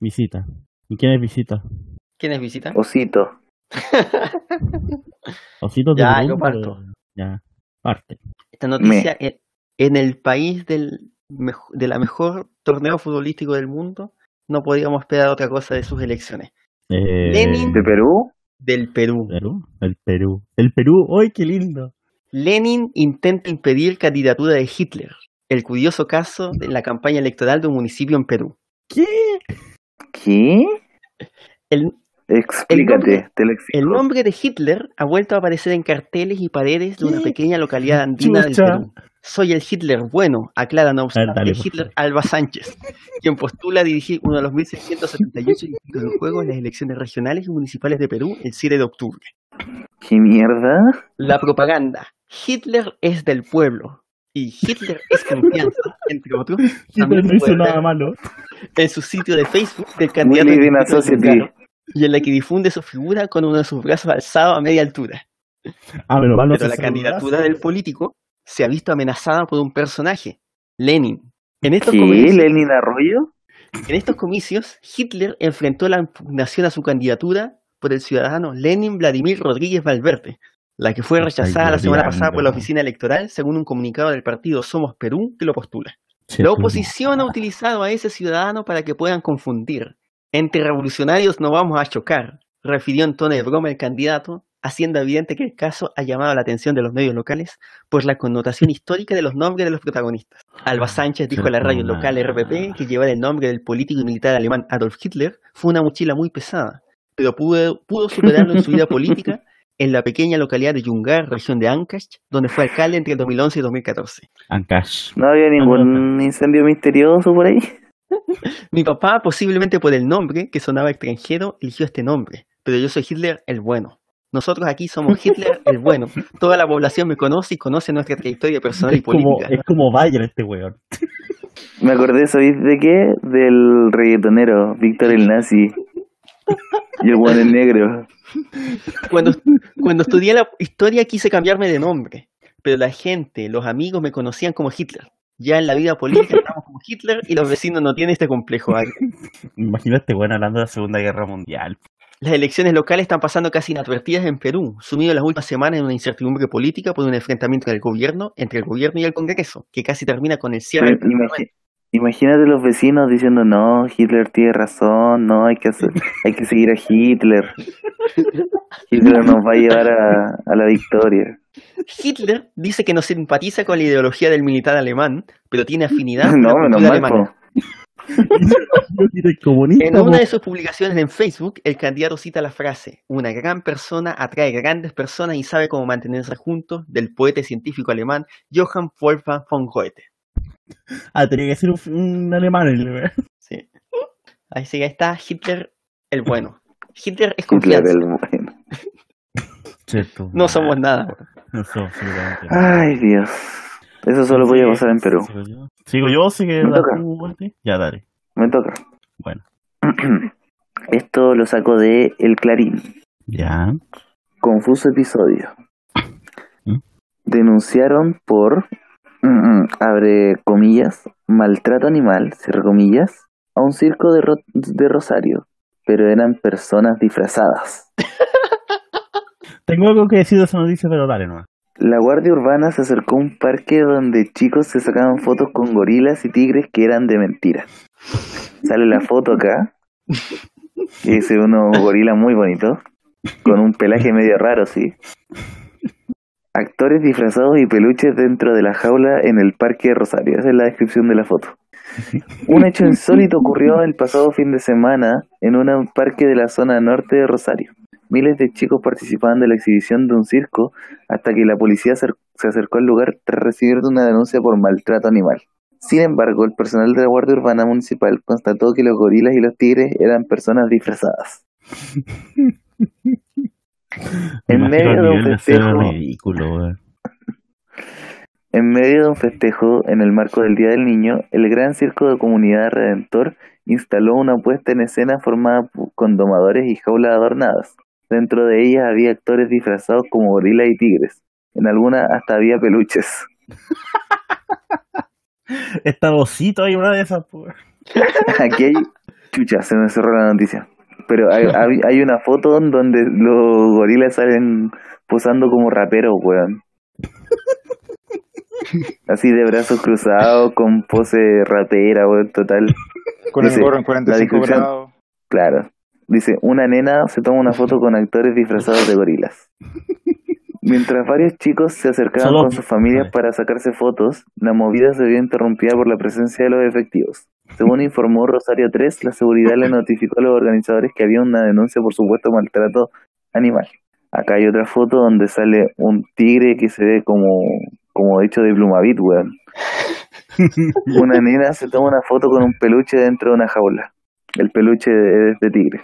Visita. ¿Y quién es visita?
¿Quiénes visitan?
osito.
Ositos de
Ya, yo
Burundi,
parto.
pero- Ya, parte.
Esta noticia eh, en el país del mejo- de la mejor torneo futbolístico del mundo, no podíamos esperar otra cosa de sus elecciones.
Eh,
Lenin.
¿De Perú?
Del Perú.
Perú, el Perú. El Perú, ¡ay, qué lindo!
Lenin intenta impedir candidatura de Hitler. El curioso caso de la campaña electoral de un municipio en Perú.
¿Qué?
¿Qué?
El,
Explícate, te lo
el
exijo.
nombre de Hitler ha vuelto a aparecer en carteles y paredes de una
¿Qué?
pequeña localidad andina del
Chucha.
Perú. Soy el Hitler bueno, aclara no obstante
dale, por
Hitler Alba Sánchez, quien postula a dirigir uno de los 1678 distritos de juego en las elecciones regionales y municipales de Perú el 7 de octubre.
¿Qué mierda?
La propaganda. Hitler es del pueblo. Y Hitler es confianza, entre otros.
Hitler
también
no hizo
puede
nada
ver
malo.
En su sitio de Facebook del
Muy
candidato
Living
del
Associative.
lugar, y en la que difunde su figura con uno de sus brazos alzado a media altura.
Ah, pero malo
Pero la candidatura del político se ha visto amenazada por un personaje, Lenin. En estos,
¿Qué?
comicios,
¿Lenin Arroyo?
en estos comicios, Hitler enfrentó la impugnación a su candidatura por el ciudadano Lenin Vladimir Rodríguez Valverde, la que fue
Me estáis
rechazada la semana pasada por la
hueveando.
oficina electoral, según un comunicado del partido Somos Perú que lo postula. La oposición ha utilizado a ese ciudadano para que puedan confundir, Entre revolucionarios no vamos a chocar, refirió en tono de broma el candidato, haciendo evidente que el caso ha llamado la atención de los medios locales por la connotación histórica de los nombres de los protagonistas. Alba Sánchez dijo a la radio local RPP que llevar el nombre del político y militar alemán Adolf Hitler fue una mochila muy pesada, pero pudo, pudo superarlo en su vida política en la pequeña localidad de Yungar, región de Ancash, donde fue alcalde entre el 2011 y 2014.
Ancash.
No había ningún incendio misterioso por ahí.
Mi papá, posiblemente por el nombre que sonaba extranjero, eligió este nombre, pero yo soy Hitler el bueno. Nosotros aquí somos Hitler el bueno. Toda la población me conoce y conoce nuestra trayectoria personal y
Es como,
política.
es como Bayer este weón.
Me acordé, ¿sabéis de qué? Del reggaetonero, Víctor el Nazi. Y el buen el negro.
Cuando, cuando estudié la historia quise cambiarme de nombre, pero la gente, los amigos me conocían como Hitler. Ya en la vida política estamos como Hitler y los vecinos no tienen este complejo. Ay,
Me Imagino a este weón hablando de la Segunda Guerra Mundial.
Las elecciones locales están pasando casi inadvertidas en Perú, sumido las últimas semanas en una incertidumbre política por un enfrentamiento del gobierno entre el gobierno y el Congreso, que casi termina con el cierre. del Parlamento.
Imagi- Imagínate los vecinos diciendo, no, Hitler tiene razón, no, hay que, hacer- hay que seguir a Hitler. Hitler nos va a llevar a, a la victoria.
Hitler dice que no simpatiza con la ideología del militar alemán, pero tiene afinidad con la
No,
cultura
menos mal,
alemana.
po.
comunista.
En una de sus publicaciones en Facebook, el candidato cita la frase, una gran persona atrae grandes personas y sabe cómo mantenerse juntos, del poeta y científico alemán Johann Wolfgang von Goethe.
Ah, tenía que ser un, un alemán el weón.
Sí. Así que ahí está Hitler el bueno. Hitler es
Hitler
confianza.
el bueno.
Cierto.
No somos nada.
No somos absolutamente nada.
Ay, Dios. Eso solo podía
Sí,
pasar en Perú.
Sigo yo, sigo yo, sigue
Me
la
toca.
tú, Mati. Ya, dale.
Me toca.
Bueno.
Esto lo saco de El Clarín.
Ya.
Confuso episodio.
¿Mm?
Denunciaron por, mm, mm, abre comillas, maltrato animal, cierre comillas, a un circo de, Ro- de Rosario, pero eran personas disfrazadas.
Tengo algo que decir de esa noticia, pero dale nomás.
La Guardia Urbana se acercó a un parque donde chicos se sacaban fotos con gorilas y tigres que eran de mentira. Sale la foto acá, que es uno gorila muy bonito, con un pelaje medio raro, sí. Actores disfrazados y peluches dentro de la jaula en el Parque de Rosario. Esa es la descripción de la foto. Un hecho insólito ocurrió el pasado fin de semana en un parque de la zona norte de Rosario. Miles de chicos participaban de la exhibición de un circo hasta que la policía acer- se acercó al lugar tras recibir una denuncia por maltrato animal. Sin embargo, el personal de la Guardia Urbana Municipal constató que los gorilas y los tigres eran personas disfrazadas.
Me
En
imagino
medio
el
de un
nivel ser
festejo.
ridículo, weón.
En medio de un festejo en el marco del Día del Niño, el Gran Circo de Comunidad Redentor instaló una puesta en escena formada pu- con domadores y jaulas adornadas. Dentro de ellas había actores disfrazados como gorilas y tigres. En algunas hasta había peluches.
Esta vocito hay una de esas, weón.
Aquí hay... Chucha, se me cerró la noticia. Pero hay, hay- hay una foto en donde los gorilas salen posando como raperos, weón. Así de brazos cruzados, con pose rapera, weón, total.
Con el
Dice,
gorro en 45
la discusión-
grados.
Claro. Dice, una nena se toma una foto con actores disfrazados de gorilas. Mientras varios chicos se acercaban
Solo-
con sus familias para sacarse fotos, la movida se vio interrumpida por la presencia de los efectivos. Según informó Rosario 3, la seguridad le notificó a los organizadores que había una denuncia por supuesto maltrato animal. Acá hay otra foto donde sale un tigre que se ve como, como hecho de plumavit, weón. Una nena se toma una foto con un peluche dentro de una jaula. El peluche es de tigre.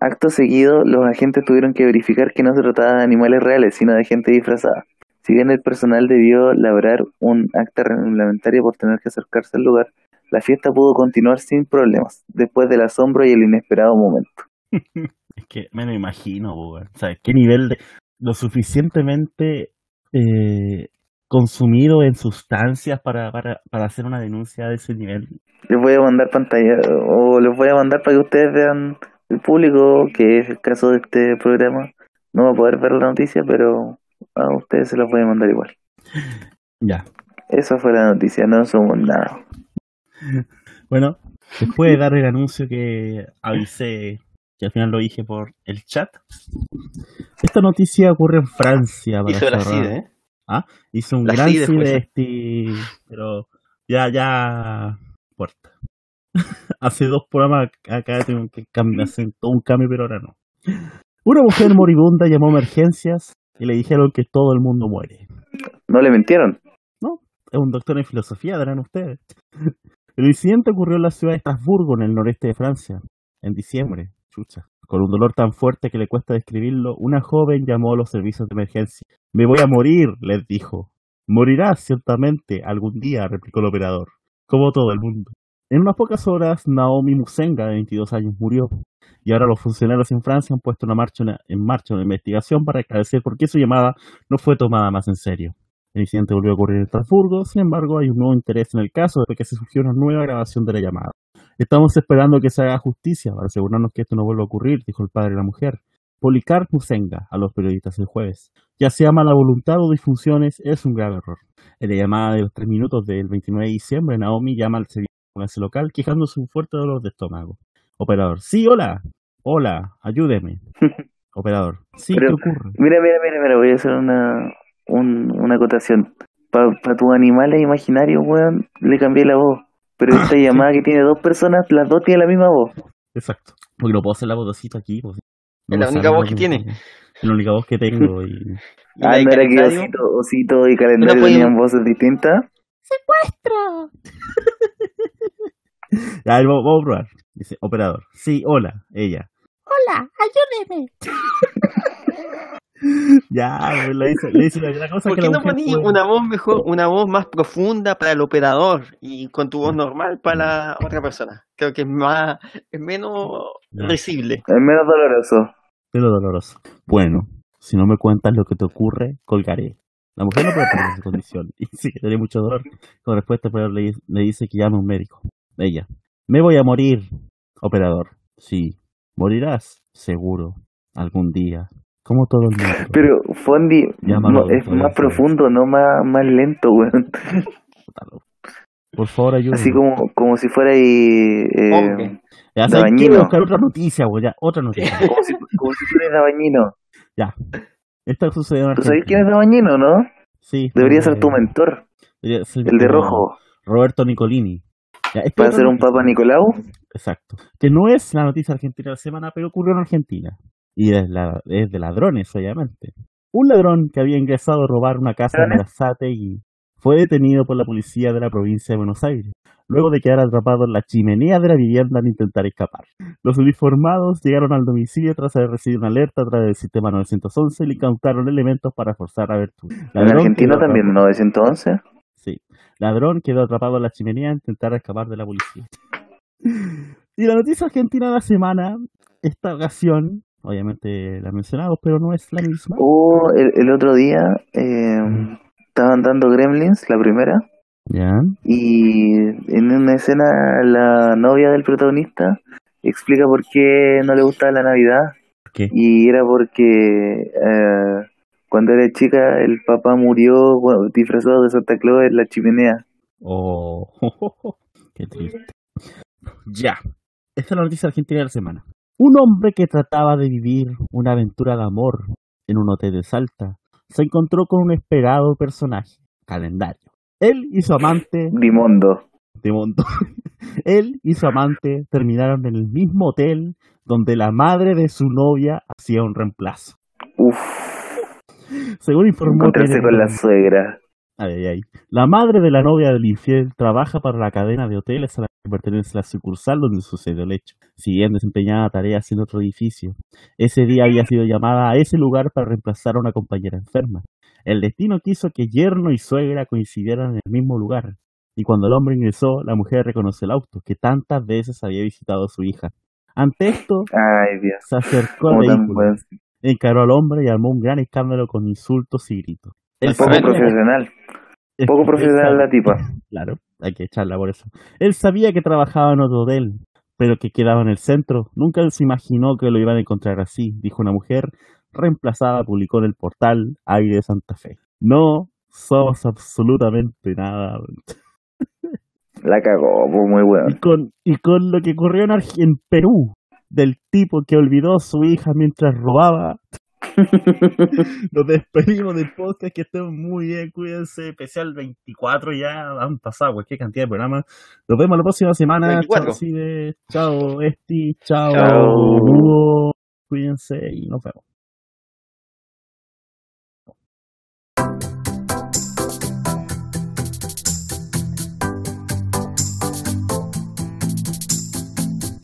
Acto seguido, los agentes tuvieron que verificar que no se trataba de animales reales, sino de gente disfrazada. Si bien el personal debió labrar un acta reglamentaria por tener que acercarse al lugar, la fiesta pudo continuar sin problemas, después del asombro y el inesperado momento.
Es que me lo imagino, weón. O sea, qué nivel de. Lo suficientemente eh, consumido en sustancias para, para, para hacer una denuncia de ese nivel.
Les voy a mandar pantalla, o les voy a mandar para que ustedes vean el público, que es el caso de este programa. No va a poder ver la noticia, pero a ustedes se las voy a mandar igual.
Ya.
Esa fue la noticia, no somos nada.
Bueno, Después de dar el anuncio que avisé, que al final lo dije por el chat, esta noticia ocurre en Francia. para
Hizo la
cerrar.
CIDE, ¿eh?
Hizo un
La
gran
CIDE fue esa.
Sidesti, pero ya, ya, puerta. Hace dos programas acá tengo que cambiar, hacer todo un cambio, pero ahora no. Una mujer moribunda llamó a emergencias y le dijeron que todo el mundo muere.
No le mintieron.
Es un doctor en filosofía, darán ustedes. El incidente ocurrió en la ciudad de Estrasburgo, en el noreste de Francia, en diciembre. Chucha. Con un dolor tan fuerte que le cuesta describirlo, una joven llamó a los servicios de emergencia. Me voy a morir, les dijo. Morirás ciertamente algún día, replicó el operador, como todo el mundo. En unas pocas horas, Naomi Musenga, de 22 años, murió. Y ahora los funcionarios en Francia han puesto una marcha, una- en marcha una investigación para esclarecer por qué su llamada no fue tomada más en serio. El incidente volvió a ocurrir en Estrasburgo, sin embargo hay un nuevo interés en el caso desde que se surgió una nueva grabación de la llamada. Estamos esperando que se haga justicia para asegurarnos que esto no vuelva a ocurrir, dijo el padre de la mujer. Policar Musenga a los periodistas el jueves. Ya sea mala voluntad o disfunciones, es un grave error. En la llamada de los tres minutos del 29 de diciembre, Naomi llama al servicio de ambulancia local quejándose de un fuerte dolor de estómago. Operador, sí, hola, hola, ayúdeme. Operador, sí, ¿qué
Pero-
ocurre?
Mira, mira, mira, mira, voy a hacer una, un- una acotación. Para tus animales imaginarios, weón, le cambié la voz. Pero esta llamada que tiene dos personas, las dos tienen la misma voz.
Exacto. Porque no puedo hacer la vocecita aquí. pues. No
Es la
me
única
sale
voz que tiene.
Es la única voz que tengo. Y...
Y la
Ah,
de
no era que
calendario,
Osito, Osito y Calendario
No, pues,
tenían voces distintas.
A ver, vamos vamos a probar. Dice, operador. Sí, hola, ella.
Hola, ayúdeme.
Ya, pues, le dice, le dice la gran cosa
¿Por
que
qué
la
no
mujer
poní
puede-
una voz mejor, una voz más profunda para el operador y con tu voz normal para la otra persona? Creo que es más, es menos
Ya.
risible.
Es menos doloroso.
Pero doloroso. Bueno, si no me cuentas lo que te ocurre, colgaré. La mujer no puede tener esa condición. Y sí, que tenía mucho dolor. Con respuesta, pero le, le dice que llame a un médico. Ella. Me voy a morir, operador. Sí. Morirás, seguro. Algún día. Como todo el mundo.
Pero Fondi
Llámalo,
mo- es
Fondi,
más
sí.
profundo, no más, más lento, weón.
Talo. Por favor, ayúdame.
Así como, como si fuera ahí, eh,
Hombre.
Ya, ¿sabes qué?
Dabañino.
Voy a buscar otra noticia, güey. Ya, otra noticia.
como si, como si fuera Dabañino.
Está sucediendo en
¿Tú sabes
Argentina.
quién es Dabañino, no?
Sí.
Debería
eh,
ser tu mentor,
debería ser
el de
como
rojo,
Roberto Nicolini. Ya, esta
para
otra
ser un
noticia.
Papa Nicolau.
Exacto. Que no es la noticia argentina de la semana, pero ocurrió en Argentina. Y es, la- es de ladrones, obviamente. Un ladrón que había ingresado a robar una casa en Marazate y fue detenido por la policía de la provincia de Buenos Aires, luego de quedar atrapado en la chimenea de la vivienda al intentar escapar. Los uniformados llegaron al domicilio tras haber recibido una alerta a través del sistema 911 y le incautaron elementos para forzar la abertura.
En
Ladrón quedó
Argentina
atrapado-
también, 911.
Sí. Ladrón quedó atrapado en la chimenea al intentar escapar de la policía. Y la noticia argentina de la semana, esta ocasión, obviamente la mencionamos, pero no es la misma.
O el, el otro día eh, estaban dando Gremlins, la primera,
Ya.
y en una escena la novia del protagonista explica por qué no le gustaba la Navidad.
¿Qué?
Y era porque eh, cuando era chica el papá murió bueno, disfrazado de Santa Claus en la chimenea.
Oh, qué triste. Ya. Esta es la noticia argentina de la semana. Un hombre que trataba de vivir una aventura de amor en un hotel de Salta se encontró con un esperado personaje, calendario. Él y su amante
Dimondo.
de Mondo. Él y su amante terminaron en el mismo hotel donde la madre de su novia hacía un reemplazo.
Uf,
Según informó
encontrarse
TNT,
con la suegra.
ay, ay, la madre de la novia del infiel trabaja para la cadena de hoteles a la que pertenece la sucursal donde sucedió el hecho. Si bien desempeñaba tareas en otro edificio, ese día había sido llamada a ese lugar para reemplazar a una compañera enferma. El destino quiso que yerno y suegra coincidieran en el mismo lugar, y cuando el hombre ingresó, la mujer reconoció el auto que tantas veces había visitado a su hija. Ante esto,
Ay, Dios.
se acercó al
Como tan
vehículo,
buen-
encaró al hombre y armó un gran escándalo con insultos y gritos. El
poco
Saber-
profesional.
es-
Poco
él
profesional
sabía-
la tipa.
Claro, hay que echarla por eso. Él sabía que trabajaba en otro hotel, pero que quedaba en el centro. Nunca se imaginó que lo iban a encontrar así, dijo una mujer reemplazada, publicó en el portal Aire de Santa Fe. No somos absolutamente nada.
La cagó, pues muy
Y
weón.
con, y con lo que ocurrió en, Arge- en Perú, del tipo que olvidó a su hija mientras robaba. Nos despedimos del podcast, que estén muy bien, cuídense. Especial 24 ya, han pasado cualquier cantidad de programas. Nos vemos la próxima semana.
24.
Chao, Cide. Chao, Esti. Chao,
Chao.
Hugo. Cuídense y nos vemos.